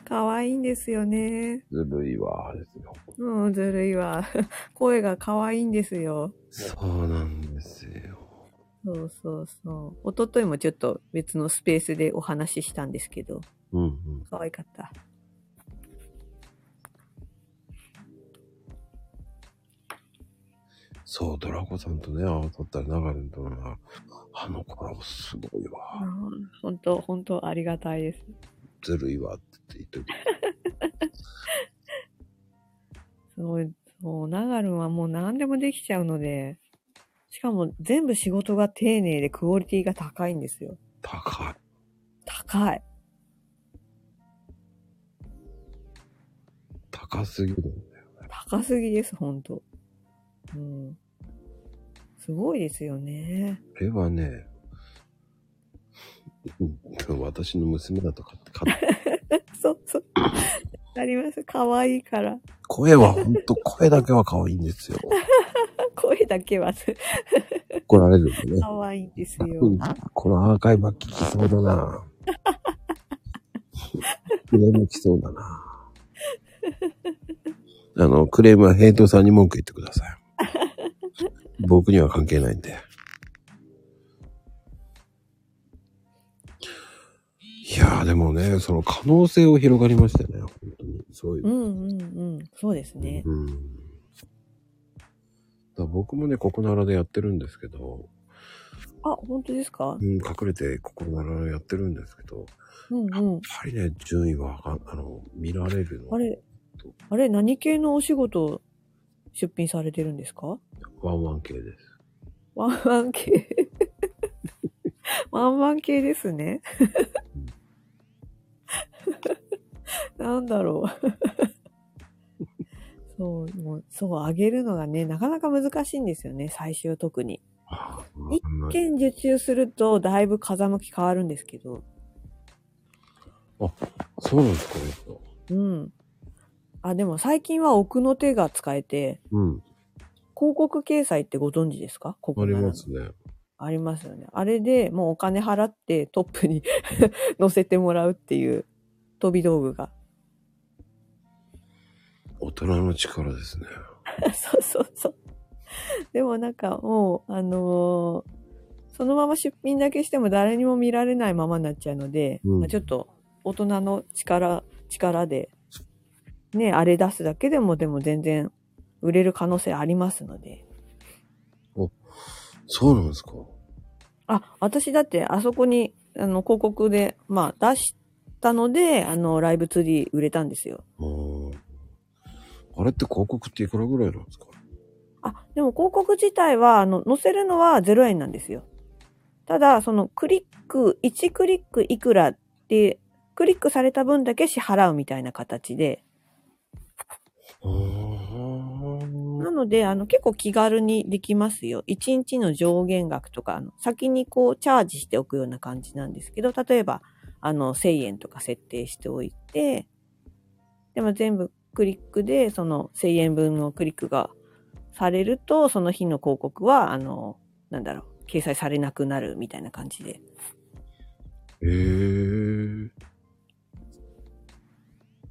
Speaker 3: 可愛いんですよね。
Speaker 1: ずるいわ、ですよ。
Speaker 3: うん、ずるいわ。 声が可愛いんですよ。
Speaker 1: そうなんですよ。
Speaker 3: そうそうそう。一昨日もちょっと別のスペースでお話ししたんですけど、
Speaker 1: うんうん。
Speaker 3: 可愛かった。
Speaker 1: そう、ドラコさんとね、ああ、だったら流れるとな、あのコラボすごいわ。
Speaker 3: 本当本当ありがたいです。
Speaker 1: ずるいわって言っといて。
Speaker 3: すごい。そう、ナガルンはもう何でもできちゃうので、しかも全部仕事が丁寧でクオリティが高いんですよ。
Speaker 1: 高い。
Speaker 3: 高い。
Speaker 1: 高すぎるんだよね。
Speaker 3: 高すぎです、ほんと。うん。すごいですよね。
Speaker 1: これはね、うん私の娘だとかって買って、
Speaker 3: そうそう。あります。可愛いから。
Speaker 1: 声はほんと声だけは可愛いんですよ。
Speaker 3: 声だけは
Speaker 1: 怒られるんでね。
Speaker 3: 可愛いんです
Speaker 1: う
Speaker 3: よ
Speaker 1: ん。このアーカイブは聞きそうだな。 クレーム来そうだな。あの、クレームはヘイトさんに文句言ってください。僕には関係ないんで。いやーでもね、その可能性を広がりましたよね、本当に。そういう
Speaker 3: う。んうんうん。そうですね。
Speaker 1: うん。だから僕もね、ここならでやってるんですけど、
Speaker 3: あ、本当ですか
Speaker 1: うん、隠れてここならやってるんですけど、
Speaker 3: うんうん。
Speaker 1: やっぱりね、順位は上があの、見られるの
Speaker 3: あれ、あれ、何系のお仕事を出品されてるんですか
Speaker 1: ワンワン系です。
Speaker 3: ワンワン系。ワンワン系ですね。なんだろう。そう、もう、そう、上げるのがね、なかなか難しいんですよね、最終特に。
Speaker 1: あ
Speaker 3: 一件受注すると、だいぶ風向き変わるんですけど、
Speaker 1: そうなんですか、この人。
Speaker 3: うん。あ、でも最近は奥の手が使えて、
Speaker 1: うん、
Speaker 3: 広告掲載ってご存知ですかここ
Speaker 1: あり
Speaker 3: なら
Speaker 1: ますね。
Speaker 3: ありますよね。あれでもうお金払ってトップに 乗せてもらうっていう飛び道具が。
Speaker 1: 大人の力ですね。
Speaker 3: そうそうそう。でもなんかもう、あのーそのまま出品だけしても誰にも見られないままになっちゃうので、
Speaker 1: うん
Speaker 3: まあちょっと大人の力、力で、ね、あれ出すだけでもでも全然売れる可能性ありますので。
Speaker 1: そうなんですか。
Speaker 3: あ、私だってあそこに、あの、広告で、まあ出したので、あの、ライブ 2D 売れたんですよ。
Speaker 1: あーあれって広告っていくらぐらいなんですか
Speaker 3: あ、でも広告自体は、あの、載せるのは0円なんですよ。ただ、そのクリック、1クリックいくらって、クリックされた分だけ支払うみたいな形で。
Speaker 1: あー
Speaker 3: なので、あの、結構気軽にできますよ。1日の上限額とか、あの、先にこう、チャージしておくような感じなんですけど、例えば、あの、1000円とか設定しておいて、でも全部クリックで、その1000円分のクリックがされると、その日の広告は、あの、なんだろう、掲載されなくなるみたいな感じで。
Speaker 1: へえ。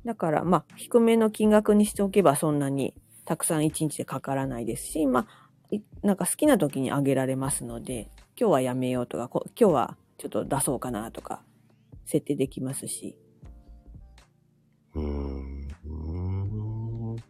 Speaker 3: だから、まあ、低めの金額にしておけばそんなにたくさん一日でかからないですし、まあ、いなんか好きな時にあげられますので、今日はやめようとか、こ今日はちょっと出そうかなとか、設定できますし。
Speaker 1: うーん。うーん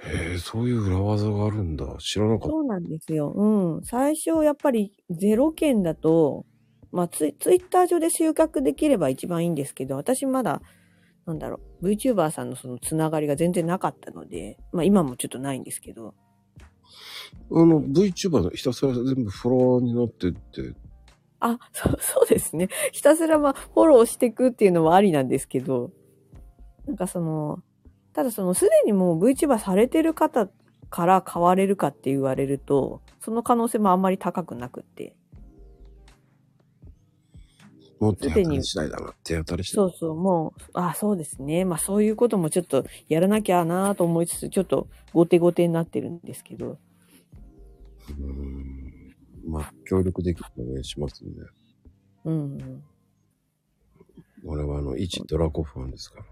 Speaker 1: へえ、そういう裏技があるんだ。知らなかった。
Speaker 3: そうなんですよ。うん。最初、やっぱりゼロ件だと、まあツイ、ツイッター上で収穫できれば一番いいんですけど、私まだ、なんだろう、VTuber さんのそのつながりが全然なかったので、まあ今もちょっとないんですけど、
Speaker 1: あの、VTuber のひたすら全部フォロワーになってって、
Speaker 3: あ、そう、 そうですね。ひたすらまあ、フォローしていくっていうのもありなんですけど、なんかその、ただその、すでにもう VTuber されてる方から買われるかって言われると、その可能性もあんまり高くなくって。
Speaker 1: もう手当たり次第だな、手当たり次
Speaker 3: そ
Speaker 1: 第。
Speaker 3: うそう、もう、あ、そうですね。まあそういうこともちょっとやらなきゃなと思いつつ、ちょっと後手後手になってるんですけど。
Speaker 1: うーん。まあ、協力できるお願いしますんで。
Speaker 3: うんうん。
Speaker 1: 俺はあの、一ドラコファンですから。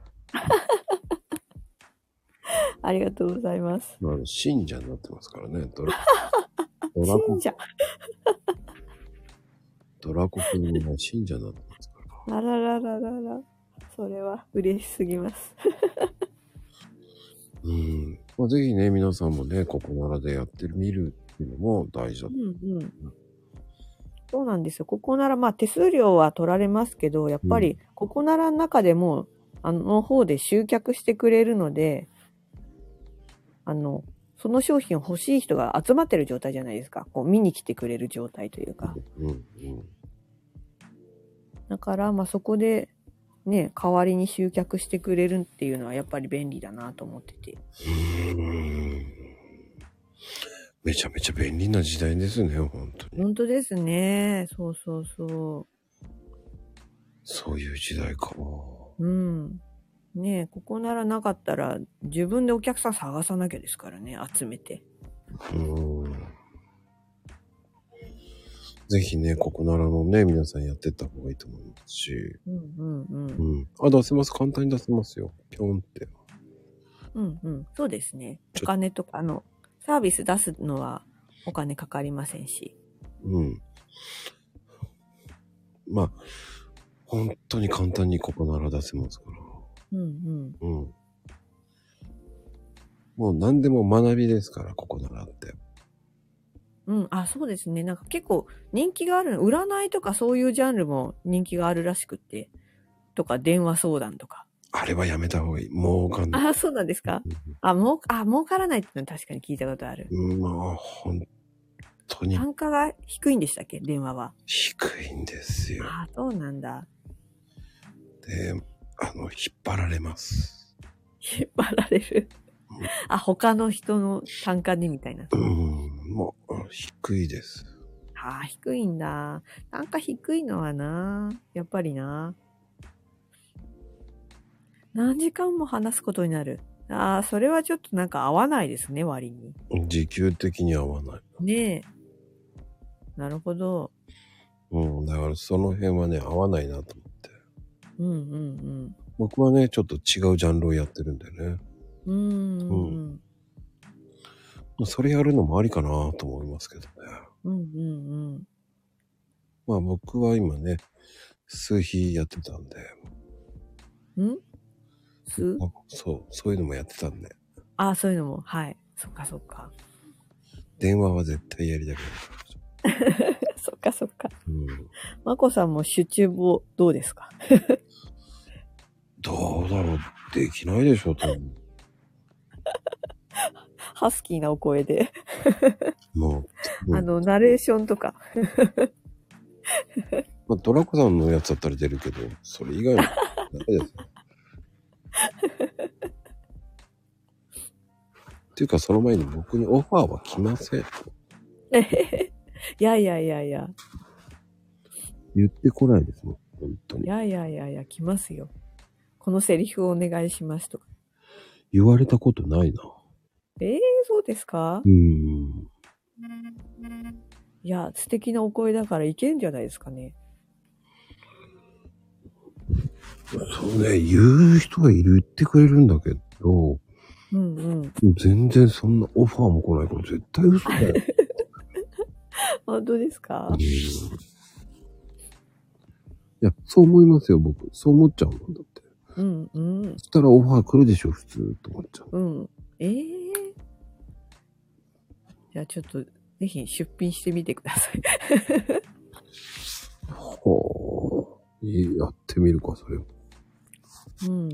Speaker 3: ありがとうございます。
Speaker 1: まあ、あの信者になってますからね、ドラ、 ドラコ
Speaker 3: 信、者。
Speaker 1: ドラコファンの信者になってますから。
Speaker 3: あららららら。それは嬉しすぎます。
Speaker 1: うん。まあ、ぜひね、皆さんもね、ここならでやってみるっていうのも大事だ。
Speaker 3: うんうん。そうなんですよ。ここなら、まあ手数料は取られますけど、やっぱりここならの中でも、あの方で集客してくれるので、あの、その商品を欲しい人が集まってる状態じゃないですか。こう見に来てくれる状態というか。
Speaker 1: うん、うん。
Speaker 3: だから、まあそこで、ね、代わりに集客してくれるっていうのはやっぱり便利だなと思ってて。
Speaker 1: ん。めちゃめちゃ便利な時代ですね、本当に。
Speaker 3: 本当ですね。そうそうそ
Speaker 1: そういう時代か。
Speaker 3: う。うん。ねえここならなかったら自分でお客さん探さなきゃですからね、集めて。
Speaker 1: うん。ぜひね、ここならのね、皆さんやってった方がいいと思いますし。
Speaker 3: うんうんう。
Speaker 1: うんん。あ、出せます。簡単に出せますよ。ぴょんって。
Speaker 3: うんうん。そうですね。
Speaker 1: ちょ
Speaker 3: お金とか、あの、サービス出すのはお金かかりませんし。
Speaker 1: うん。まあ、本当に簡単にここなら出せますから。
Speaker 3: うんうん。
Speaker 1: うん。もう何でも学びですから、ここならって。
Speaker 3: うん、あ、そうですね。なんか結構人気があるの。占いとかそういうジャンルも人気があるらしくって。とか、電話相談とか。
Speaker 1: あれはやめた方がいい。もうかんない。
Speaker 3: あ、そうなんですかあ、もう、あ、儲からないってのは確かに聞いたことある。
Speaker 1: うん、まあ、本当に
Speaker 3: 単価が低いんでしたっけ電話は。
Speaker 1: 低いんですよ。
Speaker 3: あ、そうなんだ。
Speaker 1: で、あの、引っ張られます。
Speaker 3: 引っ張られる。あ、他の人の単価にみたいな。
Speaker 1: うん、もう、低いです。
Speaker 3: あー、低いんだ。単価低いのはな、やっぱりな。何時間も話すことになる。あー、それはちょっとなんか合わないですね、割に。
Speaker 1: 時給的に合わない。
Speaker 3: ねえ。なるほど。
Speaker 1: うん、だからその辺はね、合わないなと思って。
Speaker 3: うんうん
Speaker 1: 僕はね、ちょっと違うジャンルをやってるんでね。
Speaker 3: うん。うんうん
Speaker 1: う
Speaker 3: うん。
Speaker 1: それやるのもありかなと思いますけどね。
Speaker 3: うんうんうん。
Speaker 1: まあ僕は今ね、数比やってたんで。
Speaker 3: す
Speaker 1: あそう、そういうのもやってたんで。
Speaker 3: あ、そういうのも。はい。そっかそっか。
Speaker 1: 電話は絶対やりたくない。
Speaker 3: そっかそっか。
Speaker 1: うん。
Speaker 3: まこさんも手中をどうですか
Speaker 1: どうだろう、できないでしょ、多分。
Speaker 3: ハスキーなお声で。
Speaker 1: もう。
Speaker 3: あの、ナレーションとか。
Speaker 1: まあ、ドラコさんのやつだったら出るけど、それ以外の、ダメですよ。 っていうか、その前に僕にオファーは来ません。
Speaker 3: いやいやいやいや。
Speaker 1: 言ってこないですもん、本当
Speaker 3: い
Speaker 1: に。
Speaker 3: やいやいやいや、来ますよ。このセリフをお願いしますとか。
Speaker 1: 言われたことないな。
Speaker 3: えー、そうですか
Speaker 1: うーん。
Speaker 3: いや、素敵なお声だからいけんじゃないですかね。
Speaker 1: そうね、言う人がいる、言ってくれるんだけど、
Speaker 3: うんうん。
Speaker 1: 全然そんなオファーも来ないから絶対嘘だよ。
Speaker 3: 本当ですか
Speaker 1: うんいや、そう思いますよ、僕。そう思っちゃうもんだって。
Speaker 3: うんうん。
Speaker 1: そしたらオファー来るでしょ、普通、と思っちゃう。
Speaker 3: うん。ええじゃあちょっと、ぜひ出品してみてください。
Speaker 1: ほう。いやってみるか、それを。
Speaker 3: うん。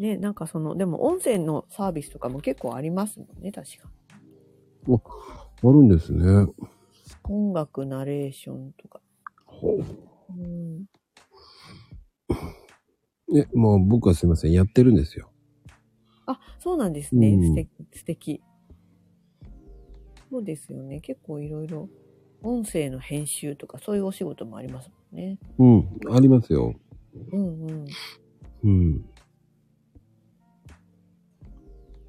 Speaker 3: ね、なんかその、でも音声のサービスとかも結構ありますもんね、確か。
Speaker 1: あるんですね。
Speaker 3: 音楽、ナレーションとか。
Speaker 1: ほ
Speaker 3: うん。
Speaker 1: う。え、もう僕はすいません、やってるんですよ。
Speaker 3: あ、そうなんですね。
Speaker 1: うん
Speaker 3: 素敵、素敵。そうですよね。結構いろいろ、音声の編集とかそういうお仕事もありますもんね。
Speaker 1: うん、ありますよ。
Speaker 3: うんうん。
Speaker 1: うん。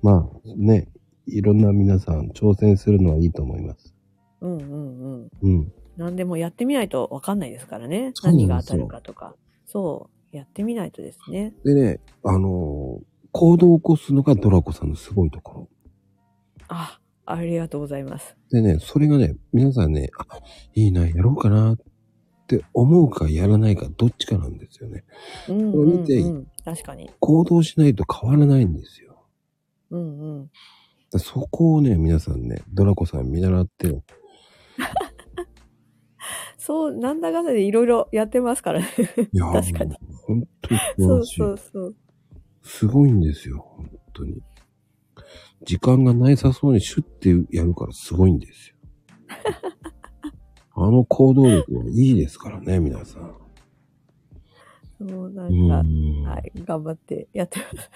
Speaker 1: まあ、ね、いろんな皆さん挑戦するのはいいと思います。
Speaker 3: うんうんうん。
Speaker 1: うん。
Speaker 3: 何でもやってみないと分かんないですからね。
Speaker 1: そうなんですよ
Speaker 3: 何が当たるかとか。そう。やってみないとですね。
Speaker 1: でね、あのー行動を起こすのがドラコさんのすごいところ。
Speaker 3: あ、ありがとうございます。
Speaker 1: でね、それがね、皆さんね、あ、いいな、やろうかなって思うかやらないか、どっちかなんですよね。
Speaker 3: うん、
Speaker 1: こ
Speaker 3: う
Speaker 1: れ
Speaker 3: ん、
Speaker 1: 見て
Speaker 3: うん。確かに。
Speaker 1: 行動しないと変わらないんですよ。
Speaker 3: うんうん。
Speaker 1: だそこをね、皆さんね、ドラコさん見習って、
Speaker 3: そう、なんだかんだでいろいろやってますからね。
Speaker 1: いやー、
Speaker 3: 確かに
Speaker 1: もう本当に素晴
Speaker 3: そ
Speaker 1: ら
Speaker 3: う
Speaker 1: しい。
Speaker 3: そうそう。
Speaker 1: すごいんですよ、本当に。 時間がないさそうにシュッてやるからすごいんですよ。あの行動力はいいですからね、皆さん。
Speaker 3: そう、な
Speaker 1: うん
Speaker 3: か、
Speaker 1: ん。
Speaker 3: はい、頑張ってやってます。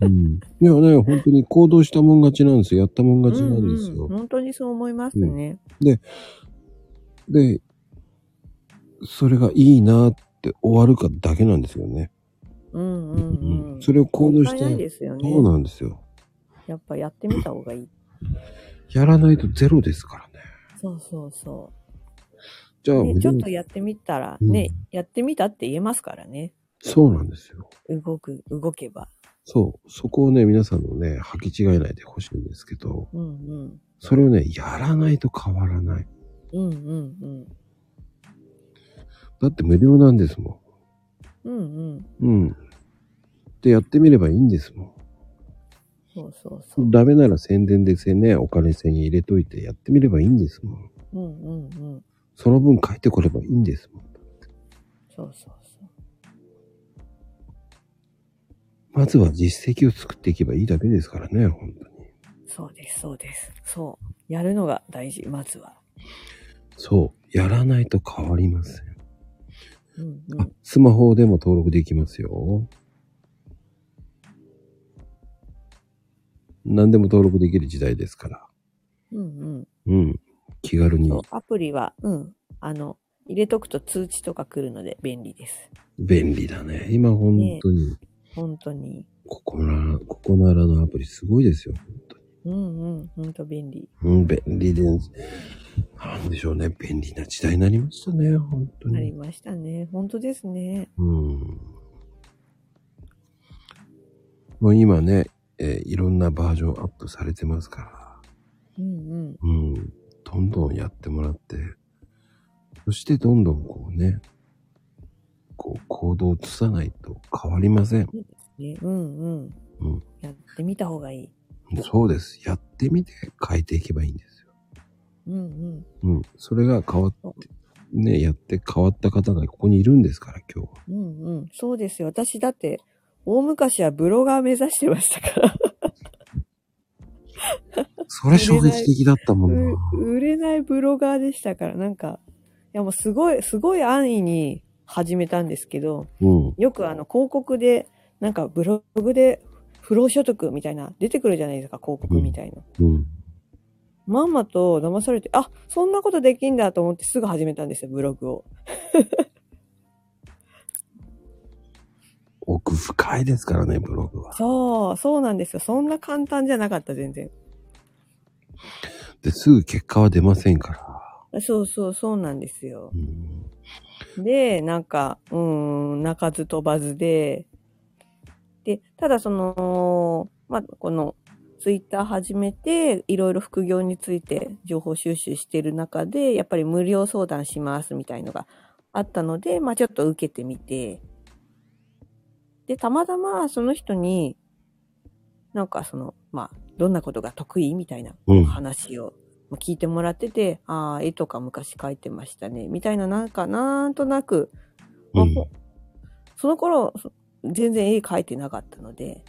Speaker 1: うんいやね、本当に行動したもん勝ちなんですよ。やったもん勝ちなんですよ。
Speaker 3: うんうん本当にそう思いますね。
Speaker 1: で、それがいいなって終わるかだけなんですよね。
Speaker 3: うんうんうん。
Speaker 1: それを行動し
Speaker 3: もったいない
Speaker 1: ら、
Speaker 3: ですよね
Speaker 1: そう。なんですよ。
Speaker 3: やっぱやってみた方がいい。
Speaker 1: やらないとゼロですからね。
Speaker 3: そうそうそ
Speaker 1: じゃあ、
Speaker 3: う。ね、
Speaker 1: 無
Speaker 3: ち
Speaker 1: 駄
Speaker 3: ょっ
Speaker 1: に
Speaker 3: とやってみたら、
Speaker 1: うん
Speaker 3: ね、やってみたって言えますからね。
Speaker 1: そうなんですよ。
Speaker 3: 動く、動けば。
Speaker 1: そう。そこをね、皆さんのね、履き違えないでほしいんですけど、
Speaker 3: うんうん。
Speaker 1: それをね、やらないと変わらない。
Speaker 3: うんうんうん。
Speaker 1: だって無料なんですも
Speaker 3: うんうん。
Speaker 1: ん。うん。で、やってみればいいんですも
Speaker 3: そうそうそう。
Speaker 1: ん。ダメなら宣伝ですよね、お金1000円入れといてやってみればいいんですもん。
Speaker 3: うんうんうん。
Speaker 1: その分帰ってこればいいんですもん。
Speaker 3: そうそうそう。
Speaker 1: まずは実績を作っていけばいいだけですからね、本当に。
Speaker 3: そうです、そうです。そう。やるのが大事、まずは。
Speaker 1: そう。やらないと変わりません。
Speaker 3: うんう
Speaker 1: あ
Speaker 3: ん。、
Speaker 1: スマホでも登録できますよ。何でも登録できる時代ですから。
Speaker 3: うんうん。
Speaker 1: うん。気軽に
Speaker 3: そう、アプリは、うん。あの、入れとくと通知とか来るので便利です。
Speaker 1: 便利だね。今本当に、
Speaker 3: 本当に。
Speaker 1: ここなら、ここならのアプリすごいですよ。
Speaker 3: うんうん。本当便利。
Speaker 1: うん、便利です。なんでしょうね。便利な時代になりましたね。本当
Speaker 3: あり
Speaker 1: に。
Speaker 3: ましたね。本当ですね。
Speaker 1: うん。もう今ね、えーいろんなバージョンアップされてますから。
Speaker 3: うんうん。
Speaker 1: うん、どんどんやってもらって、そしてどんどんこうね、こう行動を移さないと変わりません。
Speaker 3: ね、うんうん。
Speaker 1: うん、
Speaker 3: やってみた方がいい。
Speaker 1: そうです。やってみて変えていけばいいんですよ。
Speaker 3: うん
Speaker 1: うん、それが変わって、ね、やって変わった方がここにいるんですから、今日は。
Speaker 3: うん。うんうん。そうですよ。私だって、大昔はブロガー目指してましたから。
Speaker 1: それ衝撃的だったもんな。
Speaker 3: う売れないブロガーでしたから、なんか、いやもうすごい、すごい安易に始めたんですけど、
Speaker 1: うん。
Speaker 3: よくあの広告で、なんかブログで不労所得みたいな、出てくるじゃないですか、広告みたいな。
Speaker 1: うん。
Speaker 3: まんまと騙されて、あ、そんなことできんだと思ってすぐ始めたんですよ、ブログを。
Speaker 1: 奥深いですからね、ブログは。
Speaker 3: そう、そうなんですよ。そんな簡単じゃなかった、全然。
Speaker 1: で、すぐ結果は出ませんから。
Speaker 3: そうそう、そうなんですよ。
Speaker 1: うん。
Speaker 3: で、なんか、うーん、泣かず飛ばずで、で、ただその、まあ、この、ツイッター始めて、いろいろ副業について情報収集してる中で、やっぱり無料相談しますみたいのがあったので、まあ、ちょっと受けてみて、で、たまたまその人に、なんかその、まあ、どんなことが得意みたいな
Speaker 1: うん。
Speaker 3: 話を聞いてもらってて、ああ、絵とか昔描いてましたね、みたいな、なんか、なんとなく、まあ
Speaker 1: うん
Speaker 3: ほその頃、そ全然絵描いてなかったので、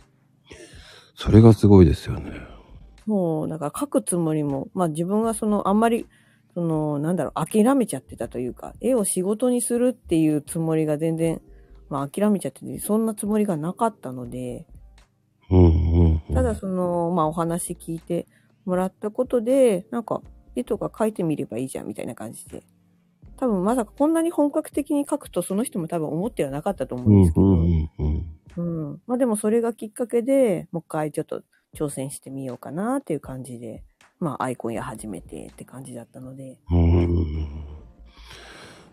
Speaker 1: それがすごいですよね。
Speaker 3: もう、だから描くつもりも、まあ自分がその、あんまり、その、なんだろう、諦めちゃってたというか、絵を仕事にするっていうつもりが全然、まあ諦めちゃってて、そんなつもりがなかったので、
Speaker 1: うんうん、うん。
Speaker 3: ただその、まあお話聞いてもらったことで、なんか絵とか描いてみればいいじゃんみたいな感じで。多分まさかこんなに本格的に描くとその人も多分思ってはなかったと思うんですけど。
Speaker 1: うんうんうん
Speaker 3: うん。まあでもそれがきっかけで、もう一回ちょっと挑戦してみようかなっていう感じで、まあアイコンや始めてって感じだったので。
Speaker 1: うん。うん。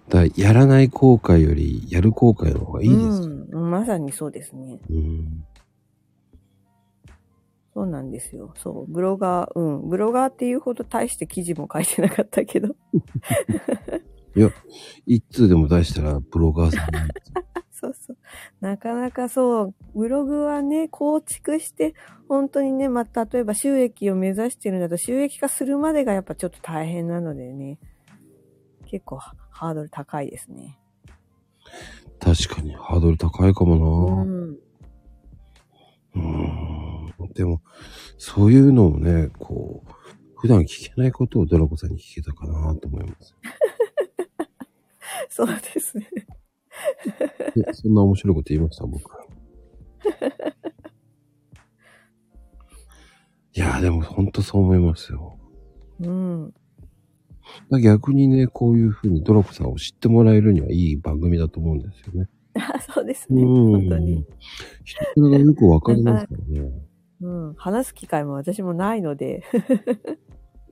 Speaker 1: だからやらない後悔より、やる後悔の方がいいです。
Speaker 3: うん。まさにそうですね。
Speaker 1: うん。
Speaker 3: そうなんですよ。そう。ブロガー、うん。ブロガーっていうほど大して記事も書いてなかったけど。
Speaker 1: 一通でも出したら、ブロガーさんになる。
Speaker 3: そうそう。なかなかそう、ブログはね、構築して、本当にね、まあ、例えば収益を目指してるんだと、収益化するまでがやっぱちょっと大変なのでね、結構ハハードル高いですね。
Speaker 1: 確かに、ハードル高いか
Speaker 3: う
Speaker 1: もな。
Speaker 3: ん。
Speaker 1: うん。でも、そういうのを ね、こう、普段聞けないことをドラコさんに聞けたかなと思います。
Speaker 3: そうですね。
Speaker 1: えそんな面白いこと言いま した、僕。いやー、でも本当そう思いますよ。
Speaker 3: うん。
Speaker 1: だから逆にね、こういうふうにドラコさんを知ってもらえるにはいい番組だと思うんですよね。
Speaker 3: あそうですね。
Speaker 1: うん。
Speaker 3: 本当に。
Speaker 1: 人それがよくわかりますからね。
Speaker 3: うん。話す機会も私もないので。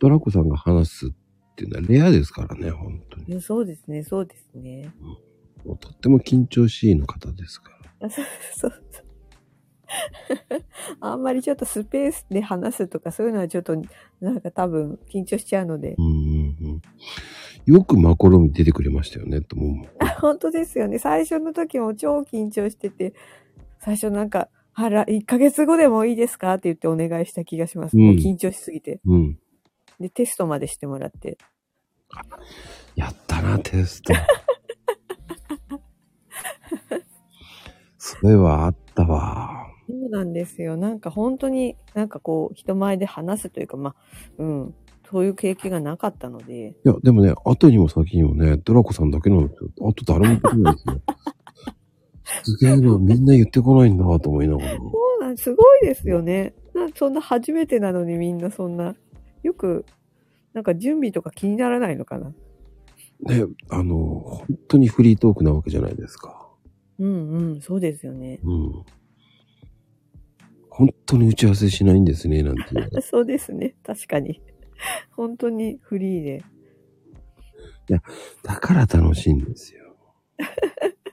Speaker 1: ドラコさんが話すっていうのはレアですからね、本当に。
Speaker 3: いやそうですね、そうですね。
Speaker 1: もうとっても緊張しいの方ですから。
Speaker 3: あそうそうそう。 あんまりちょっとスペースで話すとかそういうのはちょっとなんか多分緊張しちゃうので
Speaker 1: うんうんうん。よくマコロミ出てくれましたよね、と思う。
Speaker 3: 本当ですよね。最初の時も超緊張してて、最初なんか、あら、1ヶ月後でもいいですかって言ってお願いした気がします。
Speaker 1: うん
Speaker 3: もう緊張しすぎて。
Speaker 1: うん。
Speaker 3: で、テストまでしてもらって。
Speaker 1: やったな、テスト。 それはあったわ。
Speaker 3: そうなんですよ。なんか本当になんかこう、人前で話すというか、まあ、うん、そういう経験がなかったので、
Speaker 1: いや、でもね、後にも先にもね、ドラコさんだけなんですよ。あと誰も言ってこないですよ。すげえな、みんな言ってこないんだと思いながら。
Speaker 3: そうなん、すごいですよね。なんそんな初めてなのにみんなそんな、よく、なんか準備とか気にならないのかな。
Speaker 1: ね、あの、本当にフリートークなわけじゃないですか。
Speaker 3: うんうん、そうですよね。
Speaker 1: うん。本当に打ち合わせしないんですね、なんて言われて。
Speaker 3: そうですね。確かに。本当にフリーで。
Speaker 1: だから楽しいんですよ。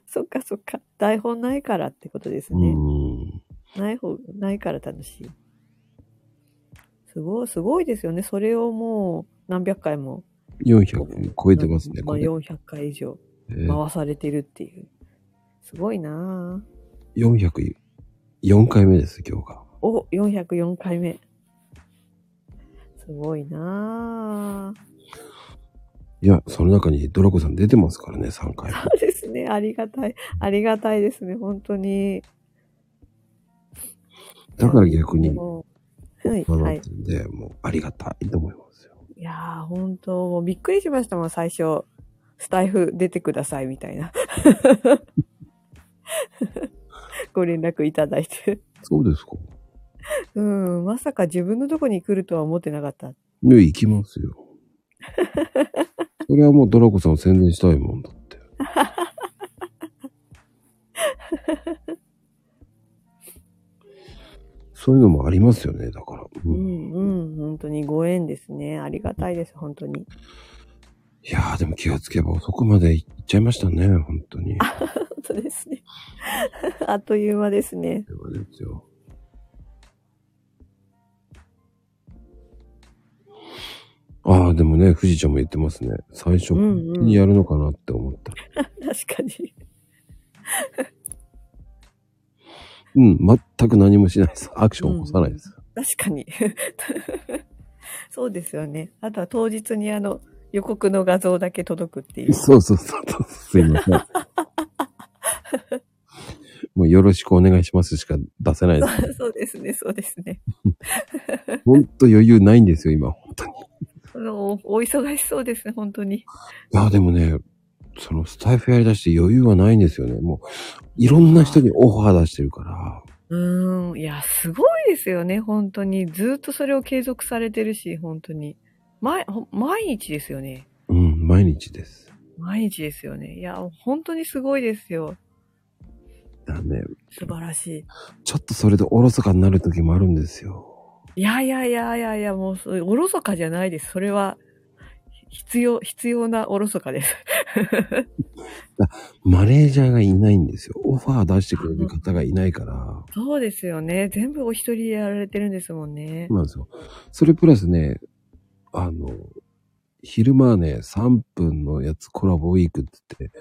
Speaker 3: そっかそっか。台本ないからってことです
Speaker 1: う
Speaker 3: ね。
Speaker 1: ん。
Speaker 3: ない方、ないから楽しい。すごい、すごいですよね。それをもう何百回も。
Speaker 1: 400超えてますね、
Speaker 3: ま
Speaker 1: こ
Speaker 3: あ
Speaker 1: れ。
Speaker 3: 400回以上
Speaker 1: えー
Speaker 3: 回されてるっていう。すごいなぁ。
Speaker 1: 404回目です、今日が。
Speaker 3: お、404回目。すごいなぁ。
Speaker 1: いや、その中にドラコさん出てますからね、3回。
Speaker 3: そうですね。ありがたい。ありがたいですね。本当に。
Speaker 1: だから逆に、
Speaker 3: もうはい、
Speaker 1: 学
Speaker 3: は
Speaker 1: っ
Speaker 3: い。
Speaker 1: てんで、もうありがたいと思いますよ。
Speaker 3: いやー、本当もうびっくりしましたもん、最初。スタイフ出てください、みたいな。 ご連絡いただいて。
Speaker 1: そうですか。
Speaker 3: うん、まさか自分のとこに来るとは思ってなかった。
Speaker 1: ね、行きますよ。それはもうドラコさんを宣伝したいもんだ って。そういうのもありますよね、だから。う
Speaker 3: うんん、うん、本当にご縁ですね。ありがたいです、本当に。
Speaker 1: いやー、でも気がつけば遅くまで行っちゃいましたね、本当に。
Speaker 3: 本当ですね。 あっという間ですね。
Speaker 1: ではですよ。ああ、でもね、富士ちゃんも言ってますね。最初、
Speaker 3: うんうん
Speaker 1: 本当にやるのかなって思った。
Speaker 3: 確かに。
Speaker 1: うん、全く何もしないです。アクション起こさないです。
Speaker 3: 確かに。 そうですよね。あとは当日にあの、予告の画像だけ届くっていう。
Speaker 1: そうそうそうそう、すいません。もうよろしくお願いしますしか出せないです。
Speaker 3: そうですね、そうですね。
Speaker 1: ほんと余裕ないんですよ、今、本当に。い
Speaker 3: あのおお忙しそうですね、本当に。
Speaker 1: や、でもね、そのスタイフやりだして余裕はないんですよね。もう、いろんな人にオファー出してるから。
Speaker 3: うーん、いや、すごいですよね、本当に。ずっとそれを継続されてるし、本当に。毎、ほ毎日ですよね。
Speaker 1: うん、毎日です。
Speaker 3: 毎日ですよね。いや、本当にすごいですよ。
Speaker 1: だからね、
Speaker 3: 素晴らし
Speaker 1: ちょっとそれでおろそかになる時もあるんですよ。
Speaker 3: い。いやいやいやいやいや、もうそ、おろそかじゃないです。それは、必要、必要なおろそかです。
Speaker 1: マネージャーがいないんですよ。オファー出してくれる方がいないから。
Speaker 3: そうですよね。全部お一人でやられてるんですもんね
Speaker 1: そう。なんですよ。それプラスね、あの、昼間はね、3分のやつコラボウィークって言って、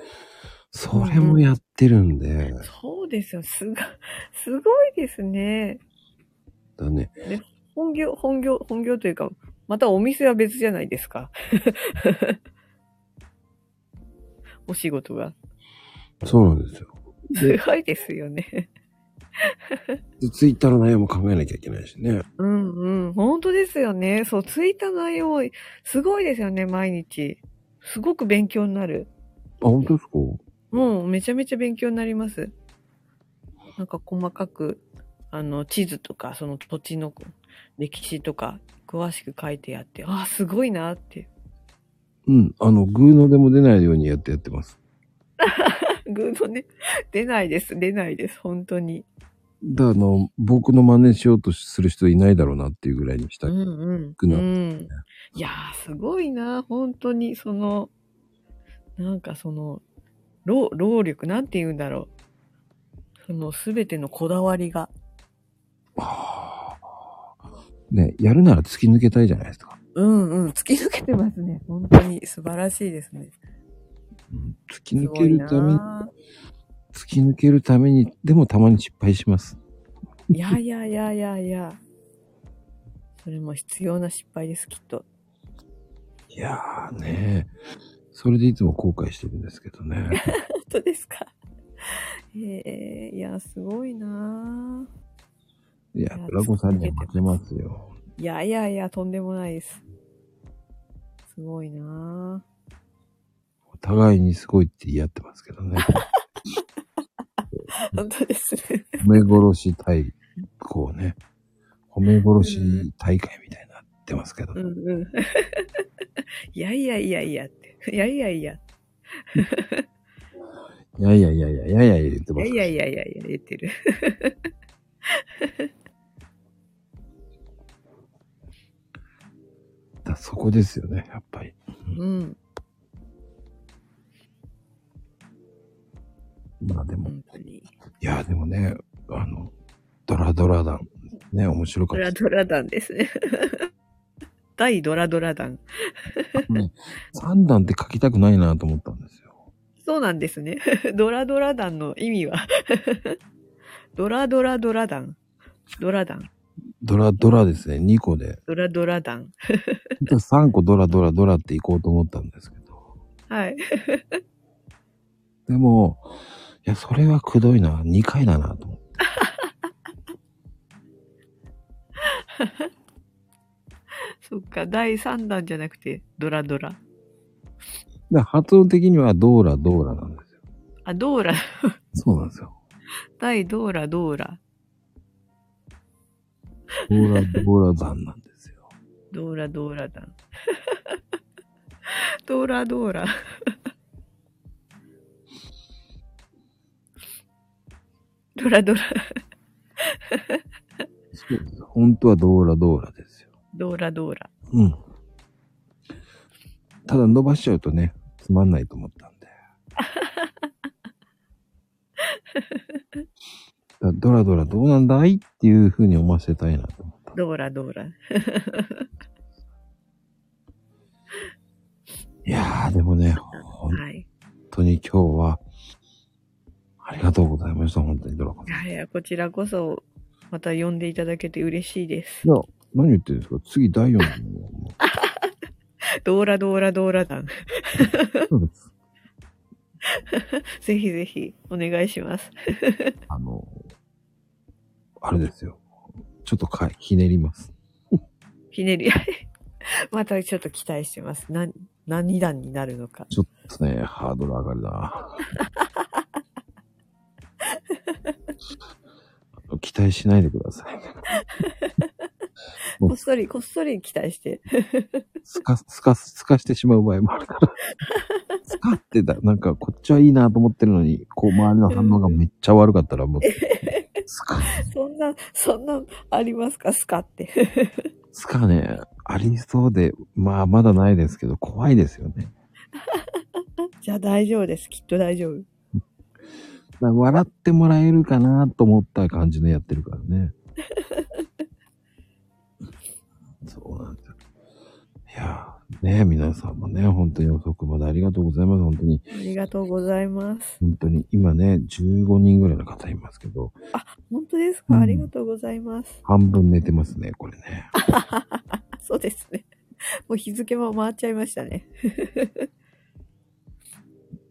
Speaker 1: それもやってるんで、だか
Speaker 3: そうですよ。すご、すごいですね。
Speaker 1: らね、
Speaker 3: 本業、本業、本業というか、またお店は別じゃないですか。 お仕事が。
Speaker 1: そうなんですよ。
Speaker 3: すごいですよね。
Speaker 1: でツイッターの内容も考えなきゃいけないしね。
Speaker 3: うんうん。本当ですよね。そう、ツイッターの内容、すごいですよね、毎日。すごく勉強になる。
Speaker 1: あ本当ですか
Speaker 3: もうめちゃめちゃ勉強になります。なんか細かく、あの、地図とか、その土地の歴史とか、詳しく書いてあって、ああ、すごいなって。
Speaker 1: うん。あの、グーのでも出ないようにやってやってます。
Speaker 3: グーのね、出ないです、出ないです、本当に。
Speaker 1: だあの、僕の真似しようとする人いないだろうなっていうぐらいにした
Speaker 3: う
Speaker 1: い。
Speaker 3: ん
Speaker 1: く
Speaker 3: うん。
Speaker 1: な
Speaker 3: う
Speaker 1: る
Speaker 3: ん。いやー、すごいな、本当に、その、なんかその、労労力、なんて言うんだろう。その、すべてのこだわりが。
Speaker 1: はあね、やるなら突き抜けたいじゃないですか。
Speaker 3: うんうん、突き抜けてますね。本当に素晴らしいですね。
Speaker 1: うん突き
Speaker 3: す
Speaker 1: 抜
Speaker 3: ご
Speaker 1: け
Speaker 3: い
Speaker 1: る
Speaker 3: な
Speaker 1: ために、
Speaker 3: ー
Speaker 1: 突き抜けるために、でもたまに失敗します。
Speaker 3: いやいやいやいやいや。それも必要な失敗です、きっと。
Speaker 1: いやーね、それでいつも後悔してるんですけどね。
Speaker 3: 本当ですか。 ええいや、すごいなぁ
Speaker 1: いや、ドラゴンさんには負けますよ。
Speaker 3: いやいやいや、とんでもないです。すごいなぁ
Speaker 1: お互いにすごいって言い合ってますけどね。
Speaker 3: 本当ですね。
Speaker 1: 褒め殺し対、こ うね、褒め殺し大会みたいになってますけど、
Speaker 3: うんうん。いやいやいやいやって。いやいやいや。
Speaker 1: いやいやいやいやいやいや言って
Speaker 3: い
Speaker 1: ま
Speaker 3: や
Speaker 1: す
Speaker 3: い
Speaker 1: から
Speaker 3: やいやいやいや、言ってる。
Speaker 1: だそこですよね、やっぱり。
Speaker 3: うん。
Speaker 1: まあでも、
Speaker 3: 本当に。
Speaker 1: いやでもね、あの、ドラドラ団、ね、面白か
Speaker 3: ド
Speaker 1: ったで
Speaker 3: ラ
Speaker 1: す。
Speaker 3: ドラ団ですね。 大ドラドラ団。
Speaker 1: 3段って書きたくないなと思ったんですよ。
Speaker 3: そうなんですね。 ドラドラ団の意味は ドラドラドラ団。ドラ団。
Speaker 1: ドラドラですね、2個で。
Speaker 3: ドラドラ団。
Speaker 1: 3個ドラドラドラっていこうと思ったんですけど。
Speaker 3: はい。
Speaker 1: でも、いや、それはくどいな、2回だなと思って。
Speaker 3: そっか、第3弾じゃなくて、ドラドラ。
Speaker 1: で発音的にはドーラドーラなんですよ。
Speaker 3: あ、ドーラ、
Speaker 1: そうなんですよ。
Speaker 3: 第ドーラドーラ。
Speaker 1: ドーラドーラ団なんですよ。
Speaker 3: ドーラドーラ団。 ドーラドーラ。 ドラドラ、
Speaker 1: そうです本当はドーラドーラですよ。
Speaker 3: ドーラドーラ。
Speaker 1: うん。ただ伸ばしちゃうとね、つまんないと思ったんで。だドラドラどうなんだいっていうふうに思わせたいなと思った。
Speaker 3: ドーラドーラ。
Speaker 1: いやーでもね、本
Speaker 3: はい。
Speaker 1: 当に今日は、ありがとうございました、本当にドラゴン
Speaker 3: い。やいや、こちらこそ、また呼んでいただけて嬉しいです。
Speaker 1: いや、何言ってるんですか次第4弾もう
Speaker 3: ドーラドーラドーラ団。
Speaker 1: そうです。
Speaker 3: ぜひぜひお願いします。
Speaker 1: あの、あれですよ。ちょっとかひねります。
Speaker 3: ひねり、 またちょっと期待してます。な、何段になるのか。
Speaker 1: ちょっとね、ハードル上がるな。期待しないでください。
Speaker 3: こっそり、こっそり期待して。
Speaker 1: すか、すか、すかしてしまう場合もあるから。すかってた、なんかこっちはいいなと思ってるのに、こう周りの反応がめっちゃ悪かったらもう、すか、
Speaker 3: そんな、そんな、ありますかスカって。
Speaker 1: すかね、ありそうで、まあまだないですけど、怖いですよね。
Speaker 3: じゃあ大丈夫です。きっと大丈夫。
Speaker 1: だから笑ってもらえるかなと思った感じでやってるからね。そうなんですよ。いやー、ね皆さんもね、本当に遅くまでありがとうございます。本当に、
Speaker 3: ありがとうございます。
Speaker 1: 本当に、今ね、15人ぐらいの方いますけど、
Speaker 3: 本当です
Speaker 1: う
Speaker 3: か
Speaker 1: ん
Speaker 3: ありがとうございます。
Speaker 1: 半分寝てますね、これね。
Speaker 3: あそうですね。 もう日付も回っちゃいましたね。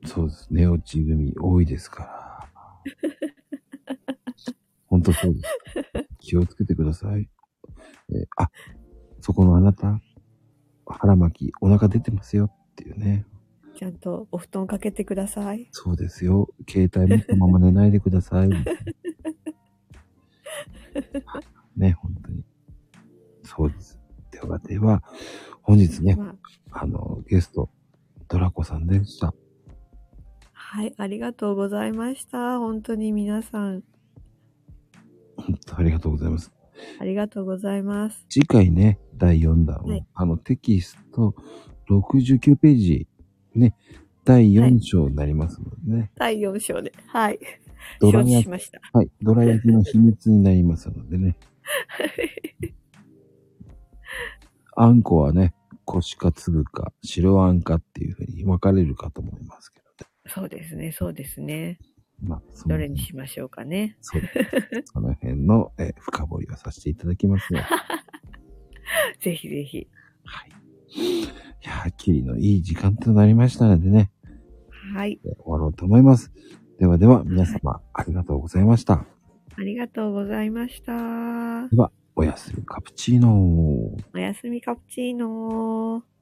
Speaker 1: そうです。寝落ち組多いですから。本当そうです。気をつけてください。えーあ、そこのあなた、腹巻き、お腹出てますよっていうね。
Speaker 3: ちゃんとお布団かけてください。
Speaker 1: そうですよ。携帯持ったまま寝ないでください。ね、本当に。そうです。ではでは、本日ね、
Speaker 3: まあ、
Speaker 1: あの、ゲスト、ドラコさんでした。
Speaker 3: はい、ありがとうございました。本当に皆さん、
Speaker 1: 本当ありがとうございます。
Speaker 3: ありがとうございます。
Speaker 1: 次回ね、第4弾、
Speaker 3: はい
Speaker 1: あの、テキスト69ページ、ね、第4章になりますのでね、
Speaker 3: 第4章で。はい。
Speaker 1: ドラ
Speaker 3: 承知
Speaker 1: 焼
Speaker 3: しました。
Speaker 1: はい、ドラ焼きの秘密になりますので ね。あんこはね、腰か粒か、白あんかっていうふうに分かれるかと思いますけどね。
Speaker 3: そうですね、そうですね。
Speaker 1: まあ、その
Speaker 3: どれにしましょうかね。
Speaker 1: そうですその辺の、えー深掘りをさせていただきます ね。
Speaker 3: ぜひぜひ。
Speaker 1: はい。いやー、きりのいい時間となりましたのでね、
Speaker 3: はい、
Speaker 1: えー終わろうと思います。ではでは、皆様、ありがとうございました。
Speaker 3: ありがとうございました。
Speaker 1: おやすみカプチーノー。
Speaker 3: おやすみカプチーノー。